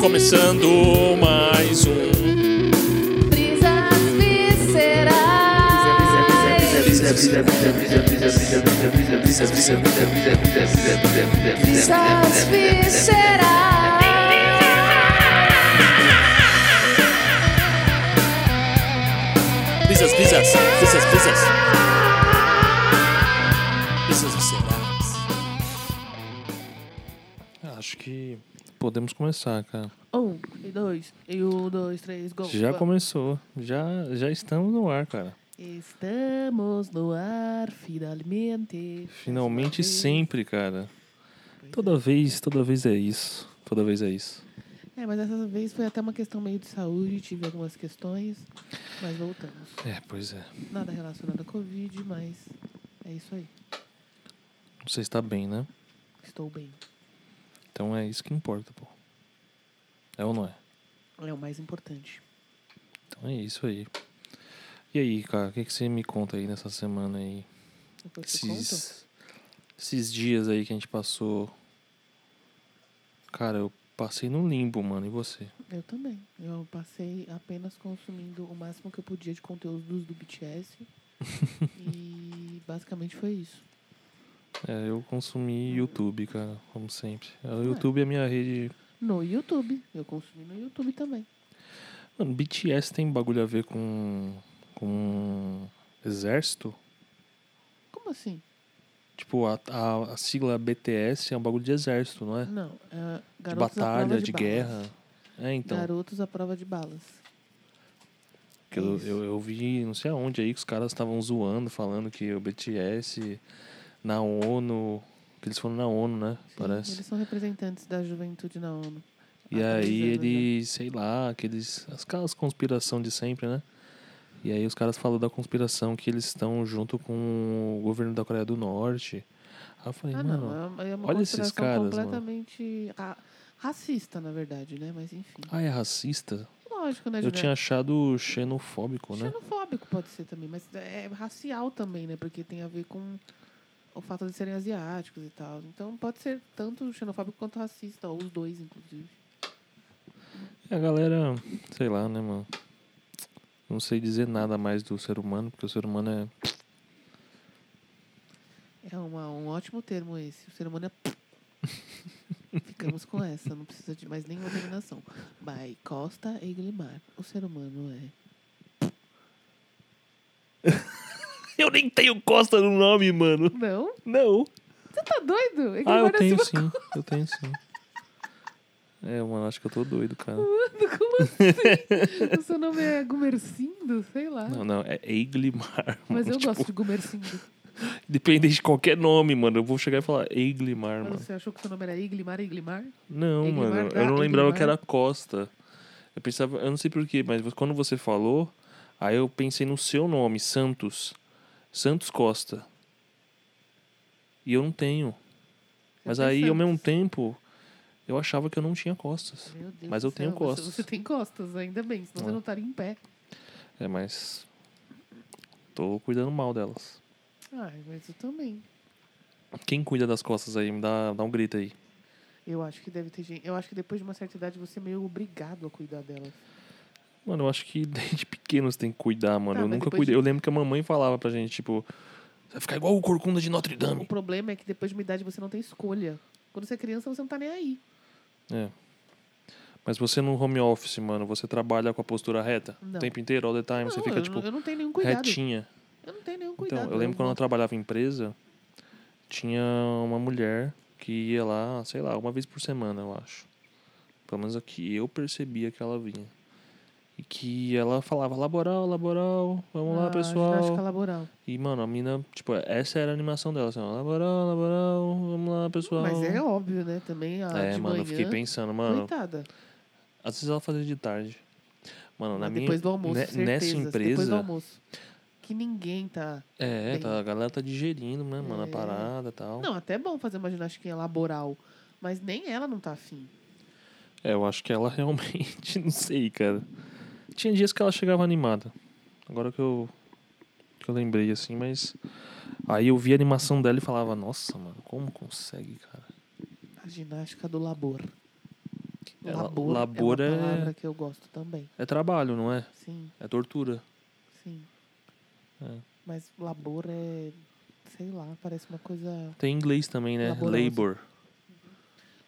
começando mais um. Brisas viscerais. Brisas viscerais. Brisas, brisas, brisas, brisas. Brisas viscerais. Ah, Acho que podemos começar, cara. Um e dois, e um, dois, três, gol. Já Vamos. começou. Já, já estamos no ar, cara. Estamos no ar, finalmente. Finalmente sempre, cara. Toda vez, toda vez é isso. Toda vez é isso. É, mas dessa vez foi até uma questão meio de saúde, tive algumas questões, mas voltamos. É, pois é. Nada relacionado à Covid, mas é isso aí. Você está bem, né? Estou bem. Então é isso que importa, pô. É ou não é? É o mais importante. Então é isso aí. E aí, cara, o que, que você me conta aí nessa semana aí? Depois te conto. Esses, esses dias aí que a gente passou. Cara, eu passei no limbo, mano. E você? Eu também. Eu passei apenas consumindo o máximo que eu podia de conteúdos do BTS. e basicamente foi isso. É, eu Hum. consumi YouTube, cara, como sempre. O YouTube é a minha rede. No YouTube. Eu consumi no YouTube também. Mano, BTS tem bagulho a ver com. com. exército? Como assim? Tipo, a, a, a sigla BTS é um bagulho de exército, não é? Não. é de garotos à prova batalha, de, balas. guerra. É, então. Garotos à prova de balas. que eu, Isso. eu, eu vi, não sei aonde aí, que os caras estavam zoando, falando que o BTS na ONU. Que eles foram na ONU, né? Sim, Parece. Eles são representantes da juventude na ONU. E Ah, tá aí dizendo, ele, sei lá, aqueles. Aquelas conspiração de sempre, né? E aí os caras falam da conspiração que eles estão junto com o governo da Coreia do Norte. Aí eu falei, Ah, mano. não. É é uma olha esses consideração caras, mano. completamente ra- racista, na verdade, né? Mas enfim. Ah, é racista? Lógico, né, Eu Juliana? tinha achado xenofóbico, né? Xenofóbico pode ser também, mas é racial também, né? Porque tem a ver com o fato de serem asiáticos e tal. Então pode ser tanto xenofóbico quanto racista, ou os dois, inclusive. E a galera, sei lá, né, mano? Não sei dizer nada mais do ser humano, porque o ser humano é. É uma, um ótimo termo esse. O ser humano é. Ficamos com essa, não precisa de mais nenhuma terminação. By Costa e Glimar. O ser humano é. Eu nem tenho Costa no nome, mano. Não? Não. Você tá doido? É Ah, eu Glimar é tenho sim. acima- Eu tenho sim. É, mano, acho que eu tô doido, cara. Como assim? o seu nome é Gumercindo? Sei lá. Não, não, é Eiglimar. Mas mano. eu Tipo, gosto de Gumercindo. Depende de qualquer nome, mano. Eu vou chegar e falar Eiglimar, Mas mano. você achou que seu nome era Iglimar, Iglimar? Não, Eiglimar mano. dá Eu não lembrava Eiglimar. que era Costa. Eu pensava, eu não sei porquê, mas quando você falou, aí eu pensei no seu nome, Santos. Santos Costa. E eu não tenho. Mas aí, ao mesmo tempo, eu achava que eu não tinha costas. Meu Deus mas do eu tenho céu, costas. Você, você tem costas, ainda bem, senão você É. não estaria em pé. É, mas. Tô cuidando mal delas. Ai, mas eu também. Quem cuida das costas aí? Me dá, dá um grito aí. Eu acho que deve ter gente. Eu acho que depois de uma certa idade você é meio obrigado a cuidar delas. Mano, eu acho que desde pequeno você tem que cuidar, mano. Tá, eu mas nunca depois cuidei. de- Eu lembro que a mamãe falava pra gente, tipo, você vai ficar igual o corcunda de Notre O Dame. problema é que depois de uma idade você não tem escolha. Quando você é criança, você não tá nem aí. É. Mas você no home office, mano, você trabalha com a postura reta Não. o tempo inteiro, all the time, você não, fica, eu, tipo, não- eu não tenho nenhum cuidado. retinha. Eu não tenho nenhum cuidado. então, eu lembro quando eu trabalhava em empresa, tinha uma mulher que ia lá, sei lá, uma vez por semana, eu acho. Pelo menos aqui eu percebia que ela vinha. E que ela falava, laboral, laboral, vamos Ah, lá, pessoal. Ginástica laboral. E, mano, a mina, tipo, essa era a animação dela, assim, ó, laboral, laboral, vamos lá, pessoal. Mas é óbvio, né? Também a É, de mano, eu manhã. fiquei pensando, mano, Coitada. às vezes ela fazia de tarde. Mano, na Mas minha. depois do almoço, ne- certeza. nessa Depois do empresa. almoço. Que ninguém tá. É, Bem. tá, a galera tá digerindo, né, mano, a É. parada e tal. Não, até é bom fazer uma ginástica laboral. Mas nem ela não tá afim. É, eu acho que ela realmente, não sei, cara. Tinha dias que ela chegava animada. Agora que eu. que eu lembrei, assim, mas. Aí eu vi a animação dela e falava, nossa, mano, como consegue, cara? A ginástica do labor. É, la- labor, labor é é- uma palavra que eu gosto também. É trabalho, não é? Sim, É tortura. sim. É. Mas labor é, sei lá, parece uma coisa... Tem em inglês também, né? Laboroso. Labor.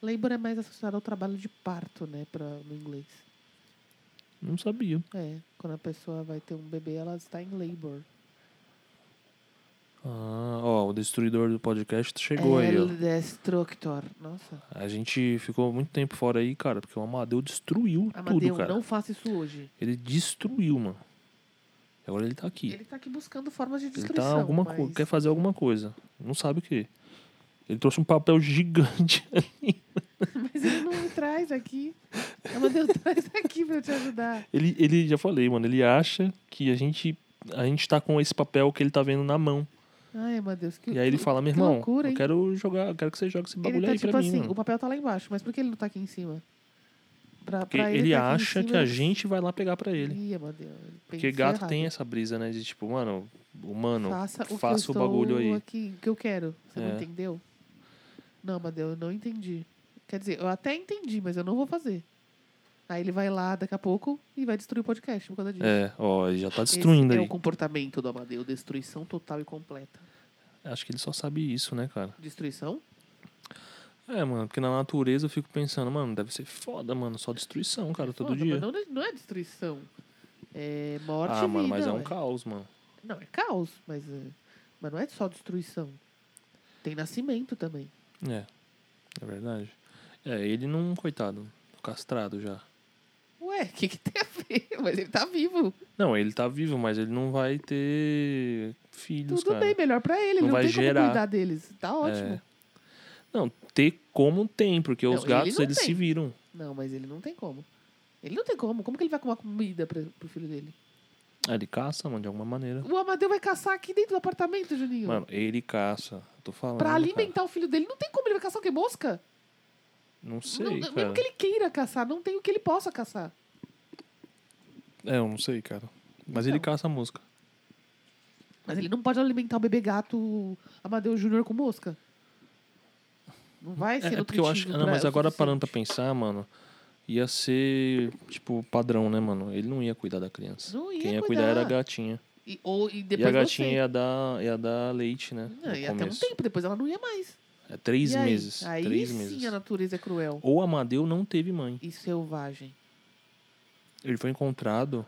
Labor é mais associado ao trabalho de parto, né, pra, no inglês. Não sabia. É, quando a pessoa vai ter um bebê, ela está em labor. Ah, ó, o destruidor do podcast chegou aí, ó. El É Destructor. Nossa, A gente ficou muito tempo fora aí, cara, porque o Amadeu destruiu Amadeu, tudo, cara. não faça isso hoje. Ele destruiu, mano. Agora ele tá aqui. Ele tá aqui buscando formas de Ele destruição. tá alguma mas... co- quer fazer alguma coisa. Não sabe o que. Ele trouxe um papel gigante. Mas ele não me traz aqui. Amadeu, traz aqui pra eu te ajudar. Ele, ele já falei, mano, ele acha que a gente a gente tá com esse papel que ele tá vendo na mão. Ai, Amadeus, que E aí ele que- fala, meu irmão, loucura, eu hein?" quero jogar, eu quero que você jogue esse bagulho Ele tá aí tipo pra assim, mim. né? o mano. papel tá lá embaixo, mas por que ele não tá aqui em cima? Pra, Porque pra ele, tá aqui em acha que cima, a gente vai lá pegar pra ele. Ih, Amadeu, ele Porque pensou gato errado. tem essa brisa, né? De tipo, mano, humano, faça o, que eu faça o estou bagulho aí. Aqui, que eu quero. Você É. não entendeu? Não, Amadeu, eu não entendi. Quer dizer, eu até entendi, mas eu não vou fazer. Aí ele vai lá daqui a pouco e vai destruir o podcast por causa disso. É, ó, ele já tá Esse destruindo é aí. o comportamento do Amadeu, destruição total e completa. Acho que ele só sabe isso, né, cara? Destruição? É, mano, porque na natureza eu fico pensando, mano, deve ser foda, mano, só destruição, cara, todo Foda, dia. Mas não, é- não é destruição. É morte ah, e mano, vida, mas é um ué. caos, mano. Não, é caos, mas, é- mas não é só destruição. Tem nascimento também. É, é verdade. É, ele não, coitado, castrado já. Ué, o que, que tem a ver? Mas ele tá vivo. Não, ele tá vivo, mas ele não vai ter filhos, Tudo cara. bem, melhor pra né? Não ele. Ele não vai tem gerar. como cuidar deles. Tá ótimo. É. Não, ter como tem, porque Não, os ele gatos, não eles se tem. viram. Não, mas ele não tem como. Ele não tem como. Como que ele vai comer comida pra, pro filho dele? Ah, ele caça, mano, de alguma maneira. O Amadeu vai caçar aqui dentro do apartamento, Juninho. Mano, ele caça, tô falando. né, pra cara. alimentar o filho dele. Não tem como ele vai caçar o quê? Mosca? Não Não- sei, cara. mesmo que ele queira caçar, não tem o que ele possa caçar. É, eu não sei, cara. Mas ele Então. caça a mosca. Mas ele não pode alimentar o bebê gato Amadeu Júnior com mosca. Não vai ser É, é porque nutritivo eu acho que. Não, pra- mas o agora parando pra suficiente. pensar, mano, ia ser, tipo, padrão, né, mano? Ele não ia cuidar da criança. Não ia Quem ia cuidar era cuidar. a gatinha. E, ou, e E a depois gatinha você. ia dar, ia dar leite, né? Não, no e até um começo. tempo, depois ela não ia mais. É três E aí? meses. Aí três sim meses. a natureza é cruel. Ou Amadeu não teve mãe. E selvagem. Ele foi encontrado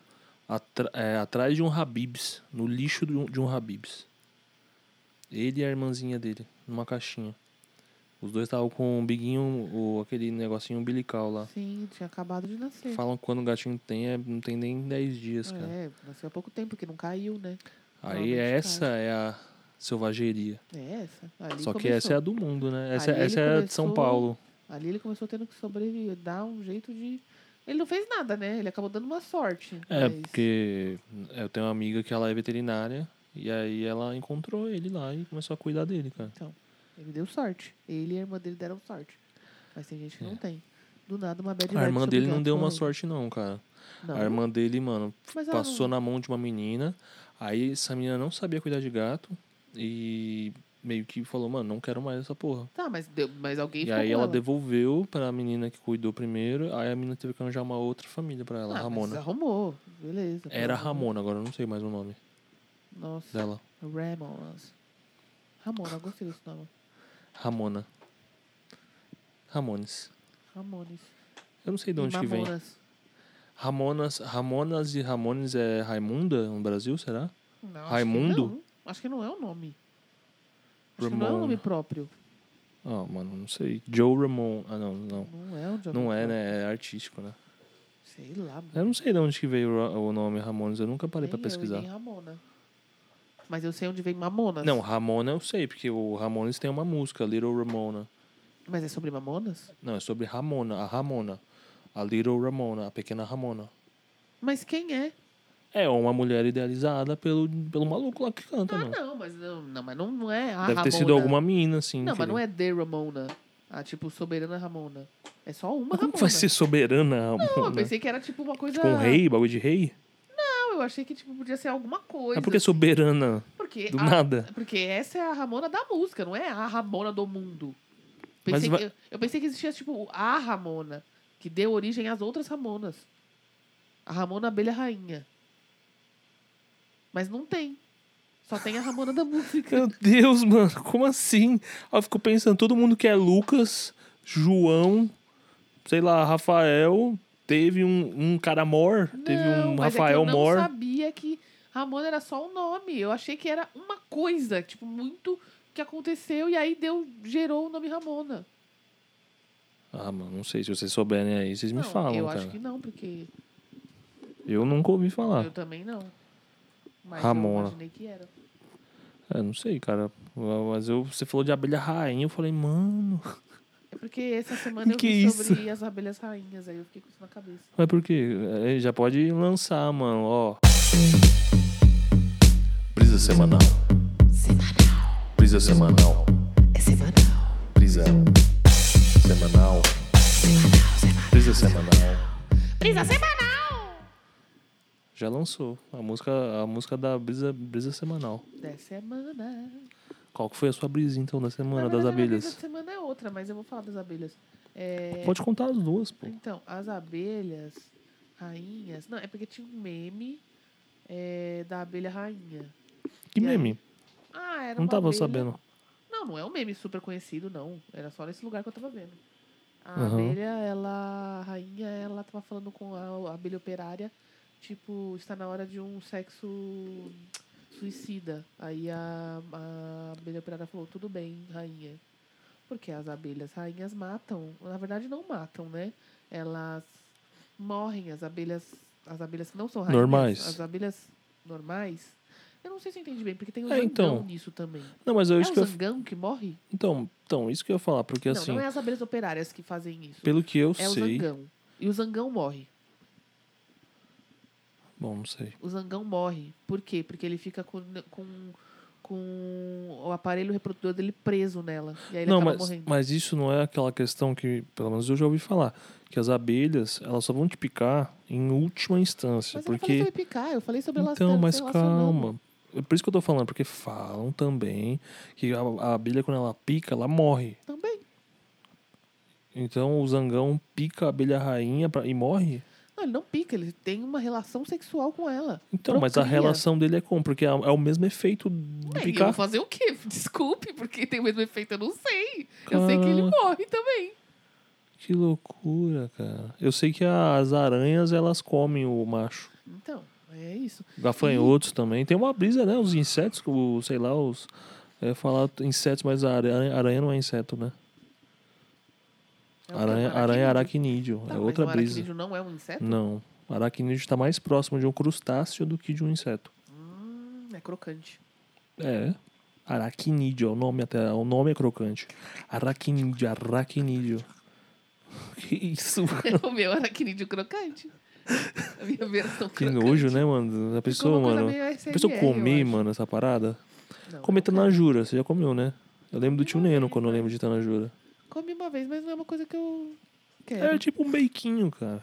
atra- é, atrás de um Habibs, no lixo de um, de um Habibs. Ele e a irmãzinha dele, numa caixinha. Os dois estavam com o biguinho, o, aquele negocinho umbilical lá. Sim, tinha acabado de nascer. Falam que quando o gatinho tem, é- não tem nem 10 dias, cara. É, nasceu há pouco tempo, que não caiu, né? Aí provavelmente essa é a selvageria. É essa. Ali Só que começou. essa é a do mundo, né? Essa, Ali ele essa é a de São começou- Paulo. Ali ele começou tendo que sobreviver, dar um jeito de. Ele não fez nada, né? Ele acabou dando uma sorte. É, mas- porque eu tenho uma amiga que ela é veterinária e aí ela encontrou ele lá e começou a cuidar dele, cara. Ele deu sorte. Ele e a irmã dele deram sorte. Mas tem gente que É. não tem. Do nada, uma bad A vibe irmã sobre dele não gato deu uma falando. sorte não, cara. né, Não, A irmã dele, mano, mas é um ela passou não- na mão de uma menina, aí essa menina não sabia cuidar de gato e meio que falou, mano, não quero mais essa porra. Tá, mas, deu, mas alguém E ficou aí com ela ela devolveu pra menina que cuidou primeiro, aí a menina teve que arranjar uma outra família pra ela, Ah, mas Ramona. arrumou. Beleza. Era pelo amor Ramona, agora eu não sei mais o nome de- Nossa. dela. Ramonas. Ramona, eu gostei desse nome. Ramona. Ramones. Ramones. Eu não sei de E onde que vem. Mamonas. Ramonas, Ramonas e Ramones é Raimunda no Brasil, será? Não, Ah, é acho que Raimundo? não. Acho que não é o nome. Acho que não é Ramon. o nome próprio. Ah, mano, não sei. Joe Ramon. Ah, não, não. Não é o John Não é, Lennon. né? É artístico, né? Sei lá. Eu não sei de onde que veio o Ra- o nome Ramones, eu nunca parei nem pra eu e pesquisar. nem Ramona. Mas eu sei onde vem Mamonas. Não, Ramona eu sei, porque o Ramones tem uma música, Little Ramona. Mas é sobre Mamonas? Não, é sobre Ramona, a Ramona. A Little Ramona, a pequena Ramona. Mas quem é? É uma mulher idealizada pelo, pelo maluco lá que canta, Ah, mano. não, mas não, não, mas não é a Deve ter sido Ramona. alguma mina, assim. Não, mas entendeu? não é The Ramona. A tipo Soberana Ramona. É só uma Como Ramona. que vai ser soberana, Ramona? Não, eu pensei que era tipo uma coisa. Tipo um rei, bagulho de rei? Não, eu achei que tipo, podia ser alguma coisa. É porque soberana, Porque do a- nada. Porque essa é a Ramona da música, não é a Ramona do mundo. Mas Pensei vai- que- eu pensei que existia, tipo, a Ramona. que deu origem às outras Ramonas. A Ramona Abelha Rainha. Mas não tem. Só tem a Ramona da música. Meu Deus, mano, como assim? Aí eu fico pensando, todo mundo que é Lucas, João, sei lá, Rafael, teve um, um cara mor, teve um Não, mas é que Rafael eu não mor. sabia que Ramona era só um nome. Eu achei que era uma coisa, tipo, muito que aconteceu e aí deu, gerou o nome Ramona. Ah, mano, não sei, se vocês souberem né, aí, vocês me não, falam, eu cara. acho que não, porque Eu nunca ouvi falar. eu também não. Mas Ah. Ramona. eu imaginei que era. É, não sei, cara. Mas eu, você falou de abelha rainha, eu falei, mano, É porque essa semana eu Que vi isso? sobre as abelhas rainhas, aí eu fiquei com isso na cabeça. mas por quê? É, Já pode lançar, mano, ó. Brisa semanal. Brisa semanal. É semanal. Brisa semanal. Brisa semanal. Brisa semanal! Já lançou a música, a música da brisa, brisa semanal. Da semana. Qual que foi a sua brisa então da semana Na das verdade, a minha abelhas? brisa da semana é outra, mas eu vou falar das abelhas. É, Pode contar as duas, pô. Então, as abelhas rainhas. Não, é porque tinha um meme é, da abelha rainha. Que E aí? meme? Ah, era Não uma tava abelha- sabendo. Não, não é um meme super conhecido, não. Era só nesse lugar que eu tava vendo. A Aham. abelha, ela. A rainha, ela tava falando com a abelha operária, tipo, está na hora de um sexo suicida. Aí a, a abelha operária falou, tudo bem, rainha. Porque as abelhas rainhas matam. Na verdade não matam, né? Elas morrem, as abelhas. As abelhas que não são rainhas. Normais. As abelhas normais. Eu não sei se eu entendi bem, porque tem o É, zangão então. nisso também. Não, mas eu É isso o que eu... zangão que morre? Então, então, isso que eu ia falar, porque não, assim, não é as abelhas operárias que fazem isso. pelo que eu É o sei. zangão. E o zangão morre. Bom, não sei. O zangão morre. Por quê? Porque ele fica com, com, com o aparelho reprodutor dele preso nela. E aí ele não, acaba mas, morrendo. mas isso não é aquela questão que, pelo menos eu já ouvi falar, que as abelhas, elas só vão te picar em última instância, Mas eu não falei porque sobre picar, eu falei sobre elas então, se mas relacionando. calma. É Por isso que eu tô falando, porque falam também que a, a abelha quando ela pica, ela morre. Também. Então o zangão pica a abelha rainha pra- e morre. Não, ele não pica, ele tem uma relação sexual com ela. Então, mas a Procria. relação dele é como? Porque é, é o mesmo efeito do Bem, eu picar. vou fazer o quê? Desculpe, porque tem o mesmo efeito, eu não sei. Eu sei que ele Caraca. morre também. Que loucura, cara. Eu sei que as aranhas, elas comem o macho. Então, é isso. Gafanhotos também. Tem uma brisa, né? Os insetos, o, sei lá, os. Eu ia falar insetos, mas a aranha, aranha não é inseto, né? É o que? Aranha, aranha é aracnídeo. Tá, é mas outra o brisa. aracnídeo não é um inseto? Não. Aracnídeo está mais próximo de um crustáceo do que de um inseto. Hum, é crocante. É. Aracnídeo é o nome até. O nome é crocante. Aracnídeo, aracnídeo. Que isso? É o meu aracnídeo crocante. A minha versão Que crocante. nojo, né, mano? A Ficou pessoa, uma coisa mano. meio A ASMR, pessoa eu comer, acho. mano, essa parada. Não, Comer não quero. tanajura, você já comeu, né? Eu lembro do tio Neno quando eu lembro de tanajura. Comi uma vez, mas não é uma coisa que eu quero. Era tipo um beiquinho, cara.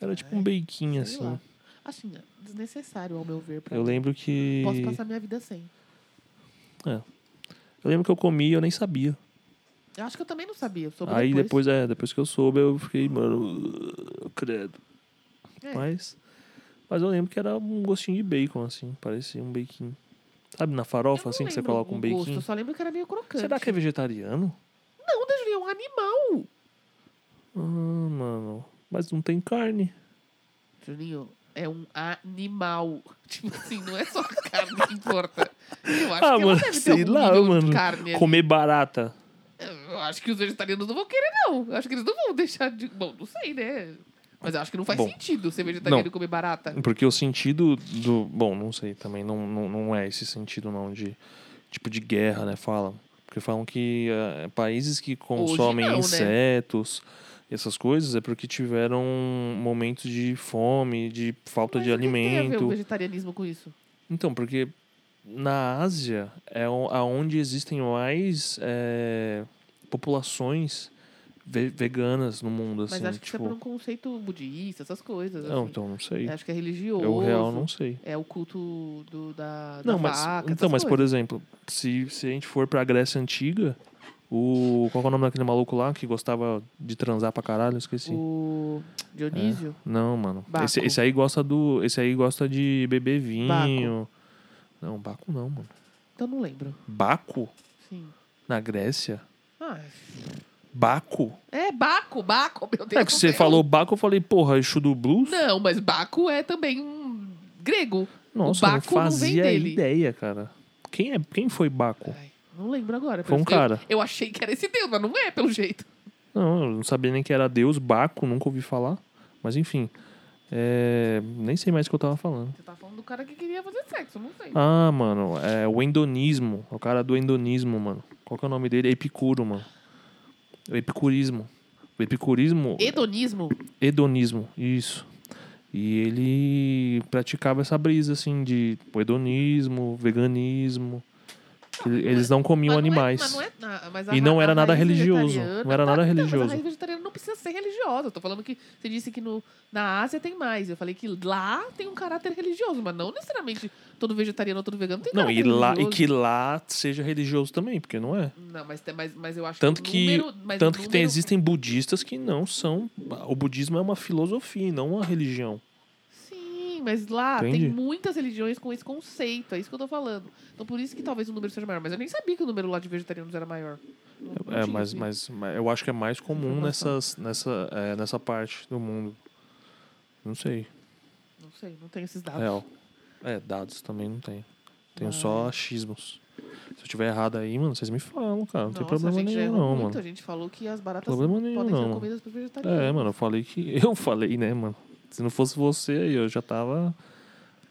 Era tipo um beiquinho, Sei assim. lá. Assim, é desnecessário ao meu ver. Pra Eu mim. lembro que. Posso passar minha vida sem. Eu lembro que eu comi e eu nem sabia. Eu acho que eu também não sabia. eu soube Aí depois, é, depois que eu soube, eu fiquei, mano. Credo. É. Mas. Mas eu lembro que era um gostinho de bacon, assim. Parecia um beiquinho. Sabe, na Eu farofa, não assim, que você lembro coloca um o gosto, beiquinho. Eu só lembro que era meio crocante. Será que é vegetariano? Não, Deus, é um animal. Ah, mano. Mas não tem carne. Juninho, é um animal. Tipo assim, não é só a carne que importa. Eu acho Ah, que mano, ela deve ter sei algum lá, nível de mano. carne ali. Comer barata. Eu acho que os vegetarianos não vão querer, não. Eu acho que eles não vão deixar de. Bom, não sei, né? Mas eu acho que não faz Bom, sentido ser vegetariano não. e comer barata. Porque o sentido do. Bom, não sei também, não, não, não é esse sentido não de. Tipo de guerra, né? Falam. Porque falam que eh, países que consomem não, né? insetos, essas coisas, é porque tiveram momentos de fome, de falta de Mas o que que Tem a ver o alimento. vegetarianismo com isso. Então, porque na Ásia é o- aonde existem mais eh, populações ve- veganas no mundo, assim. Mas acho que isso é tipo... por um conceito budista, essas coisas. Não, assim. então não sei. Eu Acho que é religioso. Eu real não sei. É o culto do, da, da Não, mas vaca. então, essas mas por coisas. exemplo, se, se a gente for para a Grécia antiga, O. Qual que é o nome daquele maluco lá que gostava de transar pra caralho? Eu Esqueci. O Dionísio. Não, mano. Baco. Esse, esse aí gosta do. Esse aí gosta de beber vinho. Baco. Não, Baco não, mano. Então não lembro. Baco? Sim. Na Grécia? Ah, Baco? é Baco, Baco, meu Deus. É que do você céu. falou Baco, eu falei, porra, Exu do Blues? Não, mas Baco é também um grego. Nossa, eu não Baco não vem fazia dele. ideia, cara. Quem, é, quem foi Baco? Ai, não lembro agora. por Foi um isso que eu- cara. Eu, achei que era esse deus, mas não é, pelo jeito. Não, eu não sabia nem que era Deus, Baco, nunca ouvi falar. Mas enfim, é, nem sei mais o que eu tava falando. Você tá falando do cara que queria fazer sexo, não sei. Ah, mano, é o endonismo. É o cara do endonismo, mano. Qual que é o nome dele? Epicuro, mano. O epicurismo. O epicurismo. Hedonismo? Hedonismo, isso. E ele praticava essa brisa, assim, de pô, hedonismo, veganismo. Ele- Eles não comiam Mas não é- animais. mas não é na- mas a E não ra- era a nada raiz religioso. vegetariana- Não era nada Tá, então, Mas religioso. a raiz vegetariana não precisa ser religiosa. Eu tô falando que você disse que no, na Ásia tem mais. Eu falei que lá tem um caráter religioso, mas não necessariamente todo vegetariano ou todo vegano tem Não, caráter e, lá, e é religioso. que lá seja religioso também, porque não é. Não, mas, tem- mas, mas eu acho Tanto que o que- número, mas o Tanto que tem, É número- um. existem budistas que não são. O budismo é uma filosofia, e não uma religião. Sim, mas lá tem Entendi. muitas religiões com esse conceito, é isso que eu tô falando. Então por isso que talvez o número seja maior, mas eu nem sabia que o número lá de vegetarianos era maior. Não- não É, tinha mas, isso. mas, mas eu acho que é mais comum um Informação. nessas, nessa, é, nessa parte do mundo. Não sei, Não sei, não tenho esses dados. real. É, dados também não tem. Tenho só achismos. Se eu tiver errado aí, mano, vocês me falam, cara. Não tem Nossa, problema a gente já nenhum, errou não, muito, mano. A gente falou que as baratas Problema nenhum, podem ser não. comidas por vegetarianos. É, mano, eu falei que. Eu falei, né, mano? Se não fosse você aí, eu já tava.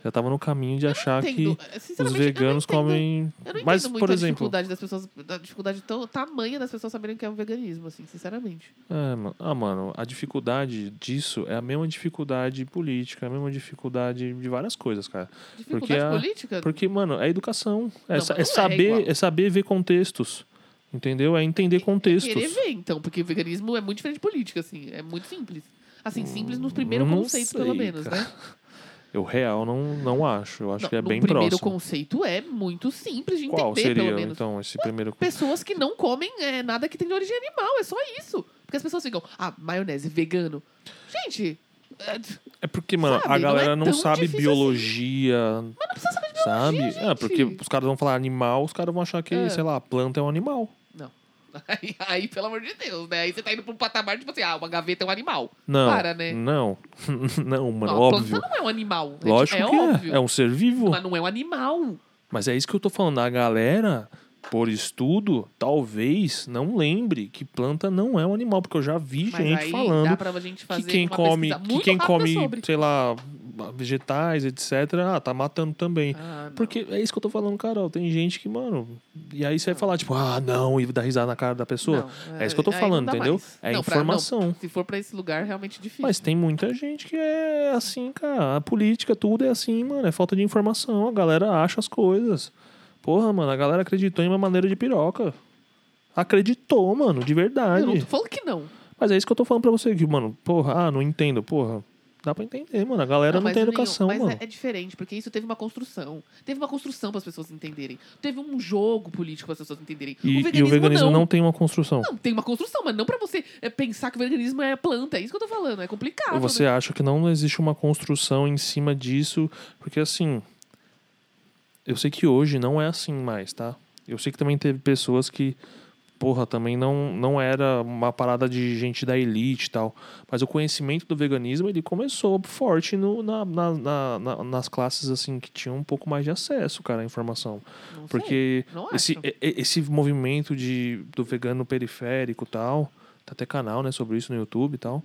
Já tava no caminho de achar que Entendo. os Sinceramente, eu não veganos entendo- comem. Eu não entendo Mas, muito por a exemplo. dificuldade das pessoas, a dificuldade tão tamanha das pessoas saberem o que é o veganismo, assim, sinceramente. É, mano. Ah, mano, a dificuldade disso é a mesma dificuldade política, é a mesma dificuldade de várias coisas, cara. Dificuldade a- política? Porque, mano, é educação. É, Não, sa- é mas não é saber, igual. é saber ver contextos. Entendeu? É entender Querer contextos. ver, então, porque o veganismo é muito diferente de política, assim, é muito simples. Assim, simples nos primeiros Hum, não conceitos, pelo sei, menos, cara. né? Eu real não, não acho. Eu acho Não, que é no bem primeiro próximo. conceito é muito simples de entender, Qual seria, pelo menos. então, esse primeiro conceito? Pessoas que não comem é, nada que tem de origem animal, é só isso. Porque as pessoas ficam, ah, maionese vegano. Gente, é, mas É porque, mano, Sabe, não a é galera não, tão sabe difícil assim. biologia, não precisa saber de sabe? biologia, É, gente. porque os caras vão falar animal, os caras vão achar que, É. sei lá, planta é um animal. Aí, aí, pelo amor de Deus, né? Aí você tá indo pra um patamar, tipo assim, ah, uma gaveta é um animal. Não. Para, né? Não. não, mano, não, óbvio. A planta não é um animal. É, Lógico tipo, que é óbvio. é. É um ser vivo. Mas não é um animal. Mas é isso que eu tô falando. A galera, por estudo, talvez não lembre que planta não é um animal, porque eu já vi Mas gente aí dá falando pra gente que fazer quem uma come, pesquisa que muito quem rápida come, sobre. sei lá, vegetais, etc, ah, tá matando também. Ah, não. Porque é isso que eu tô falando, Carol. Tem gente que, mano. E aí você vai Não. falar, tipo, ah, não, e dá risada na cara da pessoa. Não, é isso que eu tô aí não falando, dá entendeu? mais. É Não, pra- não, informação. se for pra esse lugar, realmente é difícil. Mas tem muita gente que é assim, cara. A política, tudo é assim, mano. É falta de informação. A galera acha as coisas. Porra, mano, a galera acreditou em uma maneira de piroca. Acreditou, mano, de verdade. eu não tô falando que não. Mas é isso que eu tô falando pra você, que, mano, porra, ah, não entendo, porra. Dá pra entender, mano. A galera não, mas tem nenhum- educação, mas é- mano. É, diferente, porque isso teve uma construção. Teve uma construção para as pessoas entenderem. Teve um jogo político para as pessoas entenderem. E, e o veganismo não. tem uma construção. Não, tem uma construção, mas não pra você é, pensar que o veganismo é planta. É isso que eu tô falando. É complicado. Você né? acha que não existe uma construção em cima disso? Porque assim, eu sei que hoje não é assim mais, tá? Eu sei que também teve pessoas que, porra, também não, não era uma parada de gente da elite e tal. Mas o conhecimento do veganismo, ele começou forte no, na- na- na- na- nas classes, assim, que tinham um pouco mais de acesso, cara, à informação. Não sei. Porque não esse, acho. e- e- esse movimento de, do vegano periférico e tal, tá até canal, né, sobre isso no YouTube e tal,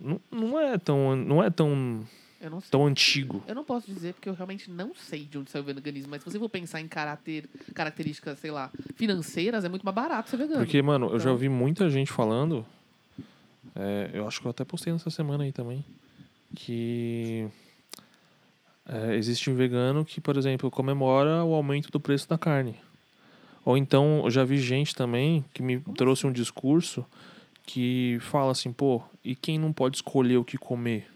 não, não é tão, não é tão, Eu não sei. tão antigo. Eu não posso dizer porque eu realmente não sei de onde saiu o veganismo, mas se você for pensar em caráter, características, sei lá, financeiras, é muito mais barato ser vegano. Porque, mano, eu já Então. ouvi muita gente falando, é, eu acho que eu até postei nessa semana aí também, que é, existe um vegano que, por exemplo, comemora o aumento do preço da carne. Ou então, eu já vi gente também que me trouxe um discurso que fala assim, pô, e quem não pode escolher o que comer?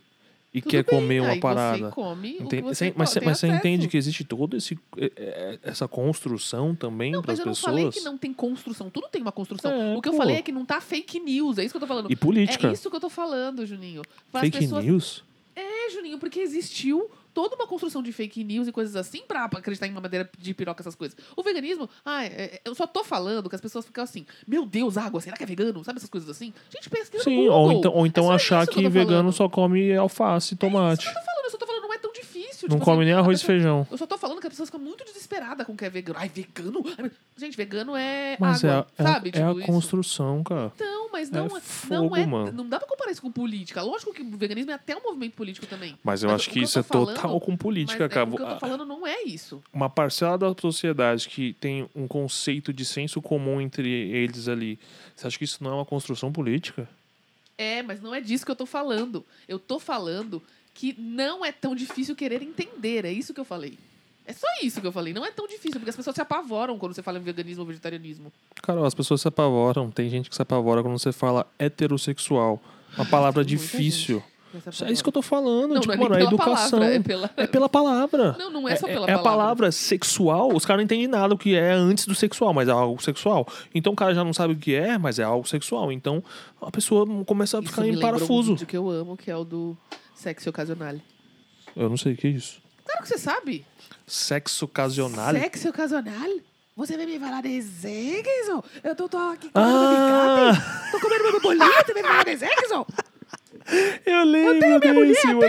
e Tudo quer bem, comer uma aí parada. Você come o que Entende? você Você- mas pode, você- tem mas você acesso. entende que existe toda esse, é, é, essa construção Então, também Não, para mas as eu pessoas? não falei que não tem construção. Tudo tem uma construção. É, o que eu pô. falei é que não tá fake news. É isso que eu tô falando. E política. É isso que eu tô falando, Juninho. Para Fake as pessoas news? É, Juninho, porque existiu toda uma construção de fake news e coisas assim pra acreditar em uma madeira de piroca, essas coisas. O veganismo, ah, é- é- eu só tô falando que as pessoas ficam assim, meu Deus, água, será que é vegano? Sabe essas coisas assim? Gente, pesquisa no Sim, Google. ou então, ou então É só achar isso que, eu tô vegano falando. só come alface e tomate. É isso que eu tô falando, eu só tô falando, não é tão difícil. não tipo come assim, nem a arroz e pessoa- feijão. Eu só tô falando que as pessoas ficam muito desesperadas com o que é vegano. Ai, vegano? Ai, Gente, vegano é Mas é, água, a- é a- sabe? é a Tipo isso. construção, cara. Então, mas não é, fogo, não, é mano. não dá pra comparar isso com política. Lógico que o veganismo é até um movimento político também. Mas eu Mas acho o que que eu isso é tô falando- total com política, Mas, é, cara. o que eu Ah, tô falando não é isso. uma parcela da sociedade que tem um conceito de senso comum entre eles ali, você acha que isso não é uma construção política? É, mas não é disso que eu tô falando. Eu tô falando que não é tão difícil querer entender. É isso que eu falei. É só isso que eu falei. Não é tão difícil, porque as pessoas se apavoram quando você fala em veganismo ou vegetarianismo. Cara, as pessoas se apavoram. Tem gente que se apavora quando você fala heterossexual. Uma palavra Tem muita difícil. Essa É isso que eu tô falando. Não, tipo, não é nem mano, é pela educação. palavra, é pela... É pela palavra. Não, não é só pela a palavra sexual. Os caras não entendem nada o que é antes do sexual, mas é algo sexual. Então o cara já não sabe o que é, mas é algo sexual. Então a pessoa começa a Isso ficar me em lembrou parafuso. Um vídeo que eu amo, que é o do sexo ocasional. Eu não sei o que é isso. Claro que você sabe. Sexo ocasional. Sexo ocasional? Você vem me falar de sexo? Eu tô, tô aqui comendo Ah! abacate, tô comendo meu bolinho, você vem me falar de sexo? Eu lembro desse, mano.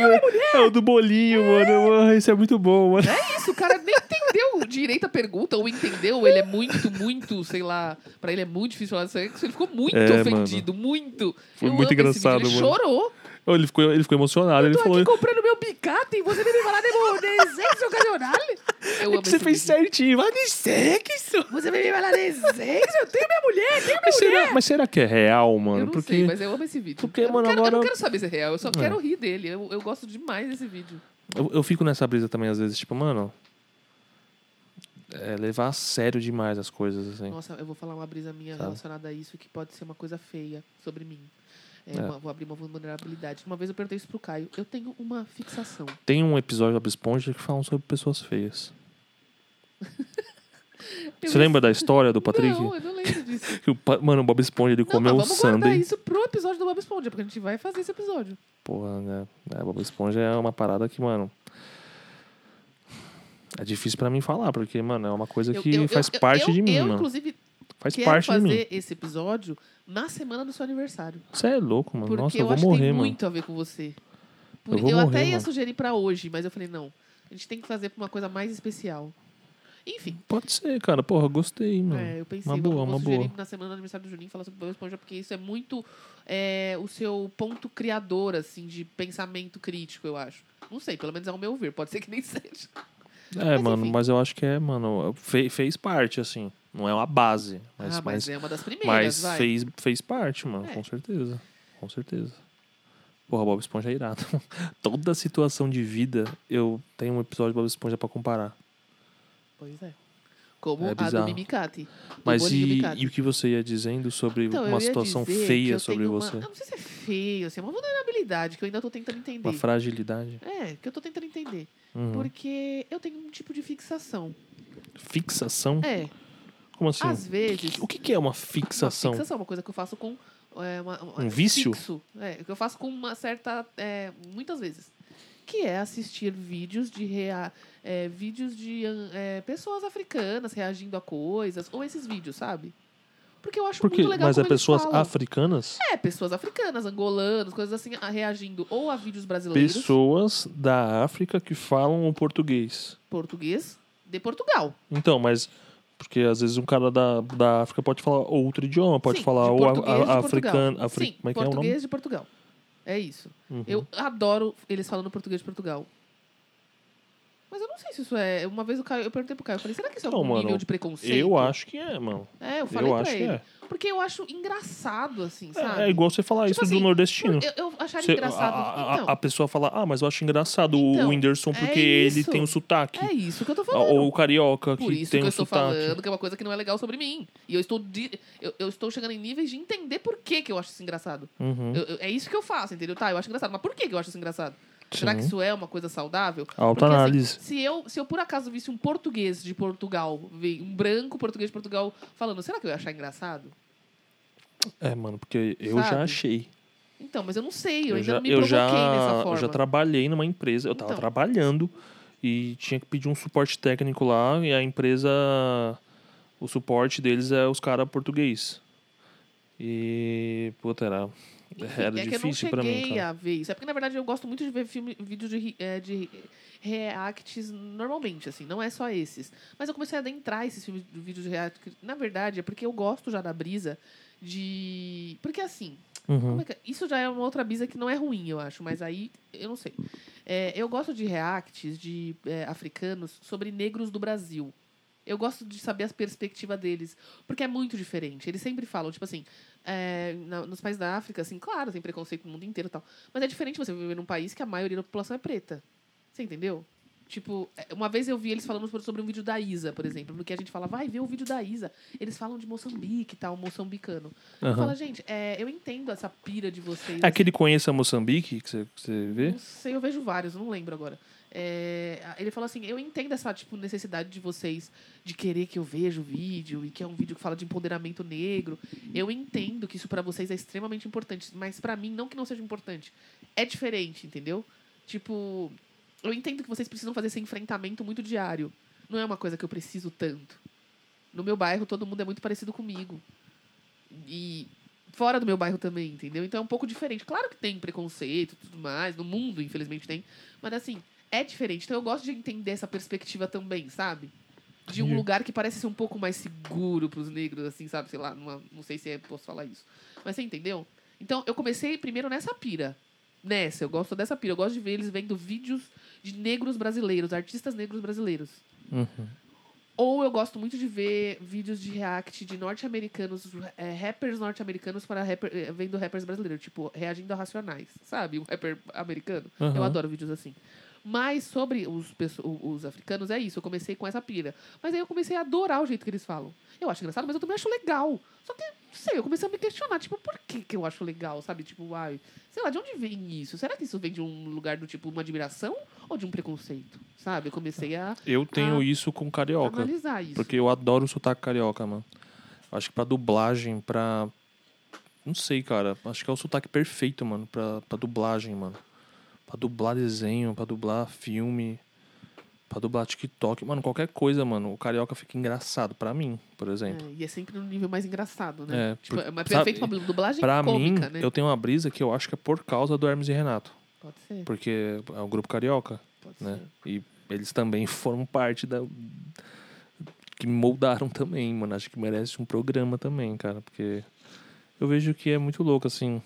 É o do bolinho, mano. Mano, Esse é muito bom, mano. É isso, o cara nem entendeu direito a pergunta, ou entendeu, ele é muito, muito, sei lá, pra ele é muito difícil falar sexo, ele ficou muito É, ofendido, muito. Foi Eu muito amo esse engraçado, vídeo, Ele mano. chorou. Ele ficou, ele ficou emocionado. Ele Tô falou. aqui comprando meu bicate e você vem me falar de, de sexo ocasional? Eu amo É Você fez esse É vídeo. certinho. Vai de sexo. Você vem me falar de sexo? Eu tenho minha mulher, tenho minha Mas será, mas será que é real, mano? Eu não Porque sei, mas eu amo esse vídeo. porque, eu, não mano, quero, eu não agora- quero saber se é real, eu só quero rir dele. Eu, eu gosto demais desse vídeo. eu, eu fico nessa brisa também, às vezes, tipo, mano. É levar a sério demais as coisas, assim. Nossa, eu vou falar uma brisa minha Sabe? relacionada a isso que pode ser uma coisa feia sobre mim. É, É. uma- vou abrir uma vulnerabilidade. Uma vez eu perguntei isso pro Caio. Eu tenho uma fixação. Tem um episódio da Bob Esponja que falam sobre pessoas feias. Eu Você lembra da história do Patrick? Não, eu não lembro disso. Que o pa- Mano, o Bob Esponja ele não, mas comeu um vamos guardar sundae. isso pro episódio do Bob Esponja, porque a gente vai fazer esse episódio. Porra, né? É, Bob Esponja é uma parada que, mano. É difícil pra mim falar, porque, mano, é uma coisa que faz eu- parte eu- de mim, eu, mano. inclusive, Faz quero parte de mim. fazer esse episódio na semana do seu aniversário. Você é louco, mano. Porque Nossa, eu, eu vou acho que morrer, tem mano. muito a ver com você. Por- Eu vou até morrer, ia mano. sugerir pra hoje, mas eu falei, não. A gente tem que fazer pra uma coisa mais especial. Enfim, Pode ser, cara. Porra, gostei, mano. é, eu pensei, Hum. uma vou- boa, vou uma sugerir boa. na semana do aniversário do Juninho falar sobre Bob Esponja, porque isso é muito é, o seu ponto criador, assim, de pensamento crítico, eu acho. Não sei, pelo menos ao meu ver, pode ser que nem seja. É, Mas, mano, enfim. mas eu acho que é, mano. Fe, fez parte, assim. Não é uma base. Mas, ah, mas mas, é uma das primeiras, mas vai. fez, fez parte, mano. É. Com certeza. Com certeza. Porra, Bob Esponja é irado. Toda situação de vida, eu tenho um episódio de Bob Esponja pra comparar. Pois é. Como É a do bizarro. Mimikati. do Mas e, bolinho Mimikati. e o que você ia dizendo sobre Então, eu uma ia situação dizer que feia eu sobre tenho uma- você? eu não sei se é feio, assim, é uma vulnerabilidade que eu ainda tô tentando entender. Uma fragilidade? É, que eu tô tentando entender. Uhum. Porque eu tenho um tipo de fixação. Fixação? É, Como assim? às vezes. O que, que é uma fixação? Uma fixação, uma coisa que eu faço com. é, uma- uma- Um vício? Fixo, é, que eu faço com uma certa. é, muitas vezes. Que é assistir vídeos de rea, é, vídeos de ahn, é, pessoas africanas reagindo a coisas, ou esses vídeos, sabe? Porque eu acho Porque, muito legal mas é como eles pessoas falam. africanas? É, pessoas africanas, angolanas, coisas assim, a- reagindo ou a vídeos brasileiros, Pessoas da África que falam o português. português, de Portugal. Então, mas. Porque às vezes um cara da, da África pode falar outro idioma, pode Sim, falar de o a- português de a- Portugal. africano. Sim, Afri, como é que é o português nome? de Portugal. É isso. Uhum. Eu adoro eles falando português de Portugal. Mas eu não sei se isso é. Uma vez o Caio, eu perguntei pro Caio, eu falei, será que isso é Não, algum Então, mano, nível de preconceito? Eu acho que é, mano. É, eu falei Eu pra acho que ele. é. Porque eu acho engraçado, assim, sabe? É, é igual você falar Tipo isso do assim, nordestino. Eu, eu acharia Cê- engraçado. a, a- então, a pessoa fala, ah, mas eu acho engraçado o- Então, o Whindersson é porque ele isso. tem o sotaque. é isso que eu tô Ah, falando. Ou o carioca Por que isso tem que eu o estou sotaque. falando que é uma coisa que não é legal sobre mim. E eu estou, di- eu, eu estou chegando em níveis de entender por que, que eu acho isso engraçado. Uhum. Eu- eu- é isso que eu faço, entendeu? Tá, eu acho engraçado. Mas por que, que eu acho isso engraçado? Será que Sim. isso é uma coisa saudável? Porque, assim, Autoanálise. se, eu, se eu por acaso visse um português de Portugal, vi- um branco português de Portugal falando, será que eu ia achar engraçado? É, mano, porque eu Sabe? já achei. Então, mas eu não sei, eu, ainda já, não me provoquei já, nessa eu forma. já trabalhei numa empresa, eu tava Então. trabalhando e tinha que pedir um suporte técnico lá e a empresa, o suporte deles é os caras português. E, puta, era, Enfim, era é que eu não difícil pra mim, cheguei cara. a ver isso. É porque, na verdade, eu gosto muito de ver filme, vídeos de, re- eh, de reacts normalmente, assim, não é só esses. Mas eu comecei a adentrar esses filmes de vídeos de react. Na verdade, é porque eu gosto já da brisa de. Porque assim, Uhum. como é que é? Isso já é uma outra brisa que não é ruim, eu acho, mas aí eu não sei. É, eu gosto de reacts de é, africanos sobre negros do Brasil. Eu gosto de saber as perspectivas deles, porque é muito diferente. Eles sempre falam, tipo assim, é, na- nos países da África, assim, claro, tem preconceito no mundo inteiro e tal. Mas é diferente você viver num país que a maioria da população é preta. Você entendeu? Tipo, é, uma vez eu vi eles falando sobre- sobre um vídeo da Isa, por exemplo, porque a gente fala, vai ver o vídeo da Isa. Eles falam de Moçambique e tal, moçambicano. Aham. Fala, gente, é, eu entendo essa pira de vocês. É aquele Conheça Moçambique que você, que você vê? Não sei, eu vejo vários, não lembro agora. É, a- ele falou assim: eu entendo essa tipo, necessidade de vocês de querer que eu veja o vídeo e que é um vídeo que fala de empoderamento negro. Eu entendo que isso pra vocês é extremamente importante, mas pra mim, não que não seja importante, é diferente, entendeu? Tipo, eu entendo que vocês precisam fazer esse enfrentamento muito diário. Não é uma coisa que eu preciso tanto. No meu bairro, todo mundo é muito parecido comigo. E fora do meu bairro também, entendeu? Então é um pouco diferente. Claro que tem preconceito e tudo mais, no mundo, infelizmente, tem. Mas assim, é diferente. Então eu gosto de entender essa perspectiva também, sabe? De um Entendi. lugar que parece ser um pouco mais seguro pros negros, assim, sabe? Sei lá, numa- não sei se é, posso falar isso. Mas você entendeu? Então eu comecei primeiro nessa pira. Nessa, eu gosto dessa pira. Eu gosto de ver eles vendo vídeos de negros brasileiros, artistas negros brasileiros. Uhum. Ou eu gosto muito de ver vídeos de react de norte-americanos, é, rappers norte-americanos para rapper, eh, vendo rappers brasileiros, tipo, reagindo a racionais, sabe? Um rapper americano. Eu Aham. adoro vídeos assim. Mas sobre os, pesso- o- os africanos, é isso. Eu comecei com essa pira. Mas aí eu comecei a adorar o jeito que eles falam. Eu acho engraçado, mas eu também acho legal. Só que, não sei, eu comecei a me questionar, tipo, por que, que eu acho legal, sabe? Tipo, ai, sei lá, de onde vem isso? Será que isso vem de um lugar do tipo uma admiração ou de um preconceito? Sabe? Eu comecei a Eu tenho Ah. isso com carioca. analisar isso. Porque eu adoro o sotaque carioca, mano. Acho que pra dublagem, pra. Não sei, cara. Acho que é o sotaque perfeito, mano, pra, pra dublagem, mano. Pra dublar desenho, pra dublar filme, pra dublar TikTok. Mano, qualquer coisa, mano. O carioca fica engraçado, pra mim, por exemplo. É, e é sempre no nível mais engraçado, né? É, tipo, é uma sabe, perfeita dubla- dublagem pra cômica, mim, né? eu tenho uma brisa que eu acho que é por causa do Hermes e Renato. Pode ser, Porque é um grupo carioca, pode né? ser. E eles também foram parte da. que me moldaram também, mano. Acho que merece um programa também, cara, porque eu vejo que é muito louco, assim.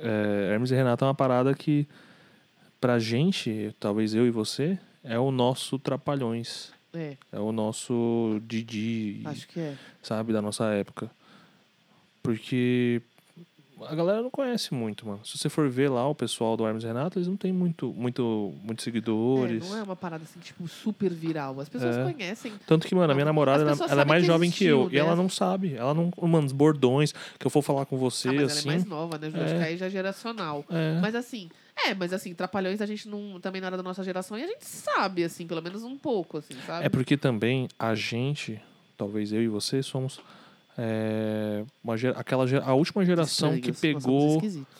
É, Hermes e Renato é uma parada que, pra gente, talvez eu e você, é o nosso Trapalhões. É, É o nosso Didi, acho que é. sabe, da nossa época. Porque a galera não conhece muito, mano. Se você for ver lá o pessoal do Hermes e Renato, eles não têm muito, muito, muitos é. seguidores. Não é uma parada assim, tipo, super viral. As pessoas É. conhecem. tá, Tanto que, mano, a minha namorada, As ela, pessoas ela é sabem mais que jovem que eu. existiu, E ela né? não sabe. Ela não. Mano, os bordões que eu for falar com você, Ah, mas assim. ela é mais nova, né? Ju? Acho é. que aí já é geracional. é. Mas assim, é, mas assim, Trapalhões a gente não, também não era da nossa geração e a gente sabe, assim, pelo menos um pouco, assim, sabe? É porque também a gente, talvez eu e você, somos. é, uma, gera- aquela, gera- a última geração Estranhos, que nós somos pegou. esquisitos.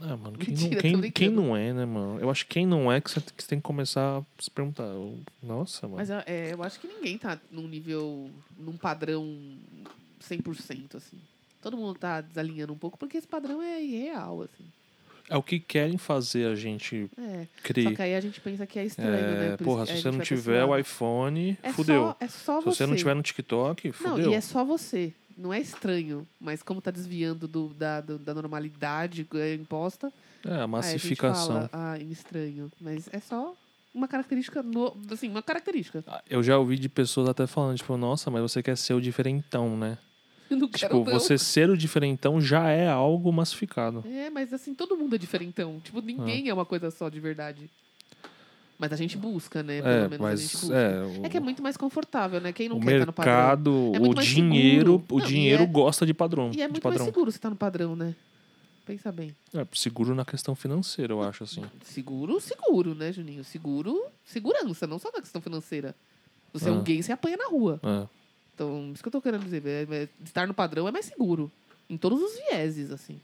Ah, mano, quem, Mentira, não, tô quem, brincando. quem não é, né, mano? Eu acho que quem não é que você tem que, você tem que começar a se perguntar. eu- Nossa, mano. Mas é, eu acho que ninguém tá num nível, num padrão 100%, assim. Todo mundo tá desalinhando um pouco, porque esse padrão é irreal, assim. É o que querem fazer a gente É, só crer. que aí a gente pensa que é estranho, É, né? Por isso porra, que se a você gente não vai tiver acostumado. o iPhone, é fudeu. Só, é só Se você não tiver no TikTok, Não, fudeu. e é só você. Não é estranho, mas como tá desviando do, da, do- da normalidade é, imposta, É, a aí a gente massificação. fala, ah, estranho. Mas é só uma característica, no, assim, uma característica. Ah, Eu já ouvi de pessoas até falando, tipo, nossa, mas você quer ser o diferentão, né? Eu Não quero tipo, não. você ser o diferentão já é algo massificado. É, mas assim, todo mundo é diferentão. Tipo, ninguém é uma coisa só de verdade. Mas a gente busca, né? Pelo É, menos a gente mas busca. é, o, É que é muito mais confortável, né? Quem não o quer estar no padrão. mercado, É muito o mais dinheiro, seguro. o Não, e dinheiro é- gosta um tipo de padrão, E é de muito mais padrão. seguro você estar no padrão, né? Pensa bem. É, seguro na questão financeira, eu acho, assim. Seguro, seguro, né, Juninho? Seguro, segurança, não só na questão financeira. Você é Ah. um gay, você apanha na rua. É. Então, isso que eu tô querendo dizer. é- é- estar no padrão é mais seguro. Em todos os vieses, assim.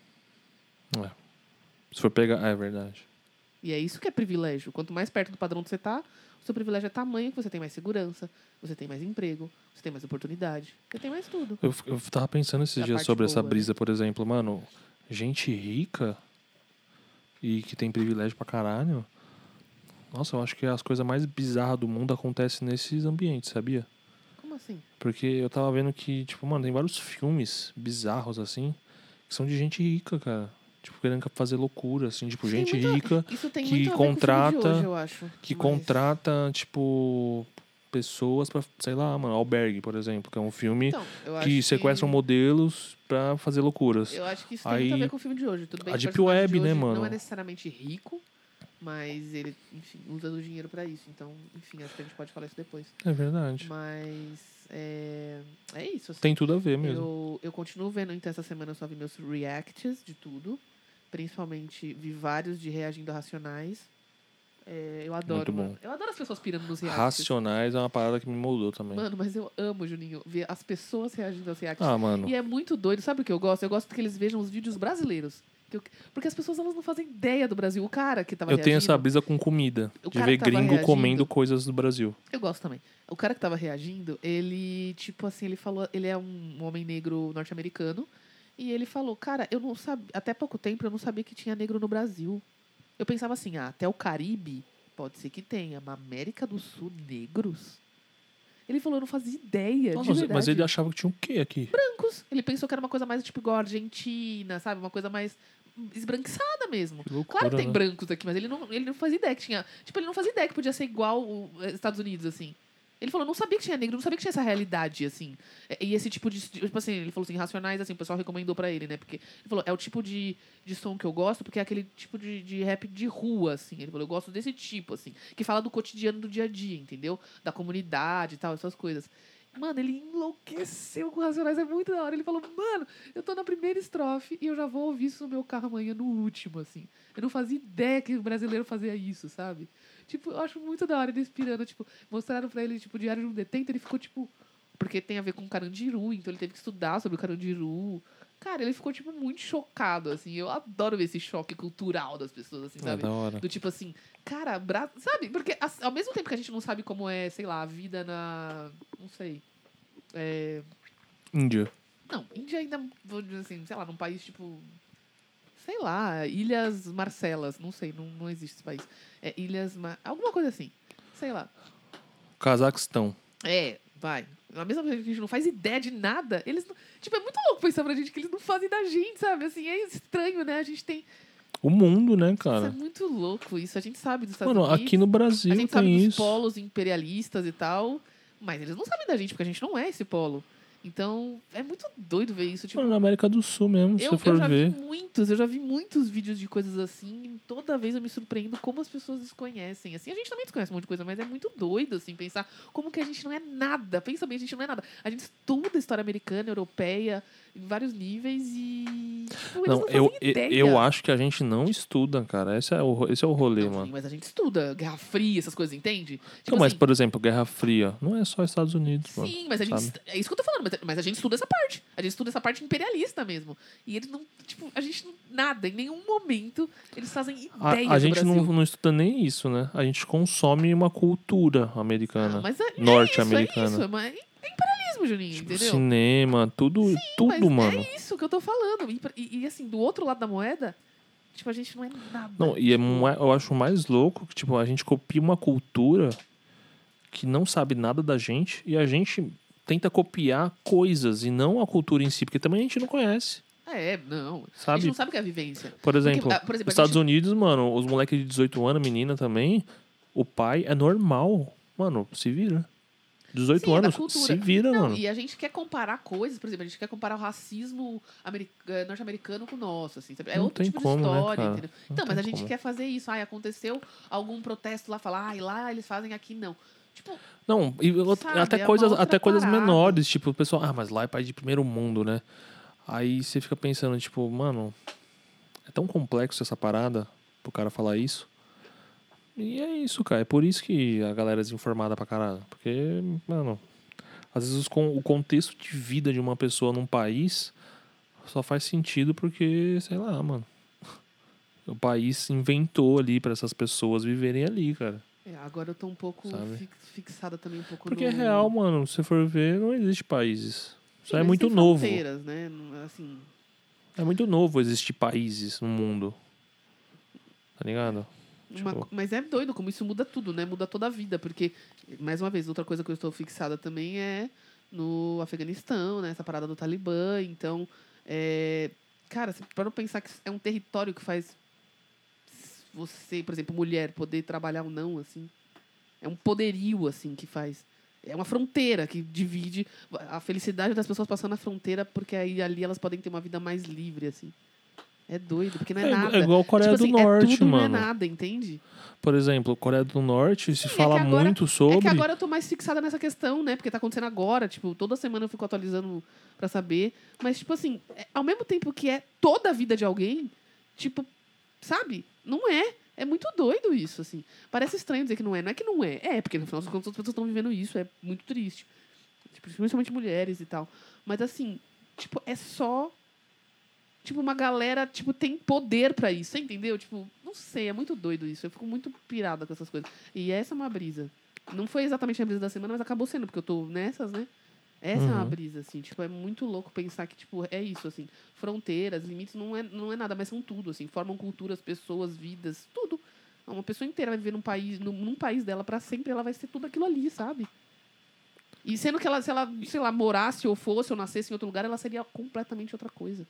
Se for pegar. Ah, é verdade. E é isso que é privilégio. Quanto mais perto do padrão que você tá, o seu privilégio é tamanho, que você tem mais segurança, você tem mais emprego, você tem mais oportunidade, você tem mais tudo. Eu, eu tava pensando esses Da dias parte sobre essa boa, né? brisa, por exemplo, mano. Gente rica e que tem privilégio pra caralho. Nossa, eu acho que as coisas mais bizarras do mundo acontecem nesses ambientes, sabia? Como assim? Porque eu tava vendo que, tipo, mano, tem vários filmes bizarros, assim, que são de gente rica, cara. Tipo, querendo fazer loucura, assim, tipo, Tem gente muita- rica Isso tem Que muito a ver com o filme de contrata- hoje, eu acho. que Mas- contrata, tipo, pessoas pra, sei lá, mano, Albergue, por exemplo, que é um filme Então, eu acho que um sequestram modelos pra fazer loucuras. Eu acho que isso tem muito a Aí- ver com o filme de hoje. Tudo bem a que o Deep personagem Web, de hoje né, mano? Não é necessariamente rico, mas ele, enfim, usa do dinheiro pra isso. Então, enfim, acho que a gente pode falar isso depois. É verdade. Mas é, é isso. Assim. Tem tudo a ver mesmo. Eu, eu continuo vendo, então essa semana eu só vi meus reacts de tudo. Principalmente vi vários de reagindo a racionais. É, eu Muito adoro. bom. mano. Eu adoro as pessoas pirando nos reacts. Racionais é uma parada que me moldou também. Mano, mas eu amo, Juninho, ver as pessoas reagindo aos reacts. ah, mano. E é muito doido. Sabe o que eu gosto? Eu gosto que eles vejam os vídeos brasileiros. Que eu- Porque as pessoas elas não fazem ideia do Brasil. O cara que tava Eu tenho reagindo. essa brisa com comida. O de cara ver tava gringo reagindo. comendo coisas do Brasil. Eu gosto também. O cara que tava reagindo, ele, tipo assim, ele falou. Ele é um homem negro norte-americano. E ele falou, cara, eu não sabia. Até pouco tempo eu não sabia que tinha negro no Brasil. Eu pensava assim, ah, até o Caribe pode ser que tenha, mas América do Sul, negros? Ele falou, eu não fazia ideia. Nossa, de mas- verdade. mas ele achava que tinha o quê aqui? brancos. Ele pensou que era uma coisa mais tipo igual a Argentina, sabe? Uma coisa mais esbranquiçada mesmo. Que loucura, Claro que Uhum. tem né? brancos aqui, mas ele não, ele não fazia ideia que tinha. Tipo, ele não fazia ideia que podia ser igual os Estados Unidos, assim. Ele falou, não sabia que tinha negro, não sabia que tinha essa realidade, assim. É, E esse tipo de. Tipo assim, ele falou assim, racionais, assim, o pessoal recomendou pra ele, né? Porque. Ele falou, é o tipo de, de som que eu gosto, porque é aquele tipo de, de rap de rua, assim. Ele falou, eu gosto desse tipo, assim. Que fala do cotidiano do dia a dia, entendeu? Da comunidade e tal, essas coisas. Mano, ele enlouqueceu com o Racionais, é muito da hora. Ele falou, mano, eu tô na primeira estrofe e eu já vou ouvir isso no meu carro amanhã, no último, assim. Eu não fazia ideia que o brasileiro fazia isso, sabe? Tipo, eu acho muito da hora ele inspirando, tipo, mostraram pra ele, tipo, o diário de um detento, ele ficou, tipo, porque tem a ver com o Carandiru, então ele teve que estudar sobre o Carandiru. Cara, ele ficou, tipo, muito chocado, assim. Eu adoro ver esse choque cultural das pessoas, assim, É sabe? da hora. Do tipo assim, cara, bra... sabe? Porque as- ao mesmo tempo que a gente não sabe como é, sei lá, a vida na. Não sei. É... Índia. Não, Índia ainda, vou dizer assim, sei lá, num país tipo. Sei lá, Ilhas Marcelas, não sei, não, não existe esse país. É Ilhas. Mar... Alguma coisa assim. Sei lá. Cazaquistão. É, vai. Na mesma coisa que a gente não faz ideia de nada, eles não... Tipo, é muito louco pensar pra gente que eles não fazem da gente, sabe? Assim, é estranho, né? A gente tem. O mundo, né, Isso é cara? muito louco isso. A gente sabe dos Estados Mano, Unidos. aqui no Brasil A gente sabe tem dos isso. polos imperialistas e tal, mas eles não sabem da gente, porque a gente não é esse polo. Então, é muito doido ver isso. Tipo, Mano, na América do Sul mesmo, se eu, você eu for já ver. vi muitos, eu já vi muitos vídeos de coisas assim, e toda vez eu me surpreendo como as pessoas desconhecem. Assim, a gente também desconhece um monte de coisa, mas é muito doido, assim, pensar como que a gente não é nada. Pensa bem, a gente não é nada. A gente estuda história americana, europeia, em vários níveis e. Tipo, eles não, Não, eu, fazem eu, ideia. eu acho que a gente não estuda, cara. Esse é o, ro- esse é o rolê, Não, mano. Mas a gente estuda Guerra Fria, essas coisas, entende? Tipo Não, Então, mas, assim, por exemplo, Guerra Fria. Não é só Estados Unidos, mano. Sim, mas a gente. É isso que eu tô falando, mas- mas a gente estuda essa parte. A gente estuda essa parte imperialista mesmo. E eles não. Tipo, a gente não. Nada, em nenhum momento eles fazem A, ideia a do gente não, Brasil. não estuda nem isso, né? A gente consome uma cultura Ah, americana. mas é, norte-americana. É isso, é, uma- é imperialismo, Juninho, tipo, entendeu? cinema, tudo, mas tudo, mano. É isso que eu tô falando. E, e- e, assim, do outro lado da moeda, tipo, a gente não é nada. Não, e é, ma- eu acho mais louco que, tipo, a gente copia uma cultura que não sabe nada da gente e a gente tenta copiar coisas e não a cultura em si, porque também a gente não conhece, É, não. A sabe? gente não sabe o que é a vivência. Por exemplo, ah, por exemplo, a gente- nos Estados Unidos, mano, os moleques de 18 anos, menina também, o pai é normal. Mano, se vira. 18 Sim, é da anos, cultura. se vira, né? Não, mano. e a gente quer comparar coisas, por exemplo, a gente quer comparar o racismo ameri- eh, norte-americano com o nosso, assim, sabe? É Não outro tem tipo como, de né, história, cara? entendeu? Então, mas tem a gente como. quer fazer isso. Ai, aconteceu algum protesto lá, falar, ai, lá eles fazem, aqui não. Tipo, Não, e eu- Sabe, é até uma coisas, outra até coisas parada. menores, tipo, o pessoal, ah, mas lá é país de primeiro mundo, né? Aí você fica pensando, tipo, mano, É tão complexo essa parada pro cara falar isso. E é isso, cara. É por isso que a galera é desinformada pra caralho. Porque, mano, às vezes os con- o contexto de vida de uma pessoa num país só faz sentido porque, sei lá, mano. O país inventou ali pra essas pessoas viverem ali, cara. É, agora eu tô um pouco Sabe? fix- fixada também um pouco Porque no... é real, mano. Se você for ver, não existe países. Isso Sim, é mas muito tem novo. fronteiras, né? Não- Assim, É muito novo existir países no mundo. Tá ligado? Uma- Tipo- mas é doido como isso muda tudo, né? Muda toda a vida, porque, mais uma vez, outra coisa que eu estou fixada também é no Afeganistão, né? Essa parada do Talibã. Então, é, cara, se- para não pensar que é um território que faz você, por exemplo, mulher, poder trabalhar ou não, assim. É um poderio, assim, que faz. É uma fronteira que divide a felicidade das pessoas passando a fronteira, porque aí ali elas podem ter uma vida mais livre, assim. É doido, porque não é, É, nada. é igual a Coreia Tipo assim, do Norte, é tudo, mano. Não é nada, entende? Por exemplo, Coreia do Norte se Sim, é fala que agora- muito sobre. É que agora eu tô mais fixada nessa questão, né? Porque tá acontecendo agora, tipo, toda semana eu fico atualizando pra saber. Mas, tipo assim, é- ao mesmo tempo que é toda a vida de alguém, tipo, sabe? Não é. É muito doido isso, assim. Parece estranho dizer que não é. Não é que não é. É, porque no final das contas as pessoas estão vivendo isso. É muito triste. Tipo, principalmente mulheres e tal. Mas, assim, tipo, é só... Tipo, uma galera, tipo, tem poder pra isso, você entendeu? Tipo, não sei, é muito doido isso. Eu fico muito pirada com essas coisas. E essa é uma brisa. Não foi exatamente a brisa da semana, mas acabou sendo, porque eu tô nessas, né? Essa é uma Uhum. brisa, assim. Tipo, é muito louco pensar que, tipo, é isso, assim. Fronteiras, limites, não é, não é nada, mas são tudo, assim. Formam culturas, pessoas, vidas, tudo. Uma pessoa inteira vai viver num país, num, num país dela pra sempre, ela vai ser tudo aquilo ali, sabe? E sendo que ela, se ela, sei lá, morasse ou fosse ou nascesse em outro lugar, ela seria completamente outra coisa.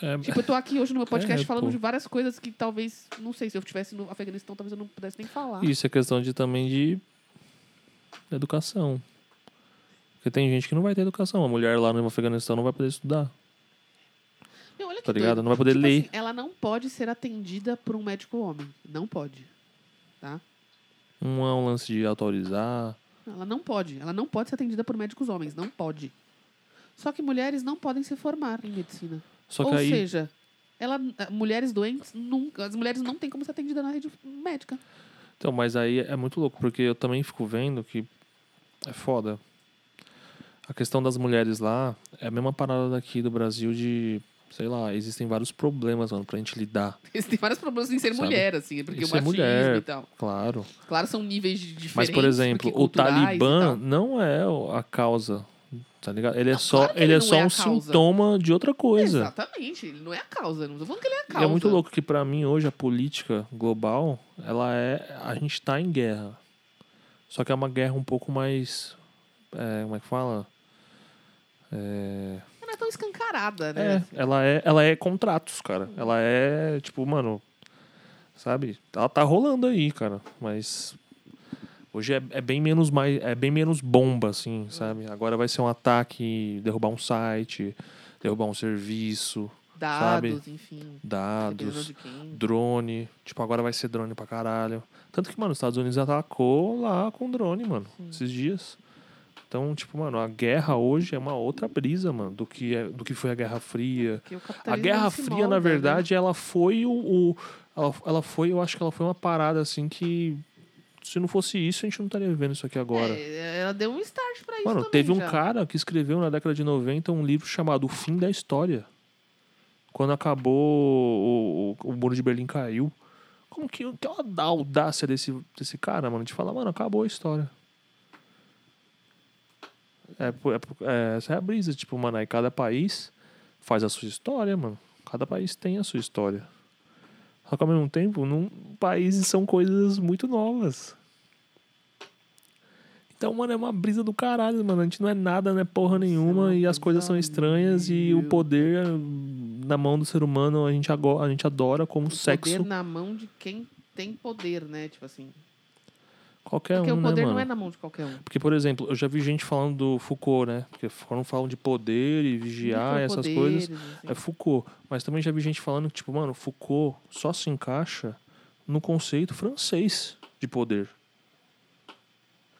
É, Tipo, eu tô aqui hoje no meu podcast É, falando pô. de várias coisas que talvez, não sei, se eu estivesse no Afeganistão, talvez eu não pudesse nem falar. Isso é questão de também de educação. Porque tem gente que não vai ter educação. A mulher lá no Afeganistão não vai poder estudar, Não, olha que tá ligado? doido. Não vai poder Tipo ler. assim, ela não pode ser atendida por um médico homem. Não pode. Não é um lance de autorizar. Ela não pode. Ela não pode ser atendida por médicos homens. Não pode. Só que mulheres não podem se formar em medicina. Só que Ou aí. seja, ela, eh, mulheres doentes, nunca, as mulheres não têm como ser atendida na rede médica. Então, mas aí é muito louco, porque eu também fico vendo que é foda. A questão das mulheres lá é a mesma parada daqui do Brasil de, sei lá, existem vários problemas, mano, pra gente lidar, Tem vários problemas em ser Sabe? mulher, assim, porque Em o ser machismo mulher. e tal. claro. Claro, são níveis de- diferentes. Mas, por exemplo, porque o culturais e Talibã tal. não é o- a causa, tá ligado? Ele é só, claro que ele ele é não só é a um causa. sintoma de outra coisa. Exatamente, ele não é a causa. Não tô falando que ele é a E causa. é muito louco que pra mim hoje a política global, ela é a gente tá em guerra. Só que é uma guerra um pouco mais é, como é que fala? É, Ela é tão escancarada, né? é, ela é, ela é contratos, cara. Ela é tipo, mano, sabe? Ela tá rolando aí, cara, mas hoje é, é bem menos mais é bem menos bomba assim, sabe? Agora vai ser um ataque, derrubar um site, derrubar um serviço, Dados, enfim. dependendo dados de quem. drone. Tipo, agora vai ser drone pra caralho. Tanto que, mano, os Estados Unidos atacou lá com drone, mano, esses dias. Então, tipo, mano, a guerra hoje é uma outra brisa, mano, do que, é, do que foi a Guerra Fria. Porque o A capitalismo Guerra não se Fria, molda, na né? verdade, ela foi o. o- ela, ela foi, eu acho que ela foi uma parada assim que. Se não fosse isso, a gente não estaria vivendo isso aqui agora. É, ela deu um start pra isso. Mano, também teve um já. cara que escreveu na década de 90 um livro chamado O Fim da História. Quando acabou o, o, o Muro de Berlim caiu. Como que, que ela dá a audácia desse, desse cara, mano? De falar, mano, acabou a história. É, por- é, por- é, essa é a brisa, tipo, mano, aí cada país faz a sua história, mano. Cada país tem a sua história. Só que ao mesmo tempo, num, países são coisas muito novas. Então, mano, é uma brisa do caralho, mano. A gente não é nada, não é porra nenhuma não e as coisas são pensa estranhas e o nisso. poder hum, na mão do ser humano a gente, ago- a gente adora como Poder sexo na mão de quem tem poder, né? Tipo assim. qualquer porque um, o né, poder mano? não é na mão de qualquer um. Porque, por exemplo, eu já vi gente falando do Foucault, né? Porque Foucault falam de poder e vigiar, essas coisas. Micropoderes, é assim. É Foucault. Mas também já vi gente falando que, tipo, mano, Foucault só se encaixa no conceito francês de poder.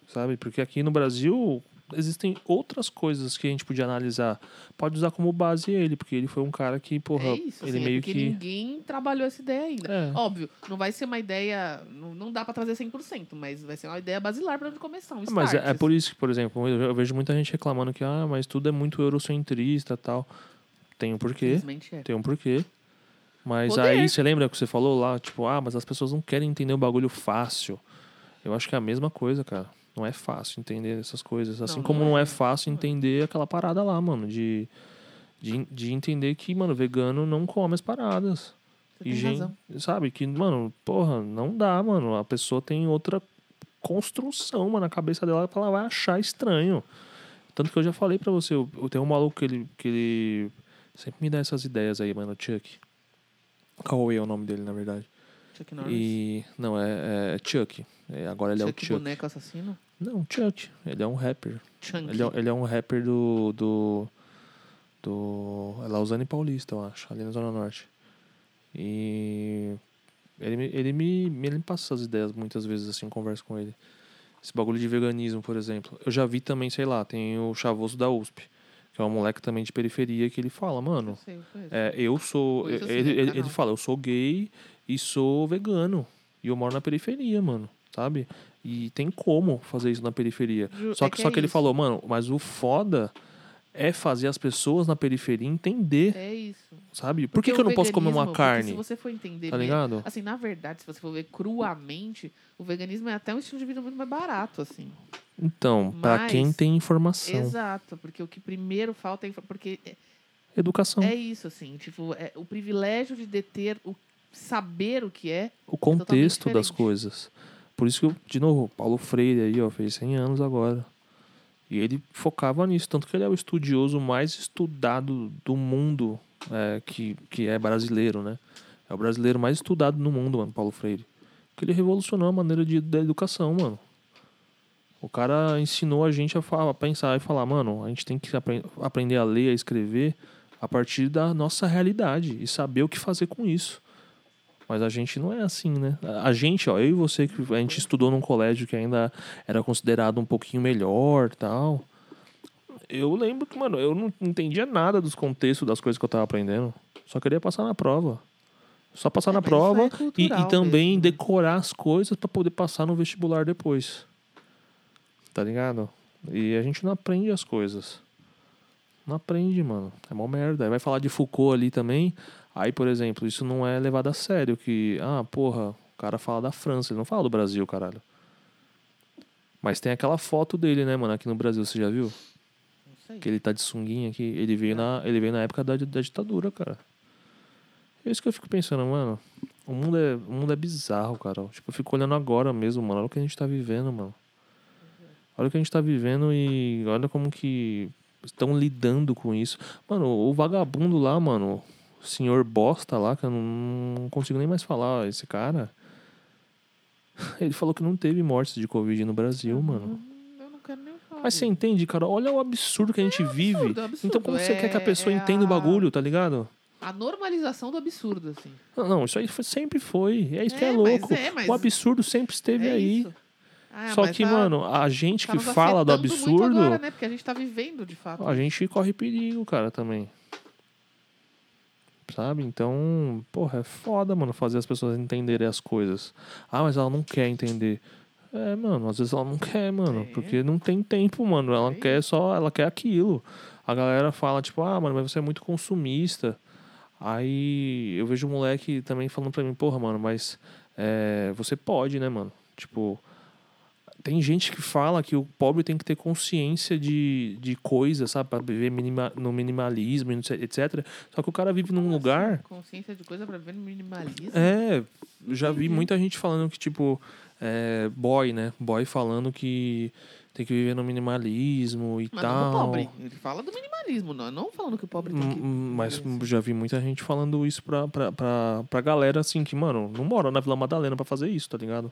Sabe? Porque aqui no Brasil, existem outras coisas que a gente podia analisar. Pode usar como base ele, porque ele foi um cara que, porra, é isso, ele assim, é meio porque que. ninguém trabalhou essa ideia ainda. É. Óbvio, não vai ser uma ideia, não, não dá pra trazer 100%, mas vai ser uma ideia basilar pra onde começar, um Ah, Mas é, start, é por isso que, por exemplo, eu eu vejo muita gente reclamando que, ah, mas tudo é muito eurocentrista e tal. Tem um assim. porquê, Infelizmente é. tem um porquê. Mas Poder. aí você lembra que você falou lá, tipo, ah, mas as pessoas não querem entender o bagulho fácil. Eu acho que é a mesma coisa, cara. Não é fácil entender essas coisas. Assim não como não é, é. fácil entender aquela parada lá, mano, de, de, de entender que, mano, vegano não come as paradas. Você E tem gente, razão. sabe, que, mano, porra, não dá, mano. A pessoa tem outra construção, mano, na cabeça dela que ela vai achar estranho. Tanto que eu já falei pra você, eu, eu tenho um maluco que ele, que ele sempre me dá essas ideias aí, mano, o Chuck. Cauê é o nome dele, na verdade. Chuck Norris. E, não, é, é Chuck. É, agora ele Chuck é o Chuck. boneco assassino? Não, Chuck. Ele é um rapper. Chunk. Ele é, ele é um rapper do. do. do. É Lausanne Paulista, eu acho, ali na Zona Norte. E. Ele, me- ele, me, ele me passa essas ideias muitas vezes, assim, converso com ele. Esse bagulho de veganismo, por exemplo. Eu já vi também, sei lá, tem o Chavoso da USP, que é um moleque também de periferia, que ele fala, Não mano, sei, eu conheço. é, eu sou. Coisa assim, ele, né, ele, canal. ele fala, eu sou gay e sou vegano. E eu moro na periferia, mano. Sabe? E tem como fazer isso na periferia. Ju- Só é que, que só é que ele isso. falou, mano, mas o foda é fazer as pessoas na periferia entender, É isso. sabe? Por que, Porque que eu o não posso comer veganismo, uma porque carne? Se você for entender, Tá né, ligado? assim, na verdade, se você for ver cruamente, o veganismo é até um estilo de vida muito mais barato, assim. Então, pra Mas- quem tem informação, Exato, porque o que primeiro falta é infor- porque é- educação, é isso assim, tipo, é o privilégio de deter o saber o que é. o contexto das diferente. coisas. Por isso que, eu, de novo, Paulo Freire aí, ó, fez 100 anos agora. E ele focava nisso, tanto que ele é o estudioso mais estudado do mundo, é, que, que é brasileiro, né? É o brasileiro mais estudado no mundo, mano, Paulo Freire. Porque ele revolucionou a maneira de, da educação, mano. O cara ensinou a gente a, fa- a pensar e falar, mano, a gente tem que apren- aprender a ler, a escrever a partir da nossa realidade e saber o que fazer com isso. Mas a gente não é assim, né? A- A gente, ó, eu e você, que a gente estudou num colégio que ainda era considerado um pouquinho melhor tal. Eu lembro que, mano, eu não entendia nada dos contextos das coisas que eu tava aprendendo. Só queria passar na prova. Só passar Tá na É, mas isso aí é prova e, e cultural também mesmo, né? decorar as coisas pra poder passar no vestibular depois. Tá ligado? E a gente não aprende as coisas. Não aprende, mano. É mó merda. Aí vai falar de Foucault ali também. Aí, por exemplo, isso não é levado a sério. Que, ah, porra, o cara fala da França, ele não fala do Brasil, caralho. Mas tem aquela foto dele, né, mano, aqui no Brasil, você já viu? Não sei. Que ele tá de sunguinha aqui. Ele veio na, ele veio na época da, da ditadura, cara. É isso que eu fico pensando, mano. O mundo é, o mundo é bizarro, cara. Tipo, eu fico olhando agora mesmo, mano. Olha o que a gente tá vivendo, mano. Olha o que a gente tá vivendo e olha como que estão lidando com isso. Mano, o vagabundo lá, mano. O senhor bosta lá, que eu não não consigo nem mais falar, esse cara. Ele falou que não teve mortes de Covid no Brasil, mano. Não, Eu não quero nem falar. Mas você disso. entende, cara? Olha o absurdo que a gente vive. absurdo, é absurdo. Então, como você É- quer que a pessoa é entenda o a- bagulho, tá ligado? a normalização do absurdo assim. Não, não, isso aí foi- sempre foi. É isso que é É, mas louco. é, mas- O absurdo sempre esteve é aí. isso. Ah, Só mas que, tá- mano, a gente tá que nos fala do afetando muito absurdo, agora, né? Porque a gente tá vivendo de fato. a gente corre perigo, cara, também. Sabe? Então, porra, é foda, mano, fazer as pessoas entenderem as coisas. Ah, mas ela não quer entender. É, mano, às vezes ela não quer, mano, É. porque não tem tempo, mano. Ela É quer só, ela quer aquilo. A galera fala, tipo, ah, mano, mas você é muito consumista. Aí eu vejo um moleque também falando pra mim, porra, mano, mas é, você pode, né, mano? Tipo, tem gente que fala que o pobre tem que ter consciência de, de coisa, sabe? Pra viver minima- no minimalismo, e não sei- etc. Só que o cara vive num um lugar. Consciência de coisa pra ver no minimalismo. É, já vi muita gente falando que, tipo, é, boy, né? Boy falando que tem que viver no minimalismo e Mas não tal. do pobre. Ele fala do minimalismo, não, é não falando que o pobre tá tem que. Hum, Mas viver assim. já vi muita gente falando isso pra, pra, pra, pra galera, assim, que, mano, não mora na Vila Madalena pra fazer isso, tá ligado?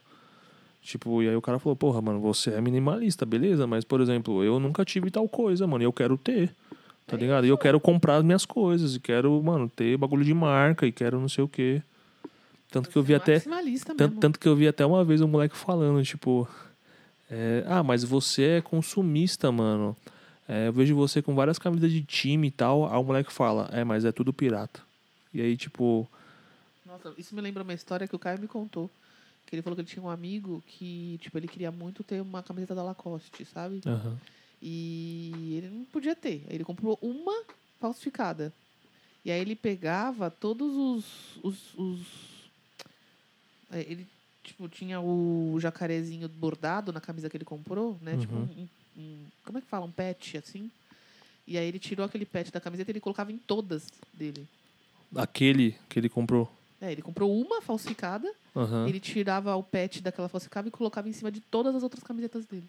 Tipo, e aí o cara falou, porra, mano, você é minimalista, beleza, mas, por exemplo, eu nunca tive tal coisa, mano, e eu quero ter, tá ligado? E eu quero comprar as minhas coisas, e quero, mano, ter bagulho de marca, e quero não sei o quê. Tanto que eu vi até... Maximalista Tan- mesmo. Tanto, que eu vi até uma vez um moleque falando, tipo, É, ah, mas você é consumista, mano. É, eu vejo você com várias camisas de time e tal. Aí o moleque fala, é, mas é tudo pirata. E aí, tipo, Nossa, isso me lembra uma história que o Caio me contou. Que ele falou que ele tinha um amigo que, tipo, ele queria muito ter uma camiseta da Lacoste, sabe? aham. E ele não podia ter. Aí Ele comprou uma falsificada. E aí ele pegava todos os. os, os- é, ele, tipo, tinha o jacarezinho bordado na camisa que ele comprou, né? Tipo, Uhum. um, um- Como é que fala? Um pet, assim. E aí ele tirou aquele pet da camiseta e ele colocava em todas dele. aquele que ele comprou. É, ele comprou uma falsificada, Aham. ele tirava o pet daquela falsificada e colocava em cima de todas as outras camisetas dele.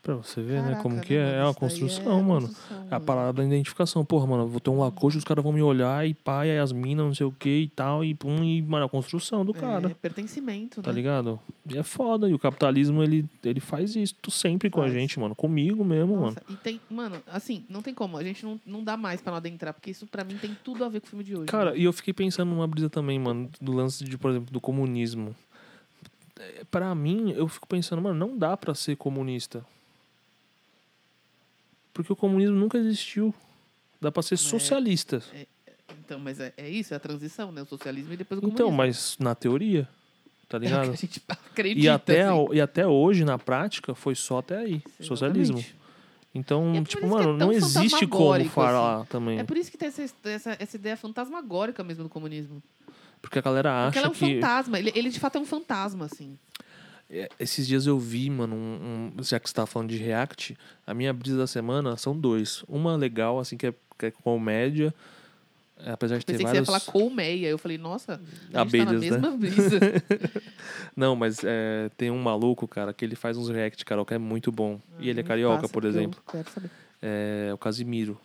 Pra você ver, né? Caraca, Como que mano? é. É uma Isso daí construção, mano. construção, É a mano. parada da identificação. Porra, mano, eu vou ter um lacoste, os caras vão me olhar e pá, e aí as minas, não sei o que e tal, e pum, e, mano, a construção do cara. É, pertencimento, Tá né? ligado? E é foda. E o capitalismo, ele, ele faz isso sempre com a Faz. gente, mano. Comigo mesmo, mano. Nossa, e tem, mano, assim, não tem como, a gente não, não dá mais pra não adentrar, porque isso pra mim tem tudo a ver com o filme de hoje. Cara, né? e eu fiquei pensando numa brisa também, mano, do lance de, por exemplo, do comunismo. É, Pra mim, eu fico pensando, mano, não dá pra ser comunista. Porque o comunismo nunca existiu. Dá É. pra ser socialista. Então, mas é, é isso, é a transição, né? O socialismo e depois o comunismo. Então, mas na teoria, tá É o que ligado? a gente acredita. E até, assim. o- e até hoje, na prática, foi só até aí. Exatamente. Socialismo. Então, E é tipo, por isso que é mano, tão não existe como fantasmagórico, falar também. É por isso que tem essa, essa, essa ideia fantasmagórica mesmo do comunismo. Porque a galera Porque acha ela é um que. fantasma, ele, ele de fato é um fantasma, assim. É, Esses dias eu vi, mano, um, um- já que você tava falando de React, a minha brisa da semana são dois. Uma legal, assim, que é, que é comédia. é, Apesar de ter Pensei vários. que você ia falar colmeia, eu falei, nossa, a gente Abelhas, né? tá na mesma brisa. Não, mas é, tem um maluco, cara, que ele faz uns react, cara, que é muito bom. e ele é Me carioca, passa, por que eu exemplo. quero saber. É o Casimiro.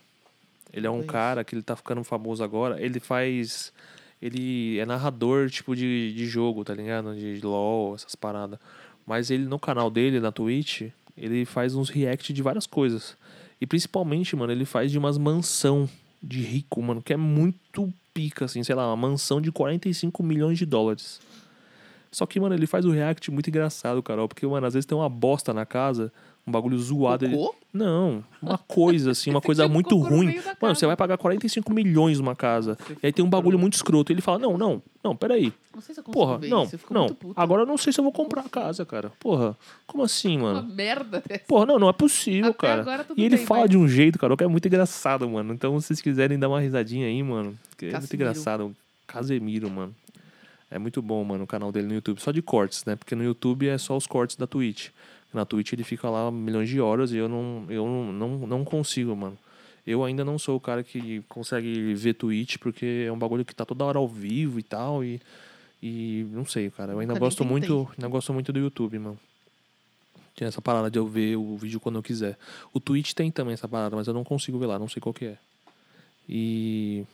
Ele é um Conheço. cara que ele tá ficando famoso agora. Ele faz. Ele é narrador, tipo, de, de jogo, tá ligado? De LOL, essas paradas. Mas ele, no canal dele, na Twitch, ele faz uns react de várias coisas. E principalmente, mano, ele faz de umas mansão de rico, mano, que é muito pica, assim, sei lá, uma mansão de 45 milhões de dólares. Só que, mano, ele faz o react muito engraçado, Carol, porque, mano, às vezes tem uma bosta na casa, um bagulho zoado. ele- Cocô? não, uma coisa assim, uma coisa Tinha um muito cocô no ruim. meio da Mano, casa. você vai pagar 45 milhões numa casa. E aí tem um bagulho muito escroto. E ele fala: Não, não, não, peraí. Não sei se eu consigo Porra, ver não, isso, eu fico não. muito puta. Agora eu não sei se eu vou comprar a casa, cara. Porra, como assim, Uma mano? merda dessa. Porra, não, não é possível, Até cara. agora tudo E ele bem, fala mas- de um jeito, cara, que é muito engraçado, mano. Então, se vocês quiserem dar uma risadinha aí, mano, que é muito Casimiro. engraçado. Casemiro, mano. É muito bom, mano, o canal dele no YouTube. Só de cortes, né? Porque no YouTube é só os cortes da Twitch. Na Twitch ele fica lá milhões de horas e eu não, eu não, não, não consigo, mano. Eu ainda não sou o cara que consegue ver Twitch, porque é um bagulho que tá toda hora ao vivo e tal. E, e não sei, cara. Eu ainda Nunca nem gosto muito. Ainda gosto muito do YouTube, mano. Tem essa parada de eu ver o vídeo quando eu quiser. O Twitch tem também essa parada, mas eu não consigo ver lá, não sei qual que é. E.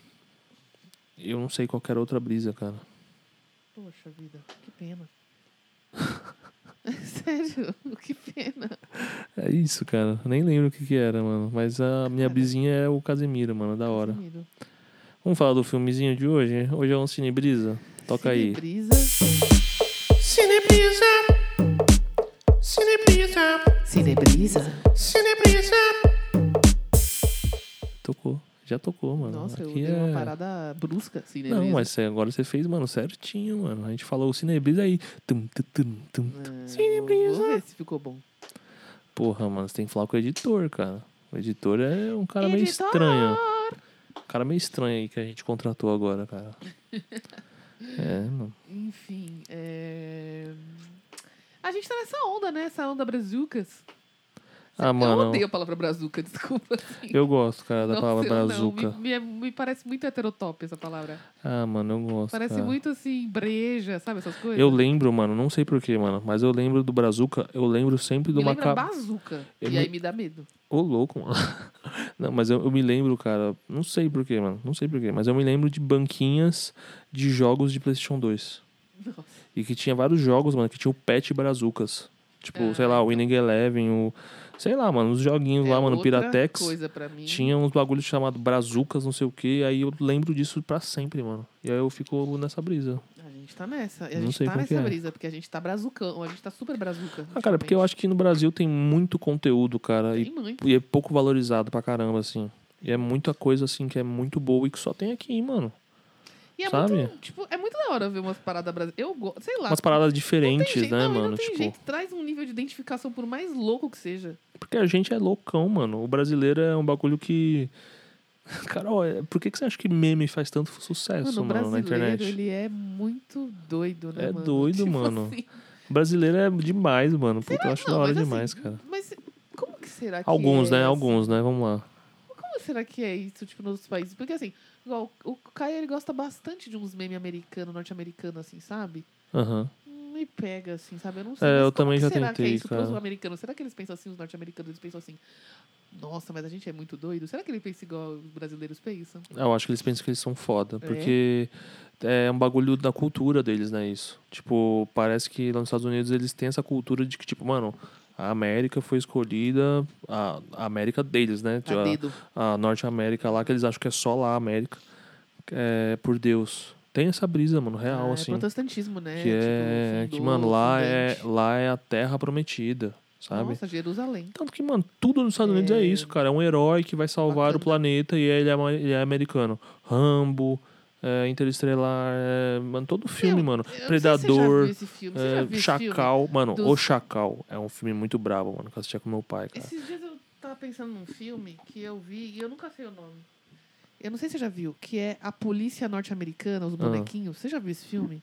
Eu não sei qualquer outra brisa, cara. Poxa vida, que pena. Sério, que pena. É isso, cara. Nem lembro o que que era, mano. Mas a minha Cara. brisinha é o Casemiro, mano, da hora. Sumido. Vamos falar do filmezinho de hoje? Hoje é um Cine Brisa? Toca aí. Cinebrisa. Cinebrisa. Cinebrisa. Cinebrisa? Cinebrisa. Tocou. Já tocou, mano. Nossa, eu Aqui dei é- uma parada brusca, Cinebrisa. Não, mas você- agora você fez, mano, certinho, mano. A gente falou o Cinebrisa aí. Tum, tum, tum, tum. É, Cinebrisa. Vou ver se ficou bom. Porra, mano, você tem que falar com o editor, cara. O editor é um cara meio Editor! estranho. Um cara meio estranho aí que a gente contratou agora, cara. é, mano. Enfim, é... A gente tá nessa onda, né? Essa onda brazucas. Ah, Eu mano, odeio a palavra brazuca, desculpa. Assim. eu gosto, cara, da Nossa, palavra eu não, brazuca. me, me- me parece muito heterotop essa palavra. Ah, mano, eu gosto. Parece cara. muito assim, breja, sabe essas coisas? Eu lembro, mano, não sei porquê, mano, mas eu lembro do Brazuca, eu lembro sempre do me lembra macaco. bazuca. Eu E me- aí me dá medo. Ô, louco, mano. Não, mas eu, eu me lembro, cara. Não sei porquê, mano. Não sei porquê. Mas eu me lembro de banquinhas de jogos de PlayStation 2. Nossa. E que tinha vários jogos, mano, que tinha o Pet Brazucas. Tipo, Ah, sei lá, o Winning Eleven, o. Sei lá, mano, os joguinhos É lá, mano, outra Piratex. coisa pra mim. Tinha uns bagulhos chamados Brazucas, não sei o quê. Aí eu lembro disso pra sempre, mano. E aí eu fico nessa brisa. A gente gente tá nessa. E a Não gente sei tá qual que é. nessa brisa, porque a gente tá brazucão. A gente tá super brazuca. Ah, cara, porque eu acho que no Brasil tem muito conteúdo, cara, ultimamente. e, Tem muito. e é pouco valorizado pra caramba, assim. E é muita coisa, assim, que é muito boa e que só tem aqui, mano. E é sabe? muito, tipo, é muito da hora ver umas paradas brasileiras. Eu gosto, sei lá. Umas paradas não tem diferentes, jeito, né, não, e mano? Não tem tipo, jeito. Traz um nível de identificação, por mais louco que seja. porque a gente é loucão, mano. O brasileiro é um bagulho que. Carol, é- por que, que você acha que meme faz tanto sucesso, Mano, o É mano, na brasileiro, internet? ele é muito doido, né, É mano? doido, Tipo mano. assim, Brasileiro é demais, mano. Puta, eu acho não, da hora mas assim, demais, cara. mas como que será que Alguns, é né? essa- Alguns, né? Vamos lá. Como será que é isso, tipo, nos outros países? Porque, assim, igual, o Caio, ele gosta bastante de uns memes americanos, norte-americanos, assim, sabe? Aham. Me pega, assim, sabe? Eu não sei. É, mas eu como também que já será que tentei, é isso pros cara. americanos? Será que eles pensam assim, os norte-americanos, eles pensam assim... Nossa, mas a gente é muito doido. Será que ele pensa igual os brasileiros pensam? Eu acho que eles pensam que eles são foda, É? porque é um bagulho da cultura deles, né, isso. Tipo, parece que lá nos Estados Unidos eles têm essa cultura de que, tipo, mano, a América foi escolhida, a, a América deles, né, A dedo. a, a Norte América lá, que eles acham que é só lá a América, é, por Deus. Tem essa brisa, mano, real, Ah, é assim. protestantismo, né? Que é, Tipo, que, fundou, mano, lá é, fundante. lá é a terra prometida, sabe? Nossa, Jerusalém. Tanto que, mano, tudo nos Estados Unidos é, É. isso, cara. É um herói que vai salvar Bacana. o planeta e ele é, ama- ele é americano. Rambo, é, Interestelar, é, mano, todo filme, Eu- mano. Eu não sei se Predador, Você já viu esse filme? Você já é, viu esse filme? Chacal. Mano, dos- O Chacal é um filme muito brabo, mano, que eu assistia com meu pai, cara. Esses dias eu tava pensando num filme que eu vi e eu nunca sei o nome. Eu não sei se você já viu, que é A Polícia Norte-Americana, Ah. Os Bonequinhos. Você já viu esse filme?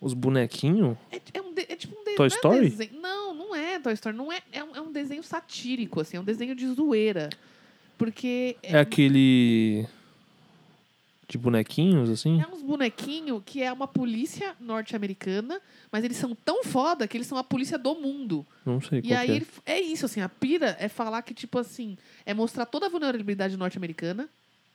Os bonequinhos? É, é um de- é tipo um de- Toy não é Story? desenho- Não, não é Toy Story. Não é, é, um, é um desenho satírico, assim, é um desenho de zoeira. Porque É, aquele. De bonequinhos, assim? É uns bonequinhos que é uma polícia norte-americana, mas eles são tão foda que eles são a polícia do mundo. Não sei E qual aí que é. ele- é isso, assim, a pira é falar que, tipo assim, é mostrar toda a vulnerabilidade norte-americana,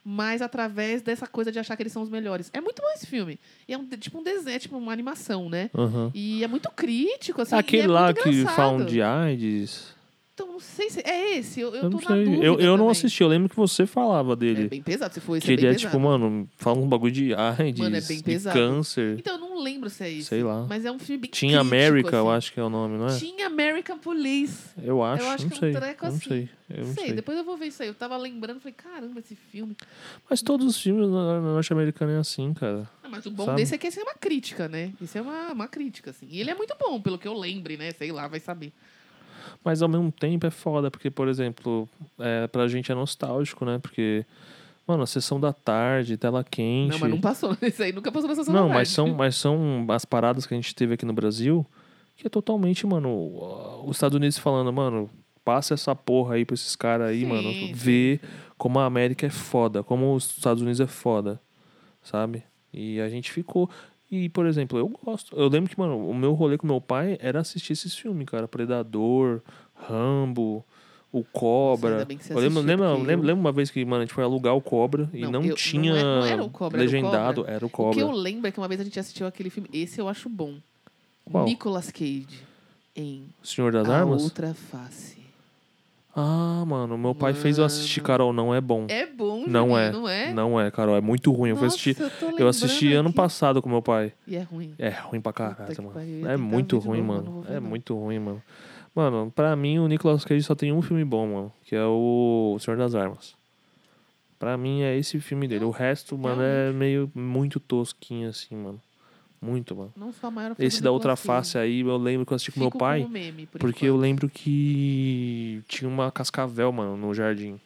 mas através dessa coisa de achar que eles são os melhores. É muito bom esse filme. E é um, de- tipo um desenho, é tipo uma animação, né? Aham. E é muito crítico, assim. e Aquele é lá muito que engraçado. falam de AIDS. Então, não sei se. É esse, eu, eu, Eu, tô não na sei. dúvida. Eu, eu não também. assisti, eu lembro que você falava dele. É bem pesado, se for esse. Que é ele bem é pesado. tipo, mano, fala um bagulho de AIDS, Mano, é bem de pesado. câncer. Então, eu não lembro se é isso. Sei lá. Mas é um filme bem Tinha crítico, América, assim. eu acho que é o nome, não é? Tinha American Police. Eu acho, acho não que é um sei. treco eu não assim. sei. Eu não sei, sei. depois eu vou ver isso aí. Eu tava lembrando, falei, caramba, esse filme. Mas todos os filmes na- na norte-americana é assim, cara. Ah, mas o bom Sabe? desse é que esse é uma crítica, né? Isso é uma, uma crítica, assim. E ele é muito bom, pelo que eu lembre, né? Sei lá, vai saber. Mas ao mesmo tempo é foda, porque, por exemplo, é, pra gente é nostálgico, né? Porque, mano, a sessão da tarde, tela quente. Não, mas não passou. Isso aí nunca passou nessa sessão Não, da mas tarde. são, mas são as paradas que a gente teve aqui no Brasil que é totalmente, mano, ó, os Estados Unidos falando, mano, passa essa porra aí pra esses caras aí, Sim, mano, sim. ver como a América é foda, como os Estados Unidos é foda, sabe? E a gente ficou. E, por exemplo, eu gosto. Eu lembro que, mano, o meu rolê com meu pai era assistir esses filmes, cara. Predador, Rambo, O Nossa, Cobra. ainda bem que você Eu lembro, assistiu, lembro, porque lembro, eu- lembro uma vez que, mano, a gente foi alugar o Cobra e Não, não, eu- não tinha é- não era o Cobra, era o legendado, era o O que Cobra. eu lembro é que uma vez a gente assistiu aquele filme. Esse eu acho bom. Qual? Nicolas Cage em Senhor das A Armas? Outra Face. Ah, mano, meu pai fez eu assistir Carol, não é bom. É bom, Não Juninho, é. não é? Não é, Carol, é muito ruim. Eu fui Nossa, assistir. tô Eu assisti lembrando ano aqui. passado com meu pai. E é ruim. É ruim pra Puta caralho, que mano. pariu, eu ia É tentar muito ver de ruim, novo, mas não mano. vou ver, É não. muito ruim, mano. Mano, pra mim o Nicolas Cage só tem um filme bom, mano, que é o O Senhor das Armas. Pra mim é esse filme dele. O resto, mano, é meio muito tosquinho assim, mano. Muito, mano. Não sou a maior fã Esse do da Nicolas outra Cage. face aí, eu lembro que eu assisti com meu Fico pai. como meme, por Porque eu enquanto. lembro que tinha uma cascavel, mano, no jardim.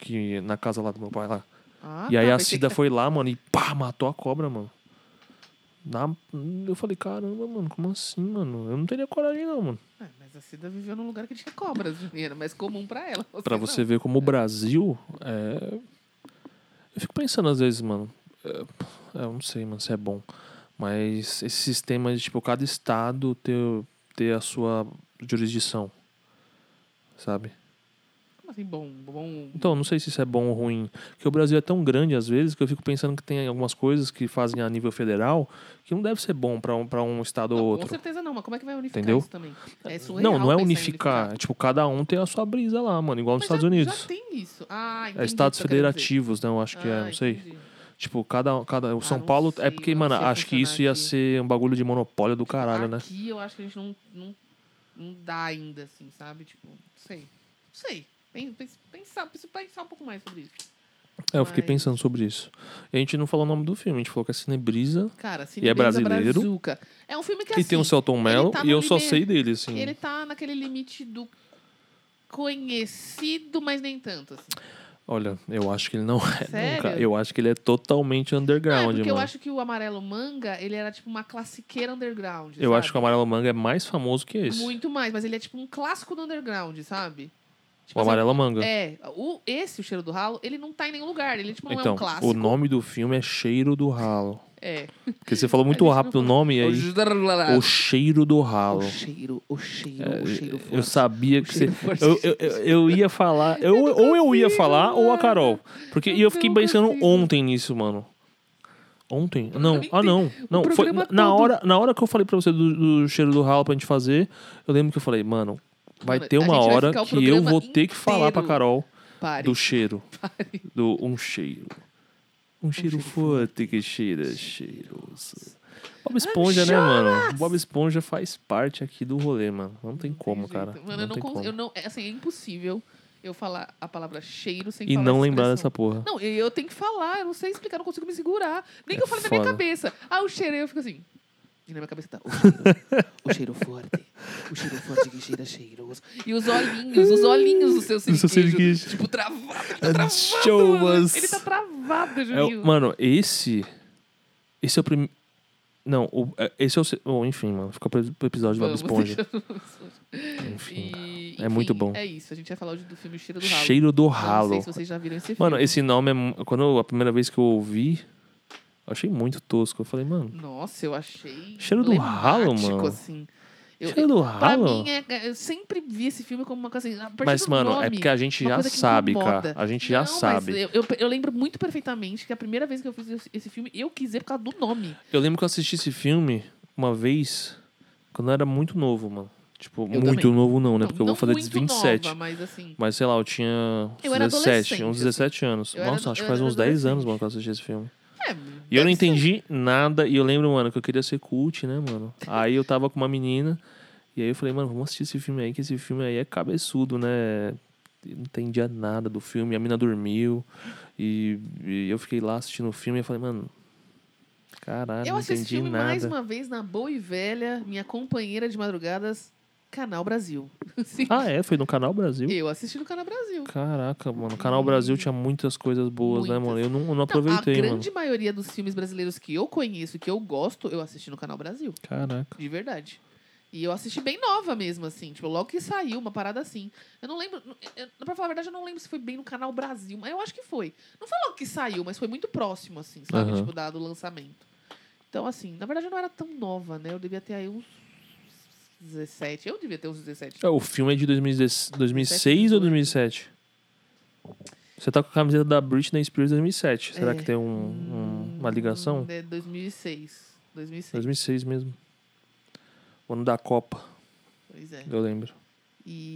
Que, na casa lá do meu pai lá. Ah, e aí tá, a pensei Cida que- foi lá, mano, e pá, matou a cobra, mano. Na- Eu falei, caramba, mano, como assim, mano? Eu não teria coragem, não, mano. Ah, mas a Cida viveu num lugar que tinha cobras, menina. Mas comum pra ela. Você Pra você ver como o Brasil é. Eu fico pensando às vezes, mano. é, Eu não sei, mano, se é bom. Mas esse sistema de, tipo, cada estado ter, ter a sua jurisdição. Sabe? Não. Como assim, bom, bom... Então, não sei se isso é bom ou ruim. Porque o Brasil é tão grande, às vezes, que eu fico pensando que tem algumas coisas que fazem a nível federal que não deve ser bom pra um, pra um estado Não, ou Com outro. certeza não, mas como é que vai unificar Entendeu? isso também? É surreal Não, não é pensar em unificar. É, tipo, cada um tem a sua brisa lá, mano. Igual nos Mas Estados já, Unidos. Já tem isso. Ah, entendi. É estados o que eu quero dizer. federativos, né? Eu acho que é, Ah, não sei. entendi. Tipo, cada. cada o São Ah, não Paulo. é sei, porque, não mano, sei acho que isso ia funcionar ser um bagulho de monopólio do caralho, né? Aqui eu acho que a gente não, não, não dá ainda, assim, sabe? Tipo, não sei. Não sei. Pen- pen- Pensar, preciso pensar um pouco mais sobre isso. É, eu fiquei Mas- pensando sobre isso. E a gente não falou o nome do filme, a gente falou que é Cinebrisa. Cara, E é brasileiro? Brazuca. É um filme que, Que assim, tem o Celton Mello tá e no eu só liber- sei dele, assim. ele tá naquele limite do conhecido, mas nem tanto, assim. Olha, eu acho que ele não é Sério? nunca. Eu acho que ele é totalmente Não, é underground, porque mano. eu acho que o Amarelo Manga, ele era tipo uma classiqueira underground, Eu sabe? acho que o Amarelo Manga é mais famoso que esse. Muito mais, mas ele é tipo um clássico do underground, sabe? Tipo o assim, Amarelo Manga. É, o, esse, o Cheiro do Ralo, ele não tá em nenhum lugar. Ele, tipo, não é então, um clássico. o nome do filme é Cheiro do Ralo. É. Porque você falou A muito gente não rápido o falou. nome e aí. O O, Cheiro do Ralo. cheiro, o cheiro, o cheiro forte. Eu sabia que O você. cheiro forte. Eu, eu, eu- eu ia falar. Eu, ou eu ia falar ou a Carol. Porque, e eu fiquei não pensando consigo. ontem nisso, mano. Ontem? Não. programa Ah, não. Não. Foi programa na todo. hora, na hora que eu falei pra você do, do cheiro do ralo pra gente fazer, eu lembro que eu falei, mano, vai Mano, ter a uma gente vai hora ficar o que eu programa vou ter que falar pra inteiro. Carol Pare. do cheiro. Do um cheiro. Um cheiro forte que cheira cheiroso. Ah, Bob Esponja, né, mano? Bob Esponja faz parte aqui do rolê, mano. Não tem como, jeito. cara. Mano, eu não tem cons- como. eu não- é, assim, é impossível eu falar a palavra cheiro sem E falar não essa lembrar dessa expressão. porra. Não, eu eu tenho que falar, eu não sei explicar, eu não consigo me segurar. Nem que eu fale na minha É foda. cabeça. Ah, o cheiro, aí eu fico assim. E na minha cabeça tá o cheiro, o cheiro forte, o cheiro forte que cheira cheiroso. E os olhinhos, os olhinhos do seu Do seu siriguejo. siriguejo. Tipo, travado, ele tá travado. show mano. us. Ele tá travado, É o- Juninho. mano, esse. Esse é o primeiro. Não, o- é- esse é o. se- Bom, enfim, mano. Fica pro pro episódio de Bob Vamos, Esponja. deixa eu- Enfim. E, É muito bom. É isso, a gente vai falar hoje do filme Cheiro do Ralo. Cheiro do Eu Não ralo. sei se vocês já viram esse filme. Mano, esse nome é. mu- Quando eu- a primeira vez que eu ouvi, eu achei muito tosco. Eu falei, mano. Nossa, eu achei. Cheiro do ralo, emblemático, mano. Assim. Eu, cheiro do Pra ralo? mim, é- é- eu sempre vi esse filme como uma coisa assim. a partir Mas, do mano, nome, é porque a gente uma já coisa que sabe, incomoda. cara. A gente já Não, mas sabe. Eu, eu, eu lembro muito perfeitamente que a primeira vez que eu fiz esse- esse filme, eu quis ver por causa do nome. Eu lembro que eu assisti esse filme uma vez quando eu era muito novo, mano. Tipo, Eu muito também. novo não, né? Não, Porque eu vou não fazer muito 27. Nova, mas assim. Mas sei lá, eu tinha uns Eu era 17, uns adolescente, assim. 17 anos. Eu era Nossa, ado- acho eu que faz era uns 10 anos, adolescente. mano, que eu assisti esse filme. E É, eu não deve ser. entendi nada. E eu lembro, mano, que eu queria ser cult, né, mano? Aí eu tava com uma menina. E aí eu falei, mano, vamos assistir esse filme aí, que esse filme aí é cabeçudo, né? Eu não entendia nada do filme. A mina dormiu. E, e eu fiquei lá assistindo o filme. E eu falei, mano, caralho, Eu não assisti esse entendi filme nada. mais uma vez na boa e velha, minha companheira de madrugadas, Canal Brasil. Sim. Ah, é? Foi no Canal Brasil? Eu assisti no Canal Brasil. Caraca, mano. O Canal Brasil tinha muitas coisas boas, né, Muitas. mano? Eu não, eu não Não, aproveitei, a mano. grande maioria dos filmes brasileiros que eu conheço, que eu gosto, eu assisti no Canal Brasil. Caraca. De verdade. E eu assisti bem nova mesmo, assim. Tipo, logo que saiu, uma parada assim. Eu não lembro. Eu, pra falar a verdade, eu não lembro se foi bem no canal Brasil, mas eu acho que foi. Não foi logo que saiu, mas foi muito próximo, assim, sabe? Aham. Tipo, da, do lançamento. Então, assim, na verdade eu não era tão nova, né? Eu devia ter aí uns 17. Eu devia ter uns 17. É, O filme é de 2016 2006 ou 2007? Você tá com a camiseta da Britney Spears 2007. Será É. que tem um- um- uma Hum, ligação? É 2006. 2006. 2006 mesmo. O ano da Copa, Pois é. eu lembro.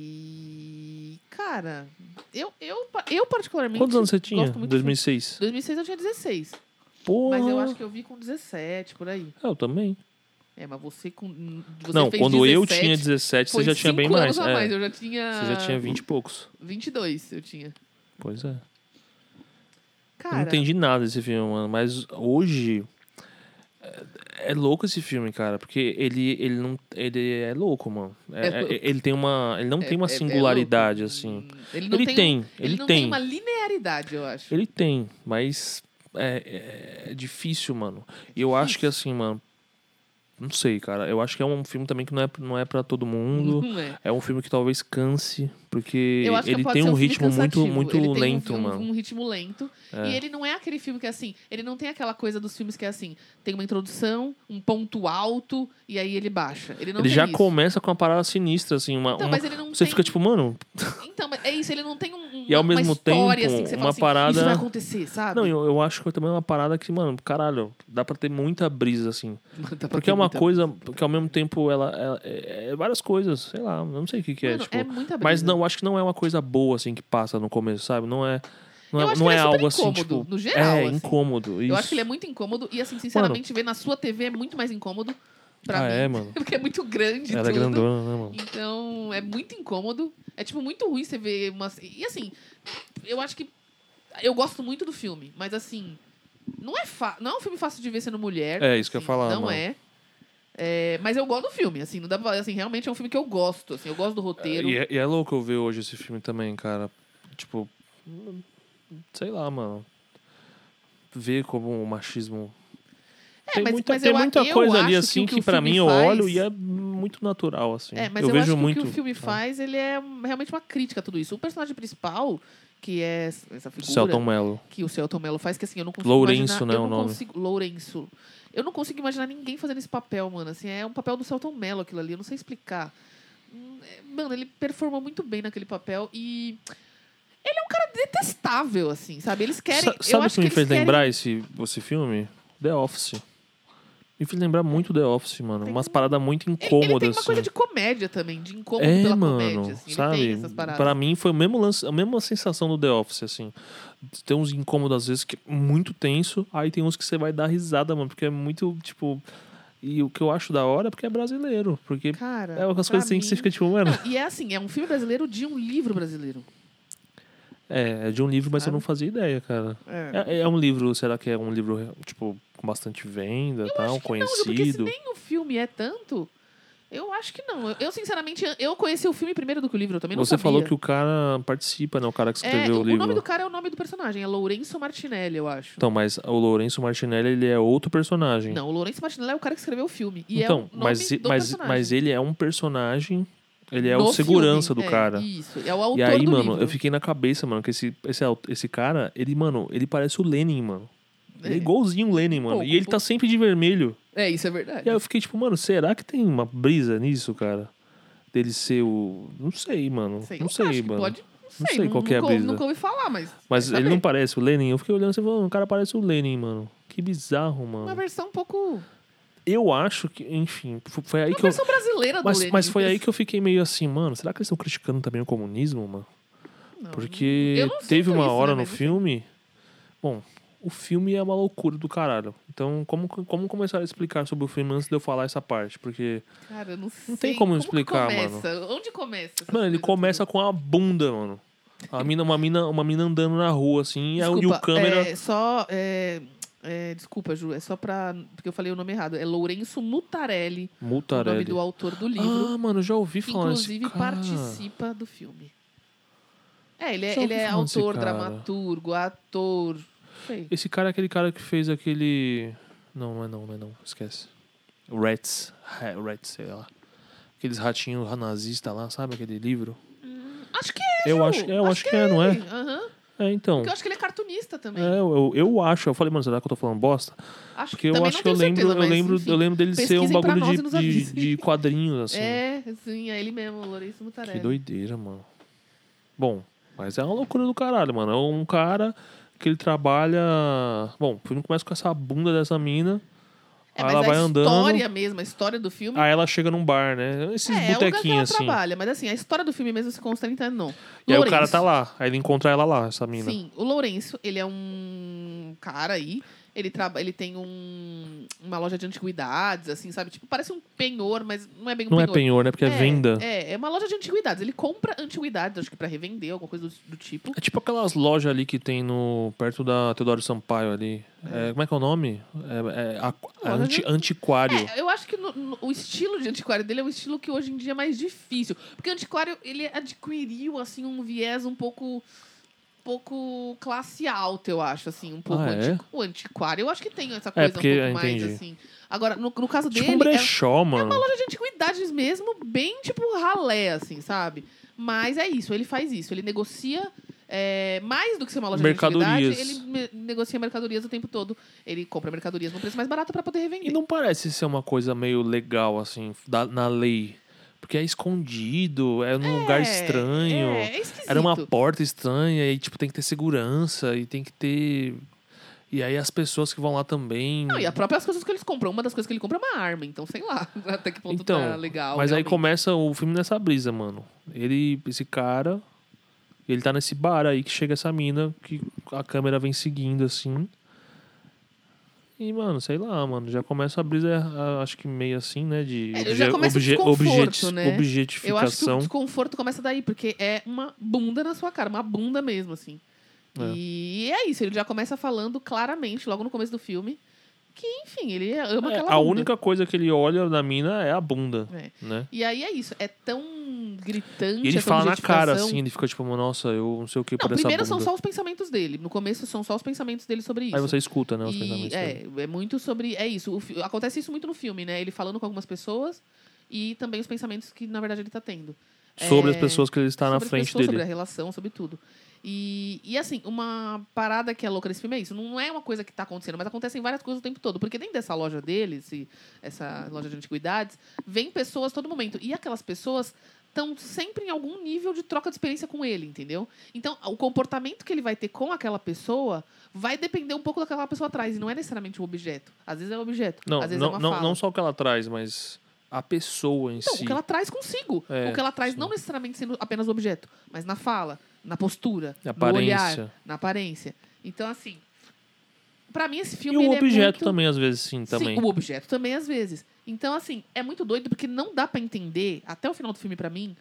E. Cara, eu, eu, eu particularmente. Quantos anos você tinha? gosto muito de filme. 2006. 2006 eu tinha 16. Porra! Mas eu acho que eu vi com 17, por aí. Eu também. É, mas você com. Você não, fez quando eu 17, tinha 17, foi você já tinha cinco bem anos mais. a é. mais. Eu já tinha. Você já tinha 20 e poucos. 22, eu tinha. Pois é. Eu Cara, não entendi nada desse filme, mano. Mas hoje. É, é louco esse filme, cara. Porque ele, ele não. Ele é louco, mano. É- É é- louco. ele tem uma. Ele não é- tem uma é- é singularidade, louco. assim. Hum, Ele, não Ele tem, Ele, ele não tem tem. uma linearidade, eu acho. Ele tem, mas. É, é- é difícil, mano. E eu acho que assim, mano. Não sei, cara. Eu acho que é um filme também que não é, não é para todo mundo. Não é. É um filme que talvez canse, porque Eu acho que ele pode tem ser um um filme ritmo muito, cansativo. muito Ele tem um- lento, um, mano. Um ritmo lento. É. E ele não é aquele filme que é assim. Ele não tem aquela coisa dos filmes que é assim. Tem uma introdução, um ponto alto e aí ele baixa. Ele não ele tem já isso. começa com uma parada sinistra, assim, uma. Então, uma- mas ele não Você tem... fica tipo, mano, Então, mas é isso, ele não tem um, uma, E ao mesmo uma história, tempo, assim, que você uma fala assim, parada- Isso vai acontecer, um- sabe? Não, eu, eu acho que também é uma parada que, mano, caralho, dá pra ter muita brisa, assim. Tá Porque é uma muita- coisa que ao mesmo tempo ela, ela- é, é várias coisas, sei lá, eu não sei o que, que é, Mano, tipo. muita Mas brisa. não, acho que não é uma coisa boa, assim, que passa no começo, sabe? Não é. Não Eu é, acho não que é ele é super algo assim, incômodo, tipo. no geral, é, assim. incômodo. Isso. Eu acho que ele é muito incômodo. E, assim, sinceramente, ver na sua TV é muito mais incômodo pra Ah, mim. é, mano. Porque é muito grande Ela tudo. é grandona, né, mano? Então, é muito incômodo. É, tipo, muito ruim você ver umas... E, assim, eu acho que... Eu gosto muito do filme, mas, assim... Não é, fa... não é um filme fácil de ver sendo mulher. É, isso que eu ia assim, falar, Não mano. é. É, Mas eu gosto do filme, assim. Não dá pra... Assim, realmente é um filme que eu gosto, assim. Eu gosto do roteiro. E é, e é louco eu ver hoje esse filme também, cara. Tipo, sei lá, mano. Ver como o machismo. É, tem mas- muita, mas tem eu a- muita eu coisa ali, acho assim, o que, o pra filme mim eu faz- olho e é muito natural, assim. É, mas eu, eu, vejo acho muito. tá. que o que o filme faz, ele é hum, realmente uma crítica a tudo isso. O personagem principal, que é s- essa figura Celton Mello. que o Celton Mello faz, que assim, eu não consigo Lourenço, imaginar... né, eu o não nome. Consigo, Lourenço. Eu não consigo imaginar ninguém fazendo esse papel, mano. Assim, é um papel do Celton Mello aquilo ali, eu não sei explicar. Hum, é, Mano, ele performou muito bem naquele papel e... Ele é um cara detestável, assim, sabe? Eles querem... Sa- eu sabe o acho que me eles fez querem- lembrar esse, esse filme? The Office. Me fez lembrar muito The Office, mano. Tem Umas um- paradas muito Ele, ele tem incômodas. uma coisa de assim. comédia também, de incômodo é, pela mano, comédia. Assim. Ele sabe? tem essas paradas. Pra mim foi o mesmo lance, a mesma sensação do The Office, assim. Tem uns incômodos às vezes que é muito tenso, aí tem uns que você vai dar risada, mano, porque é muito, tipo. E o que eu acho da hora é porque é brasileiro. Porque Cara, é umas pra coisas assim que você mim- fica tipo, mano. Não, e é assim, é um filme brasileiro de um livro brasileiro. É, é de um livro, mas eu não fazia ideia, cara. É. É, é um livro, será que é um livro, tipo, com bastante venda, tal, Não, Ju, porque se conhecido? nem é o filme é tanto, eu acho que não. Eu, eu, sinceramente, eu conheci o filme primeiro do que o livro, eu também não Você sabia. falou que o cara participa, né? O cara que é, escreveu o livro. nome do cara é o nome do personagem, é Lourenço Martinelli, eu acho. Então, mas o Lourenço Martinelli, ele é outro personagem. Não, o Lourenço Martinelli é o cara que escreveu o filme. E é o então, nome mas, do mas, personagem. mas ele é um personagem. Ele é No o segurança filme, do é, cara. Isso, é o autor E aí, do mano, livro. eu fiquei na cabeça, mano, que esse, esse, au- esse cara, ele, mano, ele parece o Lenin, mano. Ele é É. igualzinho o Lenin, mano. pouco, e ele um tá sempre de vermelho. É, isso é verdade. E aí eu fiquei tipo, mano, será que tem uma brisa nisso, cara? Dele ser o. Não sei, mano. Sei, não eu sei, acho que mano. pode- não sei, sei qual que é a nunca, brisa. nunca ouvi falar, mas... Mas vai ele não saber. parece o Lenin. Eu fiquei olhando assim, falando, o cara parece o Lenin, mano. Que bizarro, Uma mano. versão um pouco... Eu acho que, enfim, f- foi aí Uma que eu. versão brasileira do Mas, Lenin. mas foi aí que eu fiquei meio assim, mano, será que eles estão criticando também o comunismo, mano? Não, Porque eu não teve sinto uma isso, hora né, no mas enfim. filme. Bom, o filme é uma loucura do caralho. Então, como, como começar a explicar sobre o filme antes de eu falar essa parte? Porque. Cara, eu não sei. tem como que explicar, começa? Onde começa? essas Mano, ele coisas começa com a bunda, mano. A mina, uma, mina, uma mina andando na rua, assim, e a- tudo? e o Desculpa, câmera. É só. é, é, desculpa, Ju, é só pra. Porque eu falei o nome errado. É Lourenço Mutarelli, o nome Mutarelli. do autor do livro. Ah, mano, eu já ouvi que falar nesse inclusive cara. participa do filme. É, ele é, Já ele ouvi é falar desse autor, cara. dramaturgo, ator. não Sei. Esse cara é aquele cara que fez aquele. Não, não é não, não é não. Esquece. Rats. Ra- Rats, sei lá. Aqueles ratinhos nazistas lá, sabe? Aquele livro. Acho que é. Eu Ju, acho, é, eu acho que é, não ele. é? Aham. É, então. Porque eu acho que ele é cartunista também. É, eu, eu, eu acho. Eu falei, mano, será que eu tô falando bosta? Acho Porque eu também acho não que eu tenho lembro, certeza, eu mas, lembro, enfim. eu lembro dele ser um pesquisem pra bagulho nós de, e nos de, avisem. de quadrinhos, assim. É, sim, é ele mesmo, Lourenço Mutarelli. Que doideira, mano. Bom, mas é uma loucura do caralho, mano. É um cara que ele trabalha. Bom, o filme começa com essa bunda dessa mina. É, aí mas ela vai a andando. história mesmo, a história do filme. Aí ela chega num bar, né? Esses é, é o lugar que ela botequinhos, assim. trabalha, mas assim, a história do filme mesmo se constrói em é não. E aí o cara Lourenço. tá lá. Aí ele encontra ela lá, essa mina. Sim, o Lourenço, ele é um cara aí. Ele, traba, ele tem um, uma loja de antiguidades, assim, sabe? Tipo, parece um penhor, mas não é bem um Não é penhor. penhor, né? Porque é, venda. É... É, é uma loja de antiguidades. Ele compra antiguidades, acho que pra revender, alguma coisa do, do tipo. tipo aquelas lojas ali que tem no. perto da Teodoro Sampaio ali. É, como é que é o nome? É, é aqu- é Loja anti- de- antiquário. É, eu acho que no- no- o estilo de antiquário dele é um estilo que hoje em dia é mais difícil. Porque o antiquário, ele adquiriu, assim, um viés um pouco... Pouco classe alta, eu acho, assim, um pouco Ah, é? anti- o antiquário. Eu acho que tem essa coisa porque- um pouco mais, entendi. assim. Agora, no, no caso tipo dele, um é brechó, mano. uma loja de antiguidades mesmo, bem tipo ralé, assim, sabe? Mas é isso, ele faz isso. Ele negocia é, mais do que ser uma loja de Mercadorias. antiguidade, ele me- negocia mercadorias o tempo todo. Ele compra mercadorias num preço mais barato pra poder revender. E não parece ser uma coisa meio legal, assim, da- na lei. Porque é escondido, é num lugar estranho. É, é esquisito. Era uma porta estranha e, tipo, tem que ter segurança e tem que ter... E aí as pessoas que vão lá também... Não, e a própria as coisas que eles compram. Uma das coisas que ele compra é uma arma, então sei lá até que ponto Então, tá legal. Mas aí realmente. começa o filme nessa brisa, mano. Ele, esse cara, E ele tá nesse bar aí que chega essa mina, que a câmera vem seguindo assim. E, mano, sei lá, mano, já começa a brisa, a- acho que meio assim, né? De É, já começa o desconforto, né? Eu acho que o objetificação. desconforto começa daí, porque é uma bunda na sua cara, uma bunda mesmo, assim. É. E é isso, ele já começa falando claramente, logo no começo do filme, que, enfim, ele ama É, aquela a bunda. única coisa que ele olha na mina é a bunda, É. né? E aí é isso, é tão gritante. E ele essa fala na cara, objetificação. assim, ele fica tipo, nossa, eu não sei o que Não, por essa primeiro bunda. são só os pensamentos dele. No começo são só os pensamentos dele sobre isso. Aí você escuta, né, os E, pensamentos dele. é, é muito sobre. É isso. o fi- acontece isso muito no filme, né? Ele falando com algumas pessoas e também os pensamentos que, na verdade, ele tá tendo. Sobre as é, pessoas que ele está na Sobre as frente pessoas, dele. Sobre a relação, sobre tudo. E, e assim, uma parada que é louca nesse filme é isso. Não é uma coisa que tá acontecendo, mas acontecem várias coisas o tempo todo. Porque dentro dessa loja dele, esse- essa loja de antiguidades, vem pessoas todo momento. E aquelas pessoas estão sempre em algum nível de troca de experiência com ele, entendeu? Então, o comportamento que ele vai ter com aquela pessoa vai depender um pouco daquela pessoa atrás. E não é necessariamente o objeto. Às vezes é o objeto, Não, às vezes é não, uma não, fala. não só o que ela traz, mas a pessoa em Então, si. o que ela traz consigo. É, o que ela traz sim. não necessariamente sendo apenas o objeto, mas na fala, na postura, Na no olhar, aparência. na aparência. Então, assim, pra mim esse E filme o ele é objeto muito... também, às vezes, sim, Sim, também. o objeto também, às vezes. Então, assim, é muito doido porque não dá pra entender, até o final do filme, pra mim,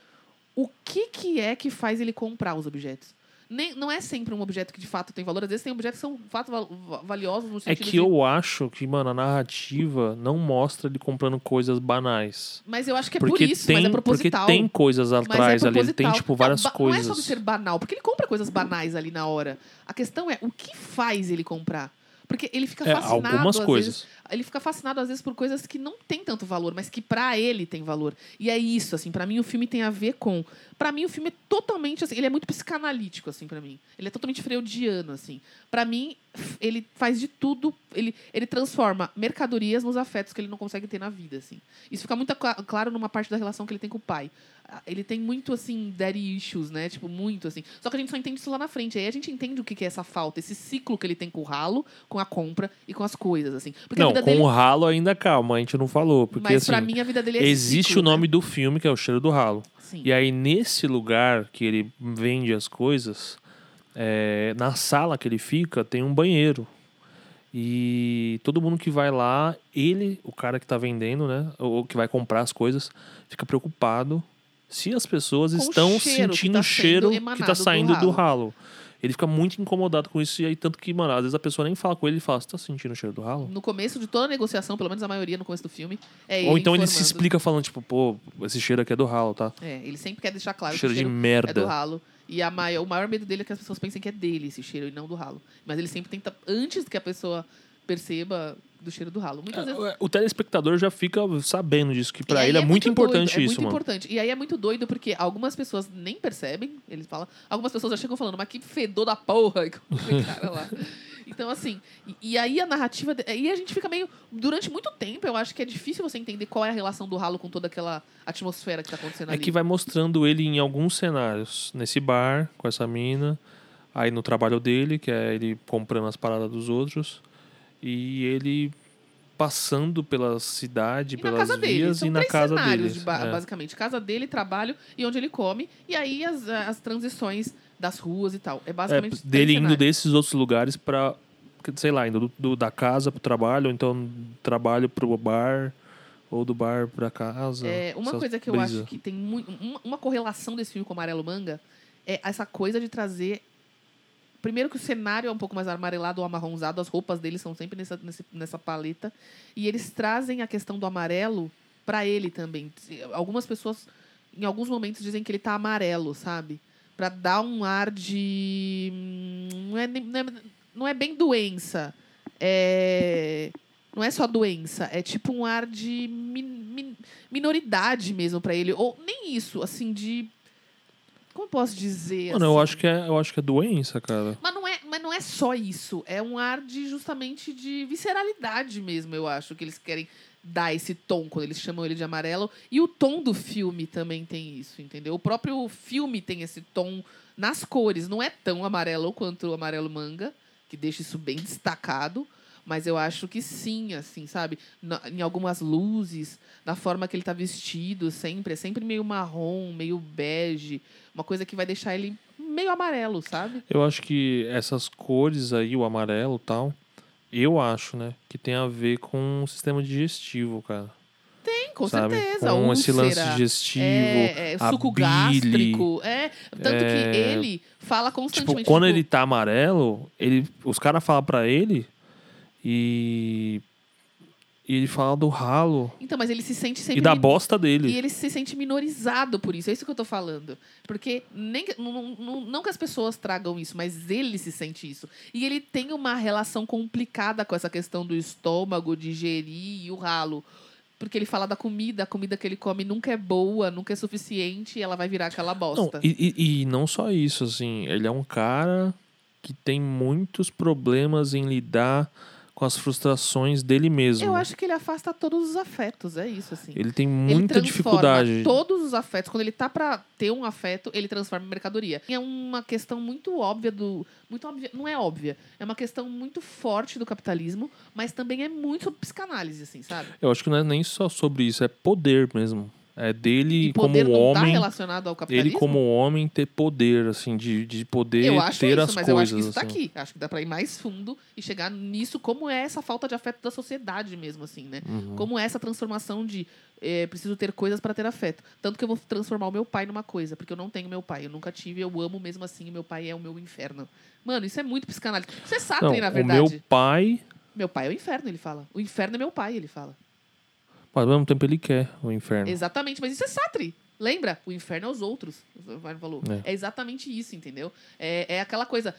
o que que é que faz ele comprar os objetos. Nem, não é sempre um objeto que de fato tem valor, às vezes tem objetos que são de fato val- va- valiosos no É sentido que de- eu acho que, mano, a narrativa não mostra ele comprando coisas banais. Mas eu acho que é por Porque, isso, tem, mas é porque proposital. tem coisas Mas atrás é ali, ele tem, proposital. tipo, várias não, ba- coisas. Não é sobre ser banal, porque ele compra coisas banais ali na hora. A questão é o que faz ele comprar. Porque ele fica É, fascinado. algumas às coisas. Vezes, ele fica fascinado, às vezes, por coisas que não tem tanto valor, mas que pra ele tem valor. E é isso, assim, pra mim o filme tem a ver com. Pra mim o filme é totalmente assim. Ele é muito psicanalítico, assim, pra mim. Ele é totalmente freudiano, assim. Pra mim, f- ele faz de tudo. Ele, ele transforma mercadorias nos afetos que ele não consegue ter na vida, assim. Isso fica muito cla- claro numa parte da relação que ele tem com o pai. Ah, Ele tem muito, assim, daddy issues, né? Tipo, muito, assim. Só que a gente só entende isso lá na frente. Aí a gente entende o que que é essa falta, esse ciclo que ele tem com o ralo, com a compra e com as coisas, assim. Porque a Não, vida com dele... o ralo ainda calma, a gente não falou. Porque, Mas assim, pra mim a vida dele é esse existe ciclo, o nome do filme, que é O Cheiro do Ralo. né? Sim. E aí, nesse lugar que ele vende as coisas, é, na sala que ele fica, tem um banheiro. E todo mundo que vai lá, ele, o cara que tá vendendo, né? Ou que vai comprar as coisas, fica preocupado se as pessoas Com o estão cheiro que sentindo tá o cheiro sendo que emanado tá do saindo do ralo. ralo. Ele fica muito incomodado com isso. E aí, tanto que, mano, às vezes a pessoa nem fala com ele e fala: Você tá sentindo o cheiro do ralo? No começo de toda a negociação, pelo menos a maioria no começo do filme, é Ou então ele se informando. explica falando, tipo, pô, esse cheiro aqui é do ralo, tá? É, ele sempre quer deixar claro cheiro que o de cheiro merda. é do ralo. E a mai- o maior medo dele é que as pessoas pensem que é dele esse cheiro e não do ralo. Mas ele sempre tenta, antes que a pessoa perceba do cheiro do ralo. Muitas é vezes. O telespectador já fica sabendo disso, que pra Então- E aí ele é, muito importante doido, isso, É muito mano. importante. E aí é muito doido porque algumas pessoas nem percebem, eles falam. Algumas pessoas já chegam falando, mas que fedor da porra. é que aquele cara lá. Então, assim, e, e aí a narrativa. de- E a gente fica meio. Durante muito tempo, eu acho que é difícil você entender qual é a relação do ralo com toda aquela atmosfera que tá acontecendo É ali. que vai mostrando ele em alguns cenários. Nesse bar, com essa mina. Aí no trabalho dele, que é ele comprando as paradas dos outros. E ele passando pela cidade, E na pelas casa dele. vias São e na três casa cenários, dele. de ba- É. basicamente. Casa dele, trabalho e onde ele come. E aí as, as transições das ruas e tal. É É, basicamente. três dele indo cenários. desses outros lugares pra. Sei lá, indo do, do- da casa pro trabalho, ou então trabalho pro bar, ou do bar pra casa. É, uma essas coisa que eu brisa. acho que tem muito. Uma, uma correlação desse filme com o Amarelo Manga é essa coisa de trazer. Primeiro que o cenário é um pouco mais amarelado ou amarronzado, as roupas deles são sempre nessa, nesse- nessa paleta. E eles trazem a questão do amarelo pra ele também. Algumas pessoas, em alguns momentos, dizem que ele tá amarelo, sabe? Pra dar um ar de. hum, Não é, nem- não é, não é bem doença. É. Não é só doença, é tipo um ar de min- min- minoridade mesmo pra ele. Ou nem isso, assim, de. Como eu posso dizer? Mano, eu assim? acho que é, eu acho que é doença, cara. Mas não, é, mas não é só isso. É um ar de justamente de visceralidade mesmo, eu acho, que eles querem dar esse tom quando eles chamam ele de amarelo. E o tom do filme também tem isso, entendeu? O próprio filme tem esse tom nas cores. Não é tão amarelo quanto o amarelo manga, que deixa isso bem destacado. Mas eu acho que sim, assim, sabe? Na- em algumas luzes, na forma que ele tá vestido sempre. É sempre meio marrom, meio bege. Uma coisa que vai deixar ele meio amarelo, sabe? Eu acho que essas cores aí, o amarelo e tal, eu acho, né? Que tem a ver com o sistema digestivo, cara. Tem, com sabe? certeza. Com esse lance úlcera. digestivo. É, é, a suco bile. gástrico. É, tanto que É. ele fala Tipo, constantemente. quando ele tá amarelo, ele, os caras falam pra ele e. E ele fala do ralo Então, mas ele se sente sempre. e da mi- bosta E dele. ele se sente minorizado por isso. É isso que eu tô falando. Porque nem, que- não, não- não que as pessoas tragam isso, mas ele se sente isso. E ele tem uma relação complicada com essa questão do estômago, digerir e o ralo. Porque ele fala da comida, a comida que ele come nunca é boa, nunca é suficiente e ela vai virar aquela Não, bosta. e, e- e não só isso, assim. Ele é um cara que tem muitos problemas em lidar com as frustrações dele mesmo. Eu acho que ele afasta todos os afetos, é isso, assim. Ele tem Ele muita transforma dificuldade. Todos os afetos, quando ele tá pra ter um afeto, ele transforma em mercadoria. E É uma questão muito óbvia do. Muito óbvia, não é óbvia. É uma questão muito forte do capitalismo, mas também é muito sobre psicanálise, assim, sabe? Eu acho que não é nem só sobre isso, é poder mesmo. É dele E como poder não tá homem. relacionado ao capitalismo. ele como homem ter poder, assim, de, de poder eu acho ter isso, as mas coisas. eu acho que isso tá assim. aqui. Acho que dá pra ir mais fundo e chegar nisso, como é essa falta de afeto da sociedade mesmo, assim, né? Uhum. Como essa transformação de eh, preciso ter coisas para ter afeto. Tanto que eu vou transformar o meu pai numa coisa, porque eu não tenho meu pai, eu nunca tive, eu amo mesmo assim, e meu pai é o meu inferno. Mano, isso é muito psicanálise. Isso é Não, Sartre, na o verdade. meu Meu... pai, pai é o inferno, ele fala. O inferno é meu pai, ele fala. mas ao mesmo tempo ele quer o inferno. Exatamente, mas isso é Sartre. Lembra? O inferno é os outros. O Wagner falou. É. exatamente isso, entendeu? É, é aquela coisa.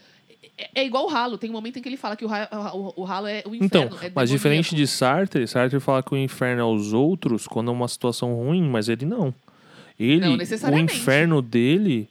É, é igual o ralo. Tem um momento em que ele fala que o, ra- o- o ralo é o então, inferno. é mas demoníaco. diferente de Sartre, Sartre fala que o inferno é aos outros quando é uma situação ruim, mas ele não. Ele, Não o necessariamente. inferno dele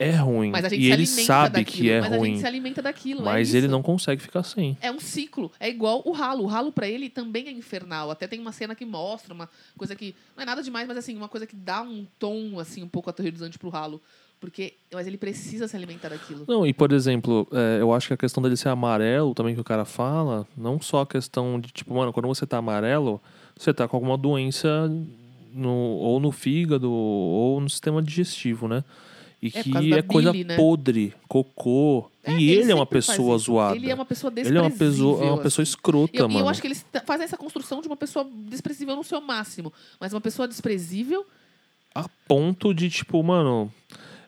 é ruim. Mas a gente e se ele alimenta sabe daquilo, que é mas a gente ruim. se alimenta daquilo. é Mas ele isso. não consegue ficar sem. É um ciclo, é igual o ralo. O ralo pra ele também é infernal. Até tem uma cena que mostra uma coisa que não é nada demais, mas assim, uma coisa que dá um tom assim um pouco aterrorizante pro ralo, porque mas ele precisa se alimentar daquilo. Não, e por exemplo, é, eu acho que a questão dele ser amarelo também que o cara fala, não só a questão de, tipo, mano, quando você tá amarelo, você tá com alguma doença no, ou no fígado ou no sistema digestivo, né? E É, por que é causa da coisa bile, né? podre, cocô. É, e ele, é uma sempre faz pessoa isso. zoada. Ele é uma pessoa Ele é desprezível. uma pessoa, é uma pessoa assim. escrota, E eu, e mano. eu acho que eles t- fazem essa construção de uma pessoa desprezível no seu máximo, mas uma pessoa desprezível A ponto de, tipo, mano.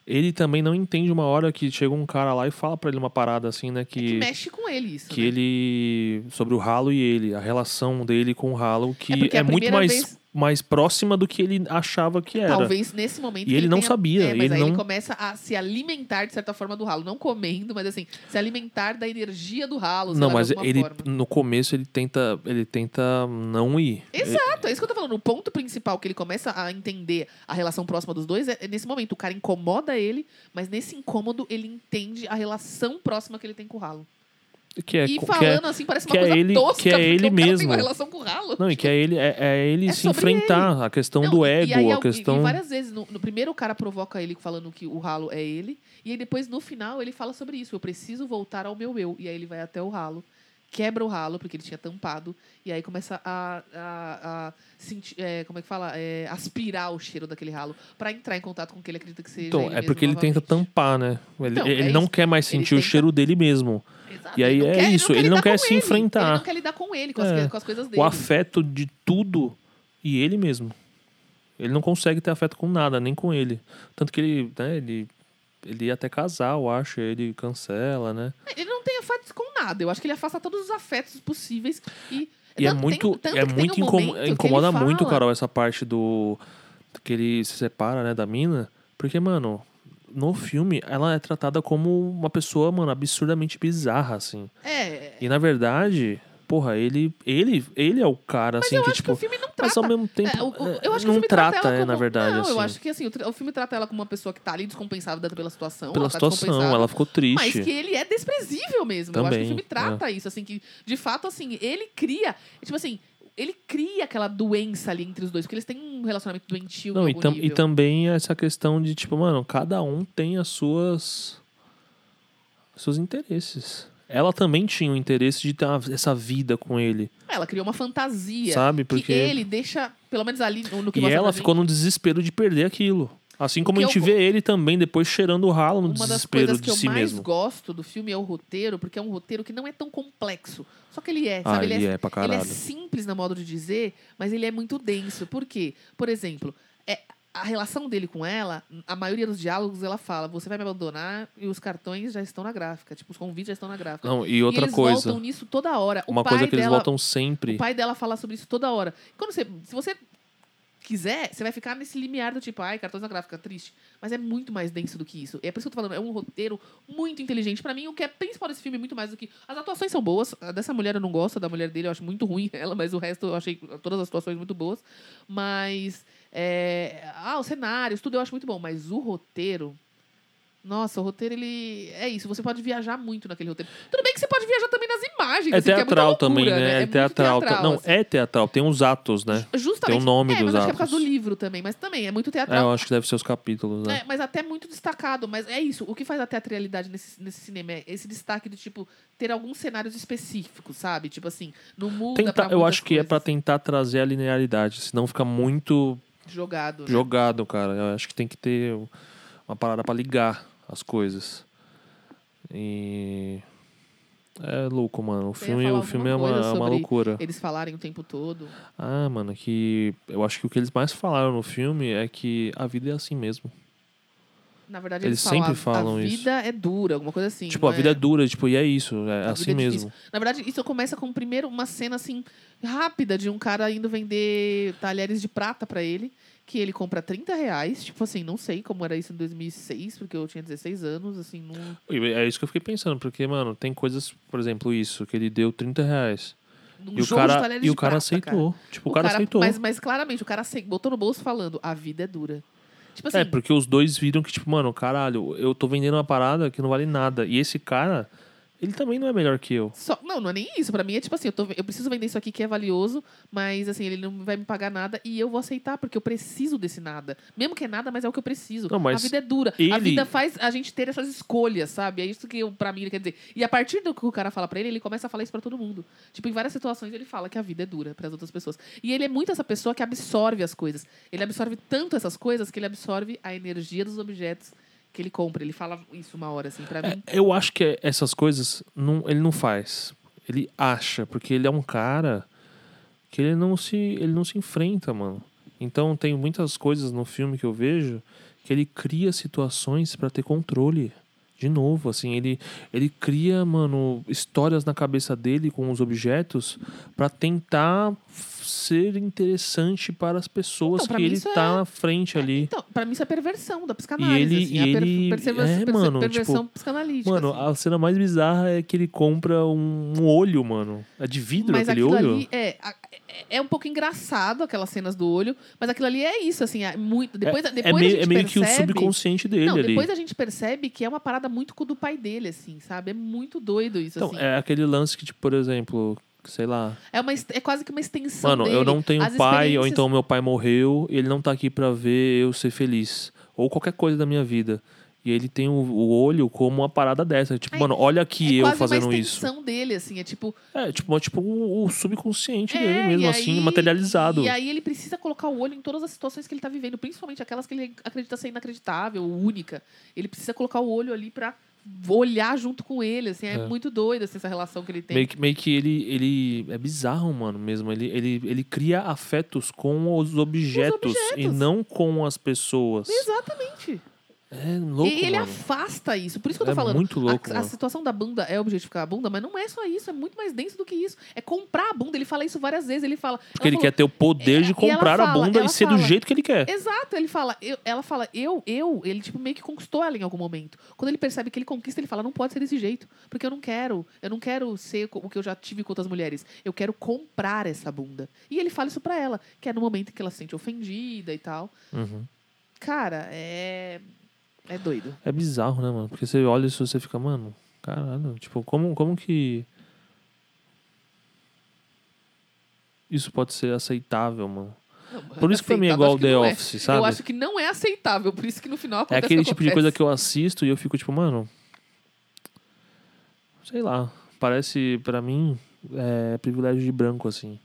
Ele também não entende uma hora que chega um cara lá e fala pra ele uma parada assim, né? é que mexe com ele isso. que né? ele sobre o Halo e ele, a relação dele com o Halo que porque é, a muito primeira mais vez- mais próxima do que ele achava que era. Talvez nesse momento. E que ele não tenha- sabia, É, mas ele aí ele não- começa a se alimentar, de certa forma, do ralo. Não comendo, mas assim, se alimentar da energia do ralo. sei não, lá, mas de alguma ele forma. no começo ele tenta, ele tenta não ir. Exato, é isso que eu tô falando. O ponto principal que ele começa a entender a relação próxima dos dois é é nesse momento. O cara incomoda ele, mas nesse incômodo ele entende a relação próxima que ele tem com o ralo. Que é, que e é- falando assim, parece uma que é coisa ele- tosca, que é porque ele o cara tem mesmo. uma relação com o ralo. não, e que é ele é, é ele É se sobre enfrentar, a questão do Não, e- ego, e aí, a al- e- questão E várias vezes, no, no primeiro o cara provoca ele falando que o ralo é ele, e aí depois no final ele fala sobre isso, eu preciso voltar ao meu eu. E aí ele vai até o ralo, quebra o ralo, porque ele tinha tampado, e aí começa a, a, a sentir, é, como é que fala? É, aspirar o cheiro daquele ralo, pra entrar em contato com o que ele acredita que seja Então, ele é porque ele mesmo tenta novamente. tampar, né? Ele, Então, ele é não isso. quer mais Ele sentir o tenta- cheiro dele mesmo. Exato, E aí não é quer- ele não isso, quer ele não lidar quer com se enfrentar. Ele não quer lidar com ele, com as, É. que- com as coisas dele. O afeto de tudo e ele mesmo. Ele não consegue ter afeto com nada, nem com ele. Tanto que ele, né, ele, ele ia até casar, eu acho, e ele cancela, né? Ele não tem afetos com nada. Eu acho que ele afasta todos os afetos possíveis. E, E é tanto- muito, tem- tanto é que tem muito um incomo- momento que ele incomoda muito, fala- Carol, essa parte do que ele se separa, né, da mina, porque mano, no filme ela é tratada como uma pessoa, mano, absurdamente bizarra assim. É. E na verdade, porra, ele ele ele é o cara Mas assim eu que acho que tipo o filme não trata. mas ao mesmo tempo É, o- o- é, eu acho que não o filme trata, ela né, como- na verdade, Não, assim. eu acho que assim, o, tra- o filme trata ela como uma pessoa que tá ali descompensada pela situação. pela ela tá situação, descompensada, ela ficou triste. Mas que ele é desprezível mesmo. eu acho que Também, é. o filme trata isso, assim, que de fato, assim, ele cria. Tipo assim, ele cria aquela doença ali entre os dois, porque eles têm um relacionamento doentio. Não, e, em algum tam- e nível. também essa questão de, tipo, mano, cada um tem as suas. seus interesses. Ela também tinha o interesse de ter uma- essa vida com ele, Ela criou uma fantasia. sabe? Que Porque. ele deixa, pelo menos ali no no é. que e mostra pra ela gente, ficou num desespero de perder aquilo. Assim como que a gente eu- vê ele também depois cheirando o ralo no Uma das desespero coisas que de eu si mais mesmo. gosto do filme é o roteiro, porque é um roteiro que não é tão complexo. Só que ele é, sabe? Ah, ele é ele é pra Ele é caralho. simples na modo de dizer, mas ele é muito denso. Por quê? Por exemplo, é, a relação dele com ela, a maioria dos diálogos ela fala: você vai me abandonar e os cartões já estão na gráfica. Tipo, os convites já estão na gráfica. Não, e E outra eles coisa. voltam nisso toda hora. é O Uma pai coisa que eles dela, voltam O sempre. pai dela fala sobre isso toda hora. Quando você, se você quiser, você vai ficar nesse limiar do tipo, ai, cartões na gráfica, triste. Mas é muito mais denso do que isso. É por isso que eu tô falando, é um roteiro muito inteligente. Pra mim, o que é principal desse filme, é muito mais do que. As atuações são boas. A dessa mulher eu não gosto, a da mulher dele eu acho muito ruim ela, mas o resto eu achei todas as atuações muito boas. Mas. é, Ah, os cenários, tudo eu acho muito bom. Mas o roteiro. Nossa, o roteiro, ele. É isso, você pode viajar muito naquele roteiro. Tudo bem que você pode viajar também nas imagens. É assim, que muita teatral também, loucura, né? É, muito teatral. Não, assim. é teatral. Tem uns atos, né? Justamente. Tem o nome é, dos mas acho que é por causa do atos. livro também, mas também é É, muito eu teatral. acho que deve ser os capítulos, né? É, mas até muito destacado. Mas é isso. O que faz a teatralidade nesse, nesse cinema é esse destaque de, tipo, ter alguns cenários específicos, sabe? Tipo assim, não muda pra Tentar, eu muitas acho que é pra coisas. tentar trazer a linearidade, senão fica muito Jogado. né? jogado, cara. Eu acho que tem que ter uma parada pra ligar as coisas. E é louco, mano. O Você ia filme, falar o alguma filme é uma, coisa é uma sobre loucura. Eles falarem o tempo todo. Ah, mano, que eu acho que o que eles mais falaram no filme é que a vida é assim mesmo. Na verdade, Eles eles, sempre falam A isso. vida é dura, alguma coisa assim. tipo, não a vida é... é dura, tipo, e é isso, é A assim vida é difícil. mesmo. Na verdade, isso começa com primeiro uma cena assim rápida de um cara indo vender talheres de prata pra ele, que ele compra 30 reais. Tipo assim, não sei como era isso em 2006, porque eu tinha 16 anos, assim, não. E É isso que eu fiquei pensando, porque, mano, tem coisas, por exemplo, isso, que ele deu 30 reais. num E o jogo de cara, talheres e de o cara prata, cara. aceitou. Tipo, o cara, aceitou. Mas, mas claramente, o cara acei- botou no bolso falando: a vida é dura. Tipo assim, É, porque os dois viram que, tipo, mano, caralho, eu tô vendendo uma parada que não vale nada. E esse cara, ele também não é melhor que eu. Só- não, não é nem isso. Pra mim é tipo assim, eu, tô- eu preciso vender isso aqui que é valioso, mas assim, ele não vai me pagar nada e eu vou aceitar, porque eu preciso desse nada. Mesmo que é nada, mas é o que eu preciso. Não, mas a vida é dura. A ele- vida faz a gente ter essas escolhas, sabe? É isso que eu, pra mim ele quer dizer. E a partir do que o cara fala pra ele, ele começa a falar isso pra todo mundo. Tipo, em várias situações ele fala que a vida é dura pras outras pessoas. E ele é muito essa pessoa que absorve as coisas. Ele absorve tanto essas coisas que ele absorve a energia dos objetos que ele compra. Ele fala isso uma hora, assim, pra mim. É, eu acho que é- essas coisas não, ele não faz. Ele acha, porque ele é um cara que ele não se, ele não se enfrenta, mano. Então tem muitas coisas no filme que eu vejo que ele cria situações pra ter controle. De novo, assim, ele, ele cria, mano, histórias na cabeça dele com os objetos pra tentar f- ser interessante para as pessoas Então, pra que mim ele isso é- tá na frente ali. Então, pra mim isso é perversão da psicanálise. E ele- assim, e é a per- ele- perceva- é, perce- mano, perversão tipo, psicanalítica. Mano, assim. a cena mais bizarra é que ele compra um, um olho, mano. É de vidro mas aquele aquilo olho? ali é, a- é- é um pouco engraçado, aquelas cenas do olho, mas aquilo ali é isso, assim, é muito. Depois, é depois a meio, gente é meio que o percebe, subconsciente dele Não, ali. depois a gente percebe que é uma parada muito com o do pai dele, assim, sabe? É muito doido isso, Então, assim. é aquele lance que, tipo, por exemplo, sei lá. É, uma, est- é quase que uma extensão. Mano, eu dele. não tenho As pai, ou experiências- então meu pai morreu, ele não tá aqui pra ver eu ser feliz. Ou qualquer coisa da minha vida. E ele tem o, o olho como uma parada dessa. Tipo, É, mano, olha aqui eu é quase fazendo uma isso. extensão dele, assim, é tipo, É, tipo, é tipo o, o subconsciente dele É, mesmo, e assim, aí- materializado. E aí ele precisa colocar o olho em todas as situações que ele tá vivendo, principalmente aquelas que ele acredita ser inacreditável, única. Ele precisa colocar o olho ali pra olhar junto com ele, assim, é, É. muito doido assim, essa relação que ele tem. Meio que, meio que ele, ele é bizarro, mano, mesmo. Ele, ele, ele cria afetos com os objetos, e objetos. não com as pessoas. Exatamente. É louco, e ele mano. afasta isso. Por isso que eu tô é falando. muito louco, a, a mano. situação da bunda é objetificar a bunda, mas não é só isso, é muito mais denso do que isso. É comprar a bunda. Ele fala isso várias vezes. Ele fala. Porque ele ela falou, quer ter o poder É, de e ela comprar a fala, bunda e ela ser do fala. jeito que ele quer. Exato, ele fala, eu- ela fala, eu, eu, ele tipo meio que conquistou ela em algum momento. Quando ele percebe que ele conquista, ele fala, não pode ser desse jeito, porque eu não quero, eu não quero ser co- o que eu já tive com outras mulheres, eu quero comprar essa bunda. E ele fala isso pra ela, que é no momento em que ela se sente ofendida e tal. Uhum. Cara, é é doido. É bizarro, né, mano? Porque você olha isso e você fica, mano, caralho. Tipo, como, como que. Isso pode ser aceitável, mano. Não, Por isso que pra mim é aceitável, igual acho que The não é. Office, sabe? Eu acho que não é aceitável, por isso que no final É acontece o aquele que tipo de coisa acontece. que eu assisto e eu fico tipo, mano. Sei lá. Parece, pra mim, é privilégio de branco, assim.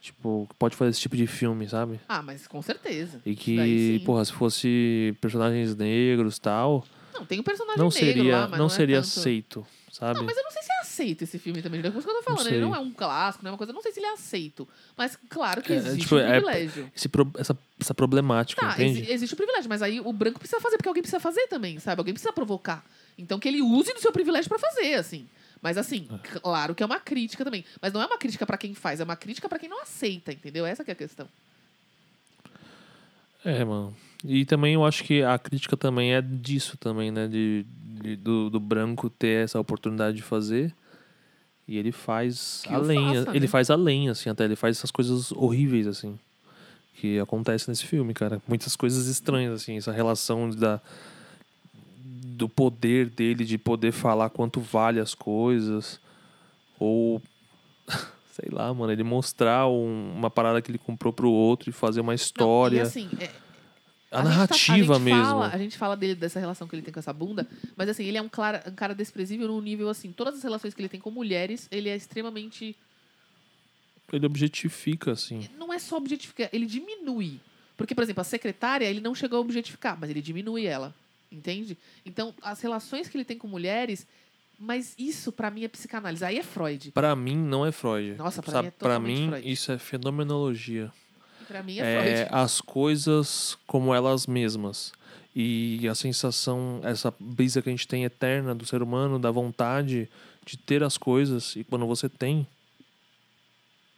Tipo, que pode fazer esse tipo de filme, sabe? Ah, mas com certeza. E Daí que, sim. porra, se fosse personagens negros tal, Não, tem um personagem não negro seria, lá, mas não, não é seria tanto. aceito, sabe? Não, mas eu não sei se é aceito esse filme também. É por isso que eu tô falando. ele sei. não é um clássico, não é uma coisa. eu Não sei se ele é aceito. Mas claro que É, existe tipo, um é- privilégio. Esse pro- essa, essa problemática, Tá, entende? exi- existe o privilégio, mas aí o branco precisa fazer, porque alguém precisa fazer também, sabe? Alguém precisa provocar. Então que ele use do seu privilégio pra fazer, assim. Mas assim, claro que é uma crítica também. Mas não é uma crítica pra quem faz, é uma crítica pra quem não aceita, entendeu? Essa que é a questão. É, mano. E também eu acho que a crítica também é disso também, né? De, de- do, do branco ter essa oportunidade de fazer. E ele faz Que o além. faça, ele né? faz além, assim, até. Ele faz essas coisas horríveis, assim. Que acontece nesse filme, cara. Muitas coisas estranhas, assim. Essa relação da, do poder dele de poder falar quanto vale as coisas. Ou. Sei lá, mano, ele mostrar um- uma parada que ele comprou pro outro e fazer uma Não, história. e assim, é- A, gente tá- narrativa a gente mesmo. Fala, a gente fala dele, dessa relação que ele tem com essa bunda, mas assim, ele é um, clara- um cara desprezível num nível assim. Todas as relações que ele tem com mulheres, ele é extremamente. Ele objetifica, assim. Não é só objetificar, ele diminui. Porque, por exemplo, a secretária, ele não chegou a objetificar, mas ele diminui ela. Entende? Então, as relações que ele tem com mulheres. Mas isso, pra mim, é psicanálise. Aí é Freud. Pra mim, não é Freud. Nossa, pra mim é pra totalmente mim, Freud. isso é fenomenologia. Pra mim, é, É, Freud. as coisas como elas mesmas. E a sensação, essa brisa que a gente tem eterna do ser humano, da vontade de ter as coisas. E quando você tem,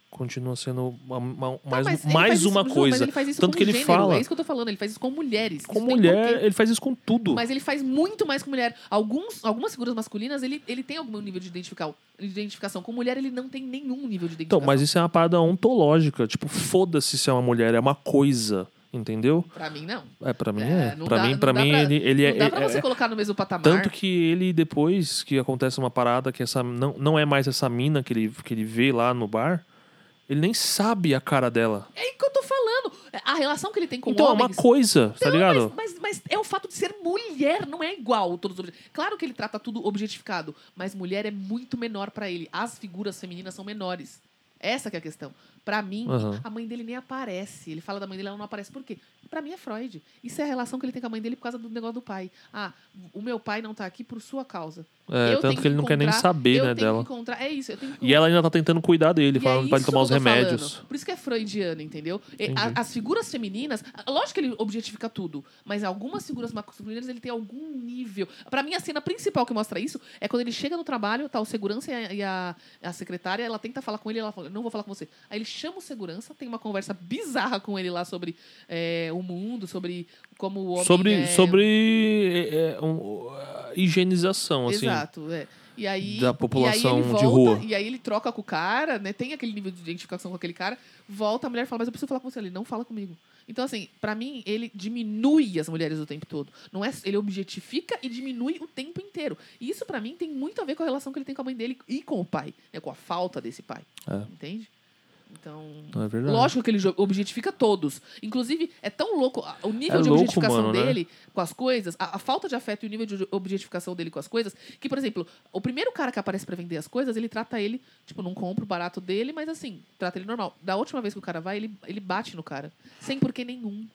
continua sendo uma- uma- mais, Tá, mas ele faz mais isso- uma Ju, mas coisa. ele faz isso Tanto com que ele gênero, fala É isso que eu tô falando, ele faz isso com mulheres. com Isso tem porquê. mulher, ele faz isso com tudo. Mas ele faz muito mais com mulher. Alguns, algumas figuras masculinas, ele, ele tem algum nível de identificar- de identificação. Com mulher, ele não tem nenhum nível de Então, identificação. mas isso é uma parada ontológica. Tipo, foda-se se é uma mulher, é uma coisa. Entendeu? Pra mim, não. É, pra mim É, é. não Pra dá- mim, não pra dá mim pra- ele, ele é. não dá pra é- você é- colocar no mesmo patamar. tanto que ele, depois que acontece uma parada que essa não, não é mais essa mina que ele, que ele vê lá no bar, ele nem sabe a cara dela. É isso que eu tô falando. A relação que ele tem com então é uma homens... coisa, tá ligado? Mas, mas, mas é o fato de ser mulher, não é igual a todos os obje- Claro que ele trata tudo objetificado, mas mulher é muito menor pra ele. As figuras femininas são menores. Essa que é a questão. Pra mim, Aham. a mãe dele nem aparece. Ele fala da mãe dele, ela não aparece. Por quê? Pra mim é Freud. Isso é a relação que ele tem com a mãe dele por causa do negócio do pai. Ah, o meu pai não tá aqui por sua causa. é, eu tenho tanto que ele não quer nem encontrar- saber, eu né, tenho dela. Que encontrar, é isso, eu tenho que E ela ainda tá tentando cuidar dele, e falando é pra ele isso tomar os que eu tô remédios. falando. Por isso que é freudiano, entendeu? E a- Entendi. as figuras femininas, lógico que ele objetifica tudo, mas algumas figuras masculinas ele tem algum nível. Pra mim, a cena principal que mostra isso é quando ele chega no trabalho, tá o segurança e a, e a- a secretária, ela tenta falar com ele, ela fala, não vou falar com você. Aí ele chama o segurança, tem uma conversa bizarra com ele lá sobre é, o mundo, sobre como o homem sobre é... sobre é, é, um, uh, higienização, assim. Exato, é. E aí, da população e aí ele de volta, rua. E aí ele troca com o cara, né? Tem aquele nível de identificação com aquele cara. Volta, a mulher fala, mas eu preciso falar com você. Ele não fala comigo. Então, assim, pra mim, ele diminui as mulheres o tempo todo. Não é, ele objetifica e diminui o tempo inteiro. E isso, pra mim, tem muito a ver com a relação que ele tem com a mãe dele e com o pai. Né? Com a falta desse pai. É. Entende? Então... Não é verdade. Lógico que ele jo- objetifica todos. Inclusive, é tão louco a- o nível É de louco, objetificação mano, né? dele com as coisas, a, a falta de afeto e o nível de objetificação dele com as coisas, que, por exemplo, o primeiro cara que aparece pra vender as coisas, ele trata ele, tipo, não compra o barato dele, mas assim, trata ele normal. Da última vez que o cara vai, ele, ele bate no cara. Sem porquê nenhum.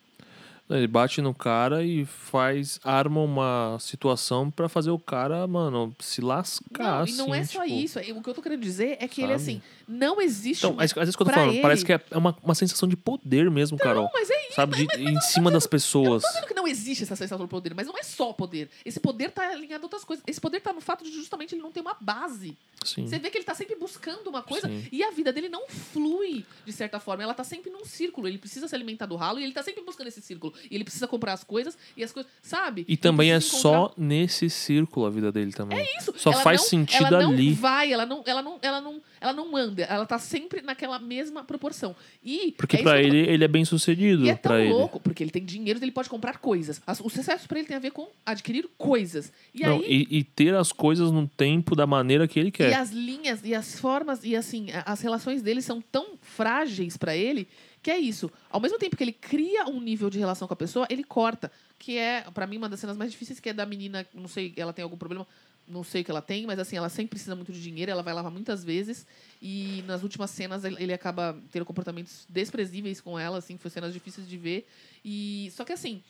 Ele bate no cara e faz, arma uma situação pra fazer o cara, mano, se lascar. não, e não assim, é só tipo. isso. é- O que eu tô querendo dizer é que ele, sabe? assim, não existe. Então, um- às às vezes quando eu pra tô falando, ele- parece que é é uma, uma sensação de poder mesmo, Carol. Não, mas é sabe? De, em cima das pessoas. Claro que não existe essa sensação do poder, mas não é só poder. Esse poder tá alinhado a outras coisas. Esse poder tá no fato de justamente ele não ter uma base. Sim. Você vê que ele tá sempre buscando uma coisa Sim. e a vida dele não flui de certa forma. Ela tá sempre num círculo. Ele precisa se alimentar do ralo e ele tá sempre buscando esse círculo. E ele precisa comprar as coisas e as coisas. Sabe? E também é Ele precisa só encontrar nesse círculo a vida dele também. isso. só faz não- sentido ela ali. Não vai, ela não, ela não, ela não, ela não anda. Ela tá sempre naquela mesma proporção. E Porque é isso pra que eu tô- ele, ele é bem sucedido. E é tão pra ele. louco, porque ele tem dinheiro, ele pode comprar coisas. As- O sucesso pra ele tem a ver com adquirir coisas. E Não, aí e, e ter as coisas no tempo da maneira que ele quer. é? E as linhas e as formas e assim, a- as relações dele são tão frágeis pra ele que é isso. Ao mesmo tempo que ele cria um nível de relação com a pessoa, ele corta, que é pra mim uma das cenas mais difíceis que é da menina, não sei, ela tem algum problema não sei o que ela tem, mas assim, ela sempre precisa muito de dinheiro, ela vai lavar muitas vezes. E nas últimas cenas ele ele acaba tendo comportamentos desprezíveis com ela, assim, foi cenas difíceis de ver. E só que assim,